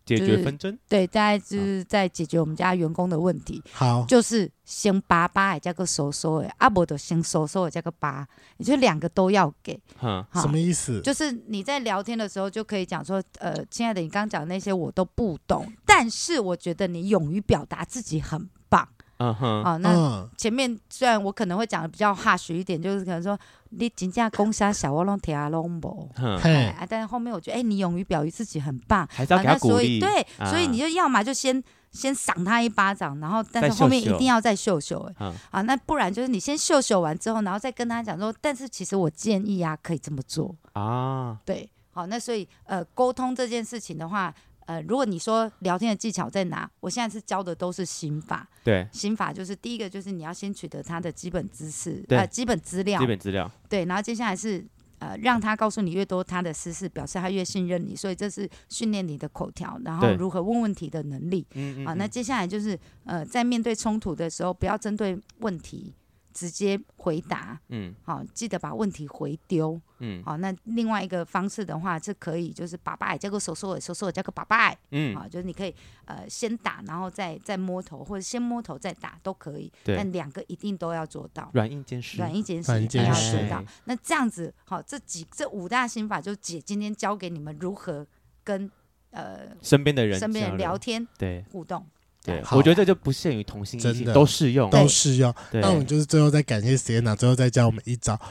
Speaker 2: 解决纷争，
Speaker 3: 对，大概就是在解决我们家员工的问题，
Speaker 1: 好，
Speaker 3: 就是先拔拔，加个收收，哎，阿伯的先收收，加个拔，你就两个都要给，
Speaker 2: 哼，
Speaker 3: 好
Speaker 1: 什么意思？
Speaker 3: 就是你在聊天的时候就可以讲说，呃，亲爱的，你刚讲的那些我都不懂，但是我觉得你勇于表达自己很棒
Speaker 2: 嗯哼，
Speaker 3: 啊、那
Speaker 1: 嗯，
Speaker 3: 前面虽然我可能会讲的比较 harsh 一点，就是可能说你真正攻杀小我拢听啊拢无，
Speaker 2: 哼，
Speaker 3: 哎
Speaker 1: 嘿，
Speaker 3: 啊，但是后面我觉得，哎、你勇于表于自己很棒，
Speaker 2: 还是要嗯
Speaker 3: 啊
Speaker 2: 给他
Speaker 3: 那
Speaker 2: 鼓
Speaker 3: 所
Speaker 2: 励。
Speaker 3: 以对，
Speaker 2: 啊
Speaker 3: 所以你就要么就先先赏他一巴掌，然后但
Speaker 2: 再
Speaker 3: 是后面
Speaker 2: 秀秀
Speaker 3: 一定要再秀秀、哎、
Speaker 2: 嗯
Speaker 3: 啊，那不然就是你先秀秀完之后，然后再跟他讲说，但是其实我建议啊，可以这么做，
Speaker 2: 啊，
Speaker 3: 对，好，那所以呃，沟通这件事情的话。呃，如果你说聊天的技巧在哪，我现在是教的都是心法。
Speaker 2: 对，
Speaker 3: 心法就是第一个就是你要先取得他的基本知识，
Speaker 2: 对
Speaker 3: 呃，基本资料
Speaker 2: 基，本资料，
Speaker 3: 对，然后接下来是呃，让他告诉你越多他的私事，表示他越信任你，所以这是训练你的口条，然后
Speaker 2: 对
Speaker 3: 如何问问题的能力
Speaker 2: 嗯嗯，
Speaker 3: 啊。那
Speaker 2: 嗯
Speaker 3: 接下来就是呃，在面对冲突的时候，不要针对问题直接回答，
Speaker 2: 嗯
Speaker 3: 好、记得把问题回丢。
Speaker 2: 嗯
Speaker 3: 好、那另外一个方式的话，是可以就是爸爸叫个手手尾，手手尾叫个爸爸。
Speaker 2: 嗯，
Speaker 3: 啊，就是你可以呃先打，然后再再摸头，或者先摸头再打都可以，
Speaker 2: 对
Speaker 3: 但两个一定都要做到。
Speaker 2: 软硬兼施，
Speaker 3: 软硬兼施
Speaker 1: 软
Speaker 3: 一
Speaker 1: 硬
Speaker 3: 定
Speaker 1: 兼
Speaker 3: 要
Speaker 1: 施
Speaker 3: 知道
Speaker 2: 哎。
Speaker 3: 那这样子，好，这几这五大心法，就姐今天教给你们如何跟呃
Speaker 2: 身边的人，
Speaker 3: 身边人聊，天
Speaker 2: 对
Speaker 3: 互动。
Speaker 2: 对，
Speaker 1: 好
Speaker 2: 我觉得这就不限于同性异
Speaker 1: 真
Speaker 2: 性，
Speaker 1: 的
Speaker 2: 都适用，
Speaker 1: 都适用。
Speaker 2: 对
Speaker 1: 那我们就是最后再感谢 Sienna，最后再教我们一招，